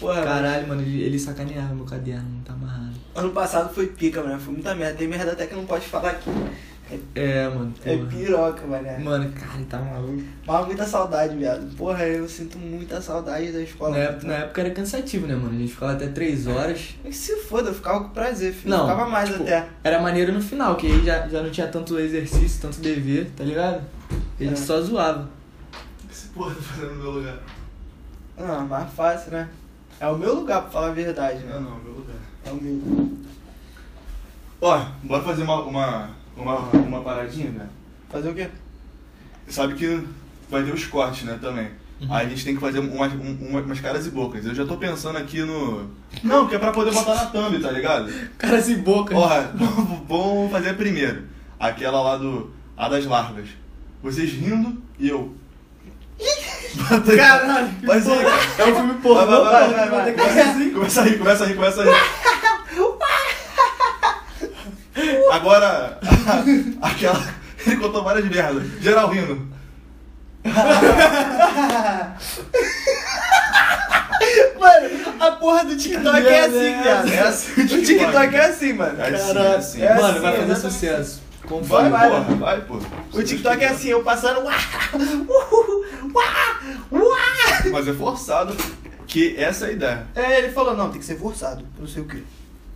[SPEAKER 3] Porra, mano.
[SPEAKER 4] Caralho, mano, ele, ele sacaneava meu caderno, não tá amarrado.
[SPEAKER 3] ano passado foi pica, mano. Foi muita merda. Tem merda até que não pode falar aqui.
[SPEAKER 4] É, mano,
[SPEAKER 3] É
[SPEAKER 4] porra.
[SPEAKER 3] piroca, mané.
[SPEAKER 4] Mano, cara, ele tá maluco.
[SPEAKER 3] Mas muita saudade, viado. Porra, eu sinto muita saudade da escola.
[SPEAKER 4] Na
[SPEAKER 3] mano.
[SPEAKER 4] época, na época era cansativo, né, mano? A gente ficava até 3 horas.
[SPEAKER 3] Mas se foda, eu ficava com prazer, filho. eu
[SPEAKER 4] Não,
[SPEAKER 3] É. ficava mais
[SPEAKER 4] tipo,
[SPEAKER 3] até.
[SPEAKER 4] Era maneiro no final, que aí já, já não tinha tanto exercício, tanto dever, tá ligado? Ele
[SPEAKER 3] É.
[SPEAKER 4] só zoava.
[SPEAKER 1] Esse porra tá fazendo no meu lugar.
[SPEAKER 3] Ah, mais fácil, né? É o meu lugar, pra falar a verdade,
[SPEAKER 1] Não,
[SPEAKER 3] né?
[SPEAKER 1] não, meu lugar.
[SPEAKER 3] É o meu.
[SPEAKER 1] Ó, bora fazer uma, uma, uma, uma paradinha, né?
[SPEAKER 3] Fazer o quê?
[SPEAKER 1] Sabe que vai ter os cortes, né, também. Aí a gente tem que fazer umas, um- uma- umas caras e bocas. Eu já tô pensando aqui no... Não, que é pra poder botar na thumb, tá ligado?
[SPEAKER 4] Caras e assim, boca.
[SPEAKER 1] Porra, vamos fazer primeiro. Aquela lá do... A das larvas. Vocês rindo e eu...
[SPEAKER 3] Caralho!
[SPEAKER 1] Faz aí, cara.
[SPEAKER 4] É um filme
[SPEAKER 1] Vai, vai,
[SPEAKER 4] pornô,
[SPEAKER 1] vai,
[SPEAKER 3] né?
[SPEAKER 4] cara.
[SPEAKER 1] vai, vai. Começa assim, começa aí, começa aí, começa aí. Agora, a- aquela. Ele contou várias merdas. Geral rindo.
[SPEAKER 3] Mano, a porra do TikTok é
[SPEAKER 4] Merda,
[SPEAKER 3] assim,
[SPEAKER 4] é
[SPEAKER 3] viado.
[SPEAKER 1] É assim o
[SPEAKER 3] O TikTok é assim, mano.
[SPEAKER 1] É assim, é
[SPEAKER 3] Caralho.
[SPEAKER 1] assim.
[SPEAKER 3] É
[SPEAKER 4] Mano,
[SPEAKER 3] assim,
[SPEAKER 4] vai fazer
[SPEAKER 3] exatamente.
[SPEAKER 4] sucesso. Confia.
[SPEAKER 1] Vai,
[SPEAKER 3] vai,
[SPEAKER 1] porra,
[SPEAKER 3] né?
[SPEAKER 1] vai, pô.
[SPEAKER 3] O TikTok é assim, eu passando. Uá! Uhu! Uá! Uá!
[SPEAKER 1] Mas é forçado que essa é a ideia.
[SPEAKER 3] É, ele falou, não, tem que ser forçado, não sei o quê.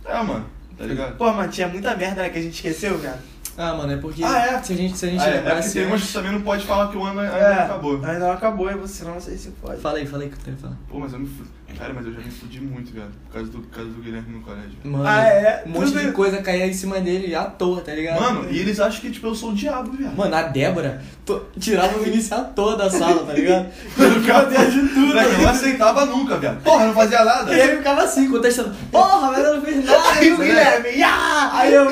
[SPEAKER 1] É, mano, tá ligado?
[SPEAKER 3] Pô, mano, tinha muita merda né, que a gente esqueceu, viado.
[SPEAKER 4] Ah, mano, é porque
[SPEAKER 3] Ah, é?
[SPEAKER 4] se a gente, se a gente
[SPEAKER 1] Ah, é, é porque
[SPEAKER 4] lembrasse
[SPEAKER 1] tem umas que
[SPEAKER 4] antes-
[SPEAKER 1] também não pode falar que o ano é- ainda
[SPEAKER 4] É,
[SPEAKER 1] não acabou.
[SPEAKER 3] Ainda não acabou, e você não sei se pode.
[SPEAKER 4] Fala aí, fala aí que eu quero falar.
[SPEAKER 1] Pô, mas eu me fudi. Cara, mas eu já me fudi muito, velho. Por causa do, por causa do Guilherme no colégio. velho.
[SPEAKER 4] Mano,
[SPEAKER 3] Ah, é?
[SPEAKER 4] um monte de
[SPEAKER 3] Tudo-
[SPEAKER 4] coisa caía em cima dele à toa, tá ligado?
[SPEAKER 1] Mano, e eles acham que, tipo, eu sou o diabo, velho.
[SPEAKER 4] Mano, a Débora to- tirava o Vinícius à toa da sala, tá ligado? Ele
[SPEAKER 1] cara
[SPEAKER 4] ficava de tudo.
[SPEAKER 1] Moleque, eu não aceitava nunca, velho. Porra, eu não fazia nada.
[SPEAKER 4] E ele ficava assim, contestando. Porra, mas eu não fiz nada.
[SPEAKER 3] Aí o
[SPEAKER 4] né?
[SPEAKER 3] Guilherme, ia!
[SPEAKER 4] Aí eu.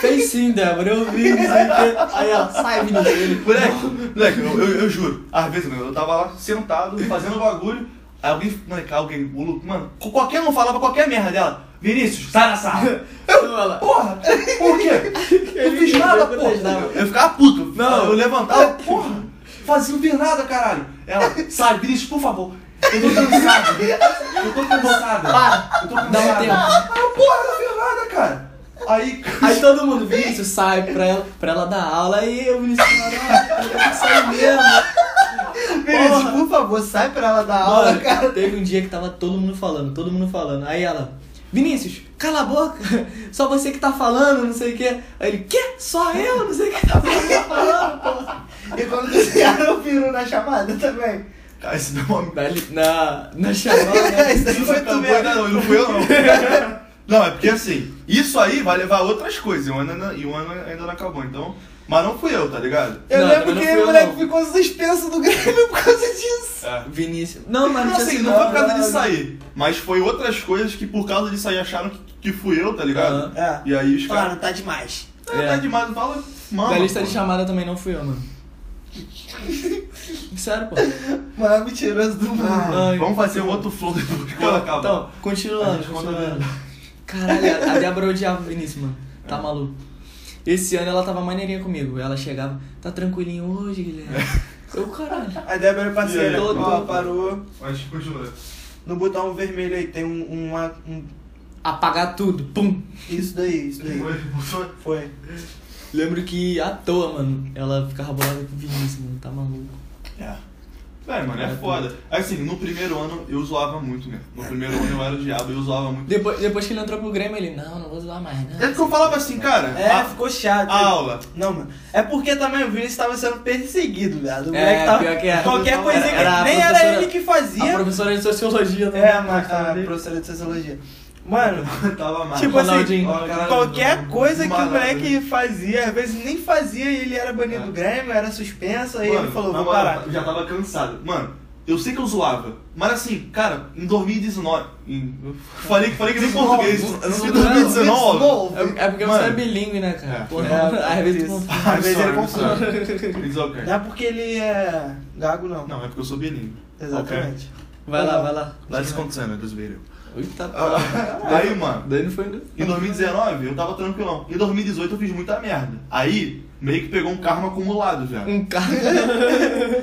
[SPEAKER 4] Fez sim, Débora, eu vi, não sei o quê. Aí ela, sai, Vinícius. Ele,
[SPEAKER 1] Moleque, moleque eu, eu, eu juro. Às vezes, meu, eu tava lá sentado, fazendo bagulho. Aí alguém, moleque, alguém, o Lu- mano, co- qualquer um falava qualquer merda dela. Vinícius, sai da sala. Eu,
[SPEAKER 4] Ela-
[SPEAKER 1] porra, por quê? Eu não
[SPEAKER 4] Ele
[SPEAKER 1] fiz nada,
[SPEAKER 4] queria
[SPEAKER 1] porra.
[SPEAKER 4] protestar.
[SPEAKER 1] Eu ficava puto.
[SPEAKER 4] Não.
[SPEAKER 1] eu levantava, porra, fazia, não fiz nada, caralho. Ela, sai, Vinícius, por favor. Eu tô cansado. Eu tô cansado. Eu tô cansado.
[SPEAKER 4] Dá um tempo.
[SPEAKER 1] Ah, porra, eu não fiz nada, cara. Aí,
[SPEAKER 4] Aí todo mundo, Vinícius, sai pra ela, pra ela dar aula. Aí o Vinícius "Ah, fala, "Não, eu vou sair mesmo.
[SPEAKER 3] Vinícius, por favor, sai pra ela dar aula,
[SPEAKER 4] Mano,
[SPEAKER 3] cara.
[SPEAKER 4] teve um dia que tava todo mundo falando, todo mundo falando. Aí ela, Vinícius, cala a boca, só você que tá falando, não sei o quê. Aí ele, quê? Só eu? Não sei o que tá falando, porra.
[SPEAKER 3] E quando desenharam o peru na chamada também.
[SPEAKER 1] cara, esse meu amigo.
[SPEAKER 4] Aí, Na, na chamada, né?
[SPEAKER 3] Isso aí foi tu
[SPEAKER 1] Não,
[SPEAKER 3] mesmo.
[SPEAKER 1] Não, não fui eu não. Não, é porque assim, isso aí vai levar a outras coisas. E o ano, ainda- e o ano ainda não acabou, então. Mas não fui eu, tá ligado?
[SPEAKER 3] Eu
[SPEAKER 4] Não,
[SPEAKER 3] lembro
[SPEAKER 4] também não
[SPEAKER 3] que
[SPEAKER 4] fui eu,
[SPEAKER 3] o moleque
[SPEAKER 4] não.
[SPEAKER 3] ficou suspenso do Grêmio por causa disso.
[SPEAKER 1] É.
[SPEAKER 4] Vinícius. Não, mas
[SPEAKER 1] Não,
[SPEAKER 4] não tinha
[SPEAKER 1] assim,
[SPEAKER 4] sido
[SPEAKER 1] não foi por
[SPEAKER 4] nada.
[SPEAKER 1] causa de sair, mas foi outras coisas que por causa de sair acharam que, que fui eu, tá ligado?
[SPEAKER 3] Aham.
[SPEAKER 1] E aí os caras.
[SPEAKER 3] Claro, tá demais.
[SPEAKER 1] É. Tá demais, não fala. Mano.
[SPEAKER 4] Da lista de
[SPEAKER 1] pô.
[SPEAKER 4] chamada também não fui eu, mano. Sério, pô.
[SPEAKER 3] Mano, mentiroso do mundo.
[SPEAKER 4] Ai,
[SPEAKER 1] Vamos fazer um outro flow depois que ela
[SPEAKER 4] Então,
[SPEAKER 1] acaba.
[SPEAKER 4] então
[SPEAKER 1] A
[SPEAKER 4] continuando,
[SPEAKER 1] gente conta
[SPEAKER 4] continuando. Caralho, a- a Débora odiava o Vinícius, mano. Tá maluco. Esse ano ela tava maneirinha comigo. Ela chegava, tá tranquilinho hoje, Guilherme? Eu, caralho.
[SPEAKER 3] A Débora é
[SPEAKER 1] E aí,
[SPEAKER 3] parceira. Ó,
[SPEAKER 1] todo-
[SPEAKER 3] parou.
[SPEAKER 1] Mas continua.
[SPEAKER 3] No botão vermelho aí tem um, uma- um-
[SPEAKER 4] Apagar tudo, pum.
[SPEAKER 3] Isso daí, isso daí. Foi.
[SPEAKER 4] Lembro que à toa, mano, ela ficava bolada com o Vinícius, mano. Tá maluco.
[SPEAKER 1] É. Véi, mano, é foda. Assim, no primeiro ano eu zoava muito, né? No primeiro ano eu era o diabo e eu zoava muito.
[SPEAKER 4] Depois, depois que ele entrou pro Grêmio, ele, não, não vou zoar mais, né?" não.
[SPEAKER 1] É porque eu falava assim, cara,
[SPEAKER 3] É,
[SPEAKER 1] a-
[SPEAKER 3] ficou chato.
[SPEAKER 1] a aula.
[SPEAKER 3] Não, mano. É porque também o Vinícius tava sendo perseguido, viado. O
[SPEAKER 4] É,
[SPEAKER 3] moleque tava.
[SPEAKER 4] pior que era.
[SPEAKER 3] Qualquer coisinha
[SPEAKER 4] Era- era a
[SPEAKER 3] que nem era
[SPEAKER 4] professora-
[SPEAKER 3] ele que
[SPEAKER 4] A
[SPEAKER 3] fazia.
[SPEAKER 4] professora de sociologia né? também.
[SPEAKER 3] É, mas a
[SPEAKER 4] Gostava dele.
[SPEAKER 3] professora de sociologia. Mano,
[SPEAKER 1] Tava mal.
[SPEAKER 3] Tipo
[SPEAKER 4] Ronaldinho.
[SPEAKER 1] assim, ó, cara,
[SPEAKER 3] qualquer coisa que o
[SPEAKER 1] Malandro.
[SPEAKER 3] moleque fazia, às vezes nem fazia e ele era banido do Grêmio, era suspenso, aí
[SPEAKER 1] Mano,
[SPEAKER 3] ele falou,
[SPEAKER 1] na
[SPEAKER 3] vou
[SPEAKER 1] moral,
[SPEAKER 3] parar.
[SPEAKER 1] Eu já tava cansado. Mano, eu sei que eu zoava, mas assim, cara, em 2019. Em, eu falei, falei que nem português.
[SPEAKER 3] né?
[SPEAKER 1] Em 2019.
[SPEAKER 4] É, é porque
[SPEAKER 1] Mano.
[SPEAKER 4] você é bilíngue, né, cara?
[SPEAKER 1] É.
[SPEAKER 4] Porra,
[SPEAKER 3] É,
[SPEAKER 4] às vezes
[SPEAKER 3] isso.
[SPEAKER 4] confunde.
[SPEAKER 3] Às vezes ele confunde.
[SPEAKER 1] It's okay.
[SPEAKER 3] Não é porque ele é gago, não.
[SPEAKER 1] Não, é porque eu sou bilíngue.
[SPEAKER 3] Exatamente.
[SPEAKER 4] Vai lá, vai lá.
[SPEAKER 1] Okay. Let's continue this video.
[SPEAKER 4] Eita, porra.
[SPEAKER 1] Ah, né, Aí, mano,
[SPEAKER 4] Daí não foi ainda.
[SPEAKER 1] Em 2019 eu tava tranquilão. Em 2018 eu fiz muita merda. Aí, meio que pegou um karma acumulado já.
[SPEAKER 4] Um carro.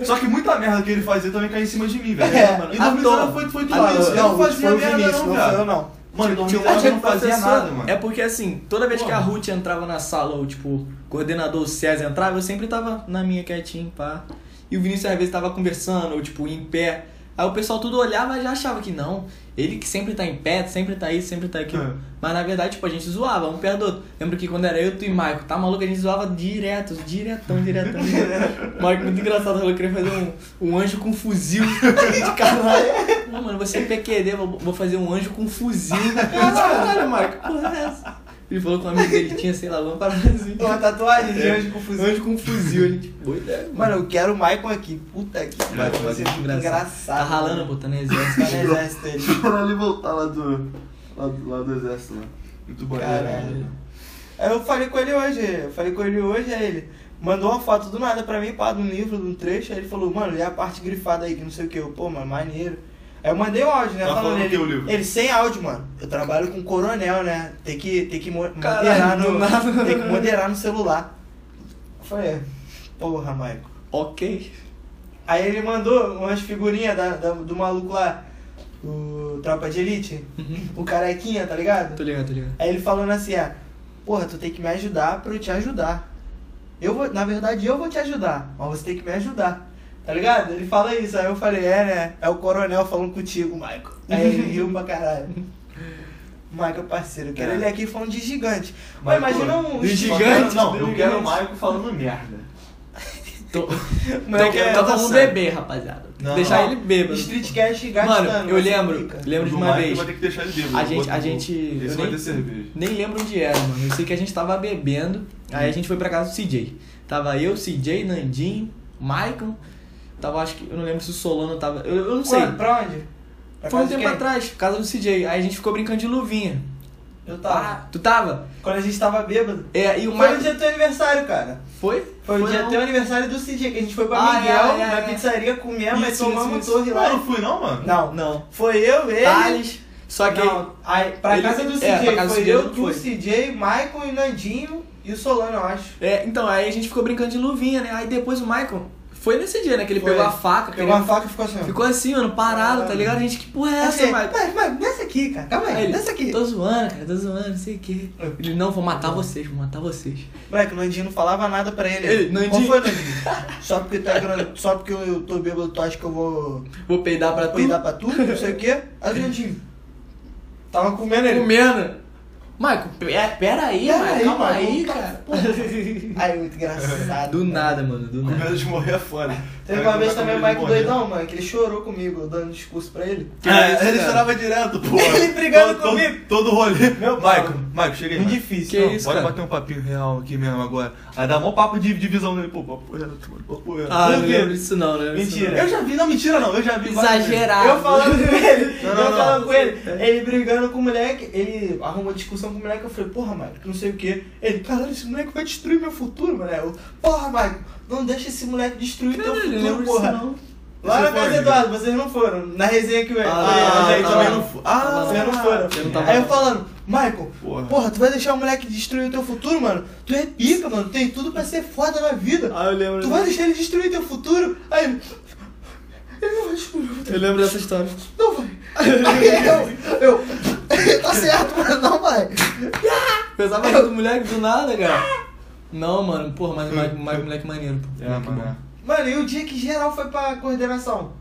[SPEAKER 1] Só que muita merda que ele fazia também caiu em cima de mim, velho.
[SPEAKER 3] É,
[SPEAKER 1] Em
[SPEAKER 4] à
[SPEAKER 1] 2019
[SPEAKER 4] toa.
[SPEAKER 1] foi, foi
[SPEAKER 4] À
[SPEAKER 1] tudo isso. Eu
[SPEAKER 4] toa.
[SPEAKER 1] não
[SPEAKER 3] Não,
[SPEAKER 1] fazia
[SPEAKER 3] foi o
[SPEAKER 1] merda,
[SPEAKER 3] Vinícius,
[SPEAKER 1] não,
[SPEAKER 3] não foi eu,
[SPEAKER 1] cara.
[SPEAKER 3] não.
[SPEAKER 1] Mano, em
[SPEAKER 4] Tinha um
[SPEAKER 1] 2019 eu não fazia
[SPEAKER 4] professor-
[SPEAKER 1] nada, mano.
[SPEAKER 4] É porque assim, toda vez que a
[SPEAKER 1] Porra.
[SPEAKER 4] Ruth entrava na sala, ou tipo, o coordenador o César entrava, eu sempre tava na minha quietinho, pá. E o Vinícius às vezes tava conversando, ou tipo, em pé. Aí o pessoal tudo olhava e já achava que não. Ele que sempre tá em pé, sempre tá isso, sempre tá aquilo.
[SPEAKER 1] É.
[SPEAKER 4] Mas na verdade, tipo, a gente zoava, um perto do outro. Lembro que quando era eu, tu e Maico, tá maluco? A gente zoava direto, diretão, diretão. diretão. Maico, muito engraçado, falou que queria fazer um, um anjo com fuzil de caralho. Não, mano, você é PQD, vou, vou fazer um anjo com fuzil. Caralho, Maico, que porra é essa? Ele falou com um amigo dele, tinha, sei lá, uma parada assim.
[SPEAKER 3] Uma tatuagem de anjo com fuzil.
[SPEAKER 4] Anjo com fuzil, a gente, boa ideia.
[SPEAKER 3] Mano, eu quero o Michael aqui. Puta que
[SPEAKER 1] Vai,
[SPEAKER 3] pariu,
[SPEAKER 1] vai
[SPEAKER 3] você
[SPEAKER 1] ser
[SPEAKER 3] é
[SPEAKER 4] engraçado.
[SPEAKER 3] engraçado.
[SPEAKER 4] Tá ralando, botando exército.
[SPEAKER 3] Tá no exército ele.
[SPEAKER 1] pra ele um voltar lá do. Lá, do- lá do exército né? lá. Muito bom.
[SPEAKER 3] Caralho. Aí eu falei com ele hoje, eu falei com ele hoje, aí ele mandou uma foto do nada pra mim, pá, de um livro, de um trecho, aí ele falou, mano, lê a parte grifada aí, que não sei o que, eu, pô, mano, maneiro. Aí eu mandei um áudio, né,
[SPEAKER 1] Tá falando
[SPEAKER 3] ele,
[SPEAKER 1] o quê, o livro?
[SPEAKER 3] ele sem áudio, mano, eu trabalho com coronel, né, tem que, tem que mo-
[SPEAKER 4] Caralho,
[SPEAKER 3] moderar
[SPEAKER 4] do nada.
[SPEAKER 3] no, tem que moderar no celular. Eu falei, porra, Maico.
[SPEAKER 4] Ok.
[SPEAKER 3] Aí ele mandou umas figurinhas da, da- do maluco lá, o Tropa de Elite, o carequinha, tá ligado?
[SPEAKER 4] Tô ligado, tô ligado.
[SPEAKER 3] Aí ele falando assim, ah, porra, tu tem que me ajudar pra eu te ajudar. Eu vou, na verdade, eu vou te ajudar, mas você tem que me ajudar. Tá ligado? Ele fala isso, aí eu falei, é, né? É o coronel falando contigo, Michael. Aí ele riu pra caralho. Maico é parceiro. Eu quero
[SPEAKER 1] É.
[SPEAKER 3] ele aqui falando de gigante. Mas
[SPEAKER 1] Michael,
[SPEAKER 3] imagina um.
[SPEAKER 4] de
[SPEAKER 1] Só
[SPEAKER 4] gigante.
[SPEAKER 1] quero- Não, eu
[SPEAKER 4] Gigante.
[SPEAKER 1] quero o Michael falando merda.
[SPEAKER 4] Tô...
[SPEAKER 3] Mas
[SPEAKER 4] Tem que
[SPEAKER 3] é-
[SPEAKER 4] todo
[SPEAKER 3] tá
[SPEAKER 4] mundo
[SPEAKER 3] certo.
[SPEAKER 4] beber, rapaziada. Tem que
[SPEAKER 1] Não.
[SPEAKER 4] Deixar ele bêbado.
[SPEAKER 3] Streetcast gastando.
[SPEAKER 4] Mano, eu
[SPEAKER 3] você
[SPEAKER 4] lembro,
[SPEAKER 3] fica.
[SPEAKER 4] lembro
[SPEAKER 1] O
[SPEAKER 4] de
[SPEAKER 1] do
[SPEAKER 4] uma
[SPEAKER 1] Michael
[SPEAKER 4] vez.
[SPEAKER 1] vai ter que deixar ele bêbado.
[SPEAKER 4] A
[SPEAKER 1] Eu
[SPEAKER 4] gente-
[SPEAKER 1] vou-
[SPEAKER 4] a gente-
[SPEAKER 1] Esse
[SPEAKER 4] eu
[SPEAKER 1] vai
[SPEAKER 4] nem-
[SPEAKER 1] ter cerveja.
[SPEAKER 4] Nem lembro onde era, mano. Eu sei que a gente tava bebendo. Aí a gente foi pra casa do CJ. Tava eu, CJ, Nandinho, Maicon. Tava, acho que. Eu não lembro se o Solano tava. Eu, eu não sei.
[SPEAKER 3] Quando? Pra onde? Pra
[SPEAKER 4] Foi
[SPEAKER 3] casa
[SPEAKER 4] um
[SPEAKER 3] de
[SPEAKER 4] tempo
[SPEAKER 3] quem?
[SPEAKER 4] atrás, casa do CJ. Aí a gente ficou brincando de luvinha.
[SPEAKER 3] Eu tava.
[SPEAKER 4] Ah, tu tava?
[SPEAKER 3] Quando a gente tava bêbado.
[SPEAKER 4] É, e
[SPEAKER 3] Foi
[SPEAKER 4] o
[SPEAKER 3] no
[SPEAKER 4] Maicon.
[SPEAKER 3] dia do teu aniversário, cara.
[SPEAKER 4] Foi?
[SPEAKER 3] Foi o dia
[SPEAKER 4] não?
[SPEAKER 3] do teu aniversário do CJ, que a gente foi pra
[SPEAKER 4] Ah,
[SPEAKER 3] Miguel,
[SPEAKER 4] é, é,
[SPEAKER 3] na
[SPEAKER 4] é.
[SPEAKER 3] pizzaria, comemos, mas
[SPEAKER 4] Isso,
[SPEAKER 3] tomamos
[SPEAKER 4] isso, Tá,
[SPEAKER 3] torre
[SPEAKER 1] Não,
[SPEAKER 3] lá.
[SPEAKER 1] eu não fui não, mano.
[SPEAKER 3] Não,
[SPEAKER 4] Não.
[SPEAKER 3] foi eu, ele...
[SPEAKER 4] Thales. Só que.
[SPEAKER 3] Não, aí, pra
[SPEAKER 4] Ele-
[SPEAKER 3] casa do CJ,
[SPEAKER 4] é, pra casa do
[SPEAKER 3] foi
[SPEAKER 4] CJ
[SPEAKER 3] eu,
[SPEAKER 4] não
[SPEAKER 3] tu,
[SPEAKER 4] foi.
[SPEAKER 3] CJ, Michael e Nandinho e o Solano, eu acho.
[SPEAKER 4] É, então, aí a gente ficou brincando de luvinha, né? Aí depois o Maicon. Foi nesse dia, né? Que ele
[SPEAKER 3] Foi.
[SPEAKER 4] pegou a faca. que
[SPEAKER 3] Pegou
[SPEAKER 4] ele-
[SPEAKER 3] a faca e ficou assim, ó.
[SPEAKER 4] Ficou assim, mano, parado, tá ligado? A gente, que porra é essa, Maicon?
[SPEAKER 3] Mas, mas, desce aqui, cara. Calma aí,
[SPEAKER 4] Aí ele,
[SPEAKER 3] desce aqui. Tá
[SPEAKER 4] Tô zoando, cara, tô zoando, não sei o quê. Ele, não, vou matar vocês, vou matar vocês.
[SPEAKER 3] Moleque, o Nandinho não falava nada pra ele.
[SPEAKER 4] Ele,
[SPEAKER 3] Qual
[SPEAKER 4] Nandinho.
[SPEAKER 3] foi, Nandinho? só, porque tá, grande- só porque eu tô bêbado, tu acha que eu vou
[SPEAKER 4] Vou peidar pra tu.
[SPEAKER 3] peidar pra tu, não sei o quê. Aí o Nandinho tava comendo ele.
[SPEAKER 4] Comendo. Maicon, pe- é, pera aí,
[SPEAKER 3] Pera
[SPEAKER 4] Maicon,
[SPEAKER 3] aí,
[SPEAKER 4] calma
[SPEAKER 3] Maicon,
[SPEAKER 4] aí,
[SPEAKER 3] calma,
[SPEAKER 4] cara.
[SPEAKER 3] Aí, muito engraçado.
[SPEAKER 4] Do
[SPEAKER 3] mano.
[SPEAKER 4] nada, mano, do
[SPEAKER 1] Com
[SPEAKER 4] nada.
[SPEAKER 1] medo de morrer fora.
[SPEAKER 3] Teve uma vez também o Mike doidão, mano, que ele chorou comigo, dando discurso pra ele.
[SPEAKER 4] É,
[SPEAKER 1] É, ele
[SPEAKER 4] cara.
[SPEAKER 1] chorava direto, pô.
[SPEAKER 3] Ele brigando
[SPEAKER 1] Todo- todo-
[SPEAKER 3] comigo.
[SPEAKER 1] Todo rolê.
[SPEAKER 3] Meu pai.
[SPEAKER 1] Michael, Michael, chega aí.
[SPEAKER 3] Muito
[SPEAKER 1] Michael.
[SPEAKER 3] difícil.
[SPEAKER 4] Que
[SPEAKER 1] Não,
[SPEAKER 4] isso,
[SPEAKER 1] bora
[SPEAKER 4] cara?
[SPEAKER 1] bater um papinho real aqui mesmo agora. Aí dá mó papo de divisão nele. Pô, papo reto, mano, papo reto.
[SPEAKER 4] Ah,
[SPEAKER 1] Por
[SPEAKER 4] não
[SPEAKER 1] quê?
[SPEAKER 4] lembro disso não, né?
[SPEAKER 3] um Mentira.
[SPEAKER 1] Eu já vi, não, mentira não, eu já vi. várias vezes.
[SPEAKER 4] Exagerado.
[SPEAKER 3] Eu falando com ele,
[SPEAKER 1] Não, não,
[SPEAKER 3] eu
[SPEAKER 1] não.
[SPEAKER 3] falando com ele, ele brigando com o moleque, ele arrumou discussão com o moleque, eu falei, porra, Mike, não sei o quê. Ele, caralho, esse moleque vai destruir meu futuro, mano. Eu, porra, Mike, não deixa esse moleque destruir
[SPEAKER 4] Caralho,
[SPEAKER 3] teu
[SPEAKER 4] eu
[SPEAKER 3] futuro,
[SPEAKER 4] lembro disso
[SPEAKER 3] então, porra.
[SPEAKER 4] não.
[SPEAKER 3] Lá
[SPEAKER 1] Você
[SPEAKER 3] na casa
[SPEAKER 1] foi,
[SPEAKER 3] do Eduardo, vocês não foram. Na resenha que o Ed.
[SPEAKER 4] Ah,
[SPEAKER 3] a gente
[SPEAKER 4] tá
[SPEAKER 3] também
[SPEAKER 4] lá.
[SPEAKER 3] não foi.
[SPEAKER 1] Ah,
[SPEAKER 4] Tá lá.
[SPEAKER 3] Vocês não foram.
[SPEAKER 4] Eu não tava
[SPEAKER 3] Aí
[SPEAKER 4] lá.
[SPEAKER 3] eu falando, Michael,
[SPEAKER 1] Porra.
[SPEAKER 3] porra. tu vai deixar o moleque destruir o teu futuro, mano? Tu é pica, mano. Tem tudo pra ser foda na vida.
[SPEAKER 4] Ah, eu lembro.
[SPEAKER 3] Tu vai deixar ele destruir teu futuro? Aí ele. Ele não vai destruir.
[SPEAKER 4] Eu lembro dessa história.
[SPEAKER 3] Não vai. Aí eu. Eu. tá certo, mano. Não vai.
[SPEAKER 4] Pensava que do moleque do nada, cara. Não, mano, porra, mas mas- mas moleque maneiro, pô.
[SPEAKER 1] É,
[SPEAKER 4] Moleque bom.
[SPEAKER 1] mano.
[SPEAKER 3] Mano, e o dia que geral foi pra coordenação?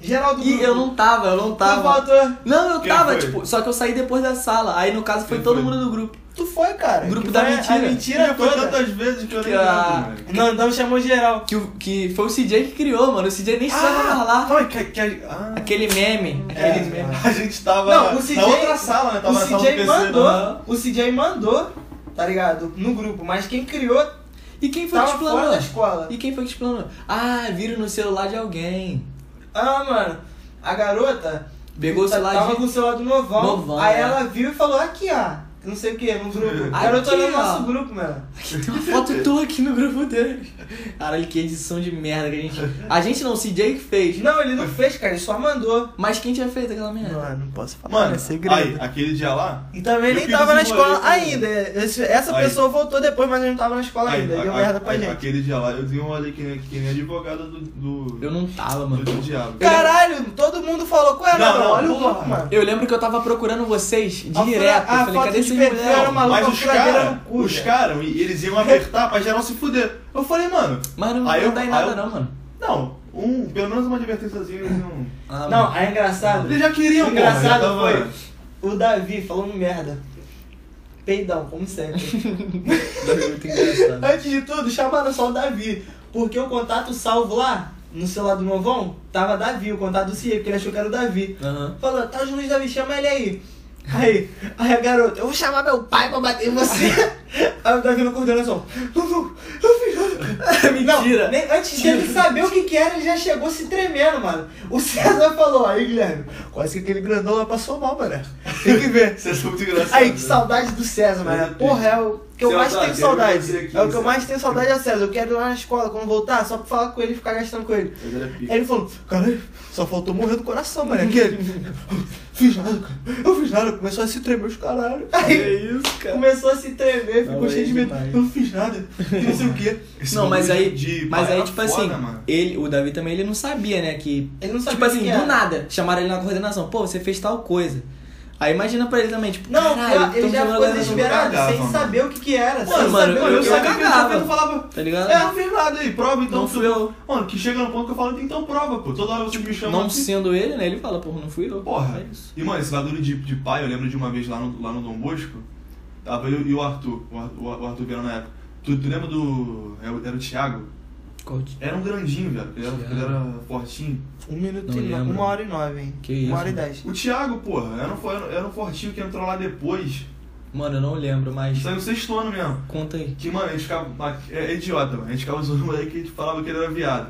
[SPEAKER 3] Geral do
[SPEAKER 4] E eu não tava, eu não
[SPEAKER 3] Tu
[SPEAKER 4] tava.
[SPEAKER 3] faltou.
[SPEAKER 4] Não, eu
[SPEAKER 1] Quem
[SPEAKER 4] tava,
[SPEAKER 1] foi?
[SPEAKER 4] tipo, só que eu saí depois da sala. Aí no caso foi
[SPEAKER 1] Quem
[SPEAKER 4] todo
[SPEAKER 1] foi?
[SPEAKER 4] mundo do grupo.
[SPEAKER 3] Tu foi, cara.
[SPEAKER 4] Grupo
[SPEAKER 3] Que
[SPEAKER 4] da
[SPEAKER 3] foi a-
[SPEAKER 4] mentira.
[SPEAKER 3] A mentira
[SPEAKER 1] Foi
[SPEAKER 3] toda.
[SPEAKER 1] tantas vezes que Ah, é eu nem
[SPEAKER 4] Que a-
[SPEAKER 1] lembro, velho.
[SPEAKER 3] Nandão chamou geral.
[SPEAKER 4] Que, o- que foi o CJ que criou, mano. O CJ
[SPEAKER 3] Ah!
[SPEAKER 4] nem precisava falar.
[SPEAKER 1] não, que, que, ah, É.
[SPEAKER 4] Aquele meme. Aquele meme.
[SPEAKER 1] a gente tava
[SPEAKER 3] Não, o CJ
[SPEAKER 1] na outra sala, né? Tava na
[SPEAKER 3] o
[SPEAKER 1] sala do
[SPEAKER 3] CJ
[SPEAKER 1] PC.
[SPEAKER 3] mandou,
[SPEAKER 1] né?
[SPEAKER 3] o CJ mandou, tá ligado? No grupo, mas quem criou
[SPEAKER 4] E quem foi que
[SPEAKER 3] tava fora da
[SPEAKER 4] explanou?
[SPEAKER 3] escola.
[SPEAKER 4] E quem foi que explanou? Ah, viram no celular de alguém.
[SPEAKER 3] Ah, mano, a garota
[SPEAKER 4] Pegou o
[SPEAKER 3] ta-
[SPEAKER 4] celular
[SPEAKER 3] tava
[SPEAKER 4] de-
[SPEAKER 3] com o celular do novão,
[SPEAKER 4] Novão,
[SPEAKER 3] aí
[SPEAKER 4] é.
[SPEAKER 3] ela viu e falou aqui, ó. Não sei o que, no grupo. A
[SPEAKER 4] Aqui,
[SPEAKER 3] garota olhou no
[SPEAKER 4] ó.
[SPEAKER 3] nosso grupo, mano.
[SPEAKER 4] Aqui tem uma foto tua aqui no grupo dele. Caralho, que edição de merda que a gente. A gente não, o CJ que fez.
[SPEAKER 3] Não, ele não fez, cara, ele só mandou.
[SPEAKER 4] Mas quem tinha feito aquela merda?
[SPEAKER 3] não posso é
[SPEAKER 1] Mano, aí, aquele dia lá,
[SPEAKER 3] E também
[SPEAKER 1] Eu
[SPEAKER 3] nem
[SPEAKER 1] que
[SPEAKER 3] tava na
[SPEAKER 1] desenrolei
[SPEAKER 3] escola
[SPEAKER 1] tudo.
[SPEAKER 3] ainda. Esse- essa
[SPEAKER 1] Aí.
[SPEAKER 3] pessoa voltou depois, mas ele não tava na escola
[SPEAKER 1] Aí,
[SPEAKER 3] ainda.
[SPEAKER 1] a-
[SPEAKER 3] Deu
[SPEAKER 1] a-
[SPEAKER 3] merda pra
[SPEAKER 1] aí,
[SPEAKER 3] gente.
[SPEAKER 1] Aquele dia lá, eu desenrolei que nem, que nem advogada do, do,
[SPEAKER 4] Eu não tava,
[SPEAKER 1] do,
[SPEAKER 4] mano.
[SPEAKER 1] diabo.
[SPEAKER 3] Caralho, todo mundo falou, qual era?
[SPEAKER 1] Não, não,
[SPEAKER 3] olha o
[SPEAKER 1] porra.
[SPEAKER 3] grupo, mano.
[SPEAKER 4] Eu lembro que eu tava procurando vocês
[SPEAKER 3] foto-
[SPEAKER 4] direto.
[SPEAKER 3] a
[SPEAKER 4] eu falei,
[SPEAKER 3] foto
[SPEAKER 4] cadê
[SPEAKER 3] de
[SPEAKER 4] esses
[SPEAKER 3] perfil era
[SPEAKER 4] moleques?
[SPEAKER 3] uma-
[SPEAKER 1] Mas
[SPEAKER 3] maluco,
[SPEAKER 1] os
[SPEAKER 3] a furadeira
[SPEAKER 1] caras,
[SPEAKER 3] no cu,
[SPEAKER 1] os
[SPEAKER 3] velho.
[SPEAKER 1] caras, eles iam apertar pra geral se fuder. Eu falei, mano,
[SPEAKER 4] Mas não,
[SPEAKER 1] Aí
[SPEAKER 4] não
[SPEAKER 1] eu-
[SPEAKER 4] dá em
[SPEAKER 1] aí
[SPEAKER 4] nada,
[SPEAKER 1] eu-
[SPEAKER 4] não, mano.
[SPEAKER 1] não, um, pelo menos uma advertênciazinha, eles iam...
[SPEAKER 4] Ah,
[SPEAKER 3] Não,
[SPEAKER 4] mano.
[SPEAKER 3] aí é engraçado.
[SPEAKER 1] Eles já queriam,
[SPEAKER 3] O
[SPEAKER 1] porra, já
[SPEAKER 3] engraçado
[SPEAKER 1] tava-
[SPEAKER 3] foi o Davi falando merda. Peidão, como sempre.
[SPEAKER 4] Foi muito engraçado.
[SPEAKER 3] Antes de tudo, chamaram só o Davi. Porque o contato salvo lá, no celular do Novão, tava Davi, o contato do CIE, porque ele achou que era o Davi.
[SPEAKER 4] Aham.
[SPEAKER 3] Falou, tá o Luiz Davi, chama ele aí. Aí, aí a garota, eu vou chamar meu pai pra bater em você. aí o Davi não coordenação. Não, não, eu fiz
[SPEAKER 1] É
[SPEAKER 3] nada.
[SPEAKER 4] Mentira.
[SPEAKER 3] Não, nem- antes dele saber o que que era, ele já chegou se tremendo, mano. O César falou, aí Guilherme, quase que aquele grandão lá passou mal, mano. Tem que ver.
[SPEAKER 1] Vocês são muito engraçados.
[SPEAKER 3] Aí, que
[SPEAKER 1] né?
[SPEAKER 3] saudade do César, mano. Porra, é o que eu
[SPEAKER 1] César,
[SPEAKER 3] mais tenho
[SPEAKER 1] quero você aqui,
[SPEAKER 3] saudade. É o que eu
[SPEAKER 1] César.
[SPEAKER 3] mais tenho saudade é o César. Eu quero ir lá na escola, quando voltar, só pra falar com ele e ficar gastando com ele.
[SPEAKER 1] Mas era pica.
[SPEAKER 3] Aí ele falou, caralho, só faltou morrer do coração, mano.
[SPEAKER 1] é-
[SPEAKER 3] Aquele. Fiz nada, cara. Eu fiz nada. Começou a se tremer os caralho. Aí
[SPEAKER 4] isso,
[SPEAKER 3] começou a se tremer, é ficou
[SPEAKER 4] Não, é
[SPEAKER 3] cheio de medo.
[SPEAKER 4] demais.
[SPEAKER 3] Eu não fiz nada. e Não sei o quê.
[SPEAKER 1] Esse
[SPEAKER 4] Não, mas
[SPEAKER 1] bagulho
[SPEAKER 4] aí,
[SPEAKER 1] de
[SPEAKER 4] mas aí
[SPEAKER 1] parar
[SPEAKER 4] tipo
[SPEAKER 1] foda,
[SPEAKER 4] assim,
[SPEAKER 1] mano.
[SPEAKER 4] ele, o Davi também, ele não sabia, né, que
[SPEAKER 3] Ele não sabia
[SPEAKER 4] tipo
[SPEAKER 3] o que
[SPEAKER 4] assim,
[SPEAKER 3] era.
[SPEAKER 4] do nada, chamaram ele na coordenação, pô, você fez tal coisa. Aí imagina pra ele também, tipo,
[SPEAKER 2] Não,
[SPEAKER 4] caralho,
[SPEAKER 2] ele
[SPEAKER 4] tão
[SPEAKER 2] já
[SPEAKER 4] chamando a
[SPEAKER 2] ficou
[SPEAKER 4] galera pra-
[SPEAKER 2] desesperado,
[SPEAKER 1] cagava,
[SPEAKER 2] sem
[SPEAKER 1] mano.
[SPEAKER 2] saber o que que era.
[SPEAKER 4] Mano,
[SPEAKER 2] sem
[SPEAKER 4] mano,
[SPEAKER 2] saber o
[SPEAKER 1] Mano, eu
[SPEAKER 2] que
[SPEAKER 4] eu
[SPEAKER 1] sabia que ele tava
[SPEAKER 4] cagava.
[SPEAKER 1] vendo falava.
[SPEAKER 4] Tá ligado?
[SPEAKER 1] É, não fiz nada aí, prova então.
[SPEAKER 4] Não fui eu.
[SPEAKER 1] Mano, que chega no ponto que eu falo, então prova, pô. Toda hora você me chama.
[SPEAKER 4] Não
[SPEAKER 1] aqui.
[SPEAKER 4] sendo ele, né? Ele fala, porra, não fui eu.
[SPEAKER 1] Porra.
[SPEAKER 4] É isso.
[SPEAKER 1] E, mano, esse bagulho de, de pai, eu lembro de uma vez lá no, lá no Dom Bosco, tava eu e o Arthur, o, Ar- o, Ar- o Arthur Vera na época. Tu, tu lembra do. Era, o- era o Thiago?
[SPEAKER 4] Coach.
[SPEAKER 1] Era um grandinho, velho. Ele era, ele era fortinho.
[SPEAKER 3] Um minuto
[SPEAKER 4] Não
[SPEAKER 3] e nove.
[SPEAKER 4] lembro.
[SPEAKER 3] Uma hora e nove, hein?
[SPEAKER 4] Que isso,
[SPEAKER 3] Uma hora e
[SPEAKER 4] mano.
[SPEAKER 3] dez.
[SPEAKER 1] O Thiago, porra, era um, fo- era um- era um fortinho que entrou lá depois.
[SPEAKER 4] Mano, eu não lembro, mas.
[SPEAKER 1] Saiu no sexto ano mesmo.
[SPEAKER 4] Conta aí.
[SPEAKER 1] Que, mano, a gente ficava. É, é idiota, mano. A gente ficava zoando o moleque que a gente falava que ele era viado.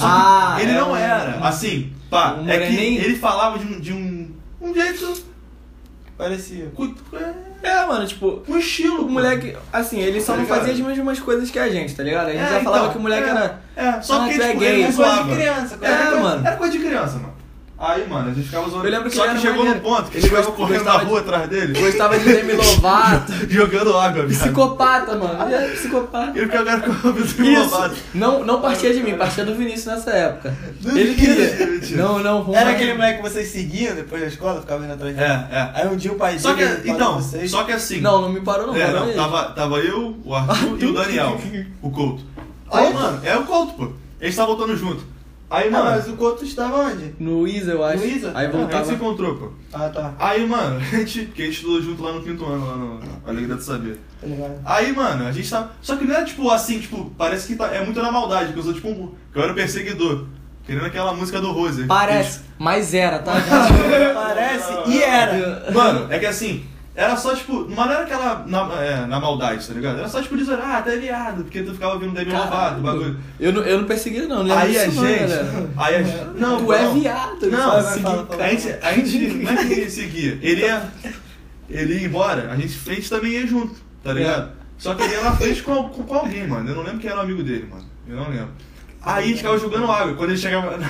[SPEAKER 4] Ah,
[SPEAKER 1] ele
[SPEAKER 4] é
[SPEAKER 1] não
[SPEAKER 4] um-
[SPEAKER 1] era. Assim, pá,
[SPEAKER 4] um
[SPEAKER 1] é que
[SPEAKER 4] moreninho?
[SPEAKER 1] ele falava de um. De um, um jeito.
[SPEAKER 3] Parecia.
[SPEAKER 1] cu- é,
[SPEAKER 4] É, mano, tipo,
[SPEAKER 1] Um estilo.
[SPEAKER 4] o
[SPEAKER 1] pô.
[SPEAKER 4] moleque, assim, ele só
[SPEAKER 1] Tá
[SPEAKER 4] não
[SPEAKER 1] ligado?
[SPEAKER 4] fazia as mesmas coisas que a gente, tá ligado? A gente
[SPEAKER 1] É,
[SPEAKER 4] já falava
[SPEAKER 1] então,
[SPEAKER 4] que o moleque
[SPEAKER 1] é.
[SPEAKER 4] era.
[SPEAKER 1] É, só
[SPEAKER 4] Ah,
[SPEAKER 1] porque
[SPEAKER 4] tu é
[SPEAKER 1] tipo,
[SPEAKER 4] gay,
[SPEAKER 1] ele não
[SPEAKER 4] tu é
[SPEAKER 1] zoava.
[SPEAKER 4] de
[SPEAKER 2] criança,
[SPEAKER 1] era,
[SPEAKER 4] É,
[SPEAKER 1] coisa,
[SPEAKER 4] mano.
[SPEAKER 1] era coisa de criança, mano. Aí, mano, a gente ficava zoando.
[SPEAKER 4] Eu lembro que
[SPEAKER 1] Só
[SPEAKER 4] ele
[SPEAKER 1] que
[SPEAKER 4] era
[SPEAKER 1] chegou num
[SPEAKER 4] maneiro.
[SPEAKER 1] ponto que ele
[SPEAKER 4] Ele
[SPEAKER 1] ficava
[SPEAKER 4] gost-
[SPEAKER 1] correndo na
[SPEAKER 4] gostava de-
[SPEAKER 1] rua atrás dele,
[SPEAKER 4] Gostava de Demi Lovato.
[SPEAKER 1] jogando água, viado.
[SPEAKER 4] psicopata, mano. Ele era psicopata.
[SPEAKER 1] Ele ficava com a cabeça
[SPEAKER 4] Isso. Não, não partia de mim, partia do Vinícius nessa época. Ele queria. Não, não, rumo.
[SPEAKER 3] Era aquele moleque que vocês seguiam depois da escola, ficava indo atrás
[SPEAKER 1] É,
[SPEAKER 3] dele.
[SPEAKER 1] é.
[SPEAKER 3] Aí um dia o pai
[SPEAKER 1] Só que,
[SPEAKER 3] dele falou
[SPEAKER 1] então,
[SPEAKER 3] pra vocês.
[SPEAKER 1] só que assim.
[SPEAKER 4] Não, não me parou, não.
[SPEAKER 1] é,
[SPEAKER 4] parou
[SPEAKER 1] não,
[SPEAKER 4] ele.
[SPEAKER 1] tava, tava eu, o Arthur e o Daniel, o Couto. Aí,
[SPEAKER 3] Couto?
[SPEAKER 1] mano, é o Couto, pô. Eles estavam voltando junto. Aí,
[SPEAKER 3] Ah,
[SPEAKER 1] mano,
[SPEAKER 3] mas o Couto estava onde?
[SPEAKER 4] No Isa, eu acho.
[SPEAKER 3] No Isa?
[SPEAKER 4] Aí
[SPEAKER 1] a gente se
[SPEAKER 4] voltava.
[SPEAKER 1] encontrou, pô.
[SPEAKER 3] Ah, tá.
[SPEAKER 1] Aí, mano, a gente, que a gente estudou junto lá no quinto ano, lá no Alegria de Saber.
[SPEAKER 3] Tá ligado?
[SPEAKER 1] Aí, mano, a gente tá. Só que não era tipo assim, tipo, parece que tá... é muito na maldade, que eu sou tipo um. que eu era o perseguidor. Querendo aquela música do Rose.
[SPEAKER 4] Parece, mas era, tá?
[SPEAKER 3] Parece
[SPEAKER 1] Ah,
[SPEAKER 3] e era.
[SPEAKER 1] Mano, é que assim, era só tipo. Mas não era aquela na, é, na maldade, tá ligado? Era só tipo dizer, ah, tá viado, porque tu ficava ouvindo Demi Lovato, o bagulho.
[SPEAKER 4] Eu não, eu não persegui, não. não
[SPEAKER 1] Aí a
[SPEAKER 4] isso, não,
[SPEAKER 1] gente.
[SPEAKER 4] galera.
[SPEAKER 1] Aí a gente. Não,
[SPEAKER 4] tu é
[SPEAKER 1] não.
[SPEAKER 4] viado.
[SPEAKER 1] Não,
[SPEAKER 4] só
[SPEAKER 1] vai,
[SPEAKER 4] seguir,
[SPEAKER 3] fala,
[SPEAKER 4] cara.
[SPEAKER 1] A gente, a gente não é que ele seguia. Ele ia, ele ia embora, a gente, a gente também ia junto,
[SPEAKER 4] É.
[SPEAKER 1] tá ligado? Só que ele ia na frente com, al- com, com alguém, mano. Eu não lembro quem era o amigo dele, mano. Eu não lembro. Aí a gente ficava jogando água. Quando ele chegava na,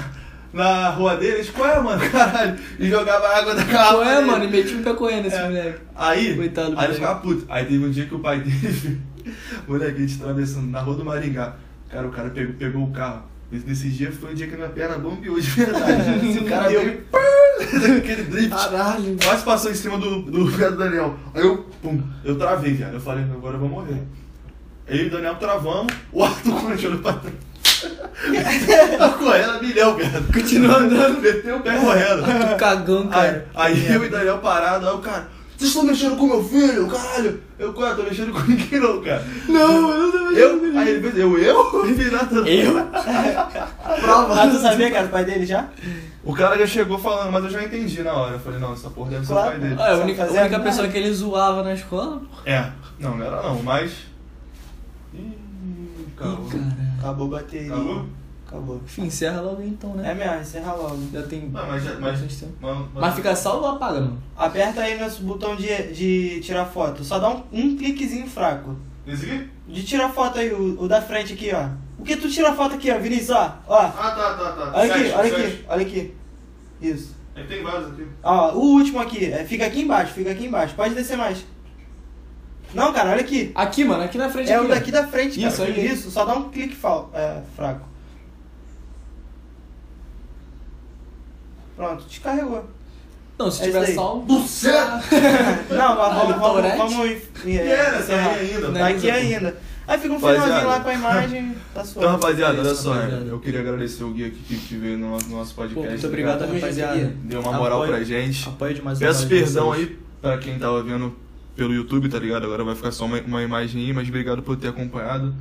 [SPEAKER 1] na rua dele, a gente, qual é, mano? Caralho. E jogava água da garrafa.
[SPEAKER 4] Qual é,
[SPEAKER 1] dele.
[SPEAKER 4] mano? E meti um pé correndo esse
[SPEAKER 1] É.
[SPEAKER 4] moleque.
[SPEAKER 1] Aí,
[SPEAKER 4] Coitado
[SPEAKER 1] aí
[SPEAKER 4] do
[SPEAKER 1] ele
[SPEAKER 4] moleque.
[SPEAKER 1] ficava puto. Aí teve um dia que o pai dele. Moleque, a gente atravessando na rua do Maringá. Cara, o cara pegou, pegou o carro. Esse- Nesse dia foi o dia que minha perna bombeou de verdade. Esse cara Ah, deu aquele drift.
[SPEAKER 4] Caralho.
[SPEAKER 1] Quase passou em cima do, do pé do Daniel. Aí eu, pum, eu travei, cara. Eu falei, agora eu vou morrer. Eu e o Daniel travamos, o Arthur quando a gente olhou pra trás. Tá correndo a milhão, cara. Continua andando, meteu o pé correndo.
[SPEAKER 4] Tu cagão,
[SPEAKER 1] Aí,
[SPEAKER 4] cara.
[SPEAKER 1] aí eu e Daniel parado, aí o cara, vocês estão mexendo com meu filho, caralho! Eu, cara, tô mexendo com ninguém não, cara.
[SPEAKER 4] Não, eu não
[SPEAKER 1] Eu? Aí ele fez, eu, eu? Virada.
[SPEAKER 4] Eu?
[SPEAKER 3] Mas Ah, tu sabia que era o pai dele já?
[SPEAKER 1] O cara já chegou falando, mas eu já entendi na hora. Eu falei, não, essa porra deve ser
[SPEAKER 3] Claro.
[SPEAKER 1] o pai dele.
[SPEAKER 4] Ah, a única, a
[SPEAKER 3] Fazer
[SPEAKER 4] única
[SPEAKER 3] a
[SPEAKER 4] pessoa que ele zoava na escola, pô.
[SPEAKER 1] É, não, não era não, mas. Ih, acabou.
[SPEAKER 4] Caralho.
[SPEAKER 3] Acabou a bateria.
[SPEAKER 1] Acabou?
[SPEAKER 3] Acabou.
[SPEAKER 4] Enfim, encerra logo então,
[SPEAKER 3] É
[SPEAKER 4] né?
[SPEAKER 3] mesmo, encerra logo.
[SPEAKER 4] Já tem
[SPEAKER 1] Não, mas, mas, mas,
[SPEAKER 4] bastante tempo. Mas fica salvo ou apaga, mano?
[SPEAKER 3] Aperta aí nosso botão de, de tirar foto. Só dá um, um cliquezinho fraco.
[SPEAKER 1] Esse aqui?
[SPEAKER 3] De tirar foto aí, o, o da frente aqui, ó. O que tu tira foto aqui, ó, Vinícius, ó. ó.
[SPEAKER 1] Ah, tá, tá, tá.
[SPEAKER 3] Olha aqui,
[SPEAKER 1] Sete,
[SPEAKER 3] olha
[SPEAKER 1] sete.
[SPEAKER 3] aqui, olha aqui. Isso.
[SPEAKER 1] É que tem vários aqui.
[SPEAKER 3] Ó, o último aqui. É, fica aqui embaixo, fica aqui embaixo. Pode descer mais. Não, cara, olha aqui.
[SPEAKER 4] Aqui, mano, aqui na frente.
[SPEAKER 3] É
[SPEAKER 4] aqui,
[SPEAKER 3] o
[SPEAKER 4] ó.
[SPEAKER 3] daqui da frente, cara.
[SPEAKER 4] Isso aí.
[SPEAKER 3] Isso, só dá um clique fal- é, fraco. Pronto, descarregou.
[SPEAKER 4] Não, se
[SPEAKER 3] É
[SPEAKER 4] tiver
[SPEAKER 3] isso aí.
[SPEAKER 4] salvo.
[SPEAKER 3] Não, mas vamos,
[SPEAKER 4] Ah,
[SPEAKER 3] vamos,
[SPEAKER 4] Tourette?
[SPEAKER 3] vamos, e-
[SPEAKER 4] É,
[SPEAKER 1] E era, tá
[SPEAKER 3] encerrar.
[SPEAKER 1] aí ainda.
[SPEAKER 3] Tá aqui ainda. Aí fica um finalzinho lá com a imagem, tá
[SPEAKER 1] Então,
[SPEAKER 3] suave.
[SPEAKER 1] rapaziada,
[SPEAKER 4] É
[SPEAKER 1] olha
[SPEAKER 4] isso,
[SPEAKER 1] só,
[SPEAKER 4] rapaziada.
[SPEAKER 1] eu queria agradecer o Gui aqui que que veio no nosso- no nosso
[SPEAKER 4] Pô,
[SPEAKER 1] podcast.
[SPEAKER 4] muito
[SPEAKER 1] tá
[SPEAKER 4] obrigado,
[SPEAKER 1] ligado?
[SPEAKER 4] rapaziada.
[SPEAKER 1] Deu uma moral
[SPEAKER 4] Apoio-
[SPEAKER 1] pra gente.
[SPEAKER 4] Apoio demais o
[SPEAKER 1] Peço
[SPEAKER 4] trabalho de
[SPEAKER 1] perdão
[SPEAKER 4] vocês.
[SPEAKER 1] aí pra quem tava vendo pelo YouTube, tá ligado? Agora vai ficar só uma, uma imagem aí, mas obrigado por ter acompanhado.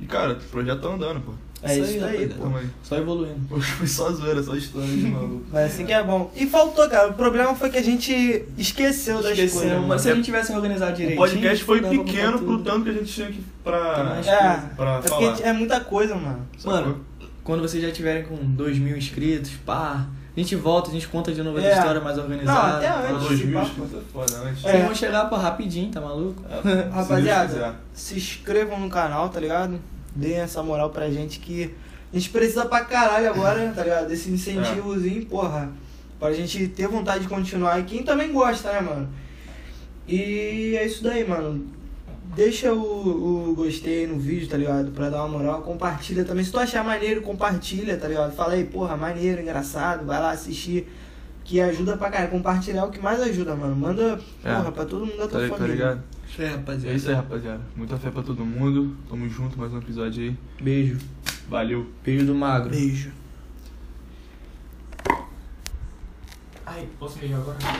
[SPEAKER 1] E cara, o projeto tá andando, pô.
[SPEAKER 3] É isso aí,
[SPEAKER 4] rapaziada.
[SPEAKER 3] pô.
[SPEAKER 1] Tamo aí.
[SPEAKER 4] Só evoluindo.
[SPEAKER 1] Foi só zoeira, só história de maluco.
[SPEAKER 3] Mas assim que é bom. E faltou, cara. O problema foi que a gente esqueceu das
[SPEAKER 4] Esqueceu,
[SPEAKER 3] coisas.
[SPEAKER 4] mas se a gente tivesse organizado
[SPEAKER 1] O
[SPEAKER 4] direitinho.
[SPEAKER 1] podcast foi
[SPEAKER 4] dava pra né? botar
[SPEAKER 1] pequeno pro
[SPEAKER 4] tudo.
[SPEAKER 1] tanto que a gente tinha que
[SPEAKER 4] Tem
[SPEAKER 1] pra.
[SPEAKER 4] mais
[SPEAKER 3] É,
[SPEAKER 1] pra
[SPEAKER 3] é porque
[SPEAKER 1] falar.
[SPEAKER 3] é muita coisa, mano.
[SPEAKER 4] Mano, quando vocês já tiverem com 2 mil inscritos, pá, a gente volta, a gente conta de novo
[SPEAKER 3] É.
[SPEAKER 4] essa história mais
[SPEAKER 3] Não,
[SPEAKER 4] organizada.
[SPEAKER 3] até
[SPEAKER 1] Pra
[SPEAKER 3] antes.
[SPEAKER 1] dois mil,
[SPEAKER 3] papo.
[SPEAKER 1] isso é foda, né?
[SPEAKER 3] É.
[SPEAKER 4] Vocês vão chegar, pô, rapidinho, tá maluco?
[SPEAKER 1] É,
[SPEAKER 3] Rapaziada.
[SPEAKER 1] se Deus quiser.
[SPEAKER 3] Se inscrevam no canal, tá ligado? Deem essa moral pra gente que a gente precisa pra caralho agora, tá ligado?
[SPEAKER 1] É.
[SPEAKER 3] Desse incentivozinho, porra. Pra gente ter vontade de continuar. E quem também gosta, né, mano? E é isso daí, mano. Deixa o, o gostei aí no vídeo, tá ligado? Pra dar uma moral. Compartilha também. Se tu achar maneiro, compartilha, tá ligado? Fala aí, porra, maneiro, engraçado. Vai lá assistir. Que ajuda pra caralho. Compartilhar é o que mais ajuda, mano. Manda,
[SPEAKER 1] É.
[SPEAKER 3] porra, pra todo mundo da
[SPEAKER 1] Tá,
[SPEAKER 3] tua
[SPEAKER 1] li- tá
[SPEAKER 3] família.
[SPEAKER 1] ligado?
[SPEAKER 4] Isso aí,
[SPEAKER 1] É
[SPEAKER 4] rapaziada.
[SPEAKER 1] isso aí, rapaziada. Muita fé pra todo mundo. Tamo junto, mais um episódio aí.
[SPEAKER 4] Beijo.
[SPEAKER 1] Valeu.
[SPEAKER 4] Beijo do magro.
[SPEAKER 3] Beijo.
[SPEAKER 4] Ai, posso beijar agora?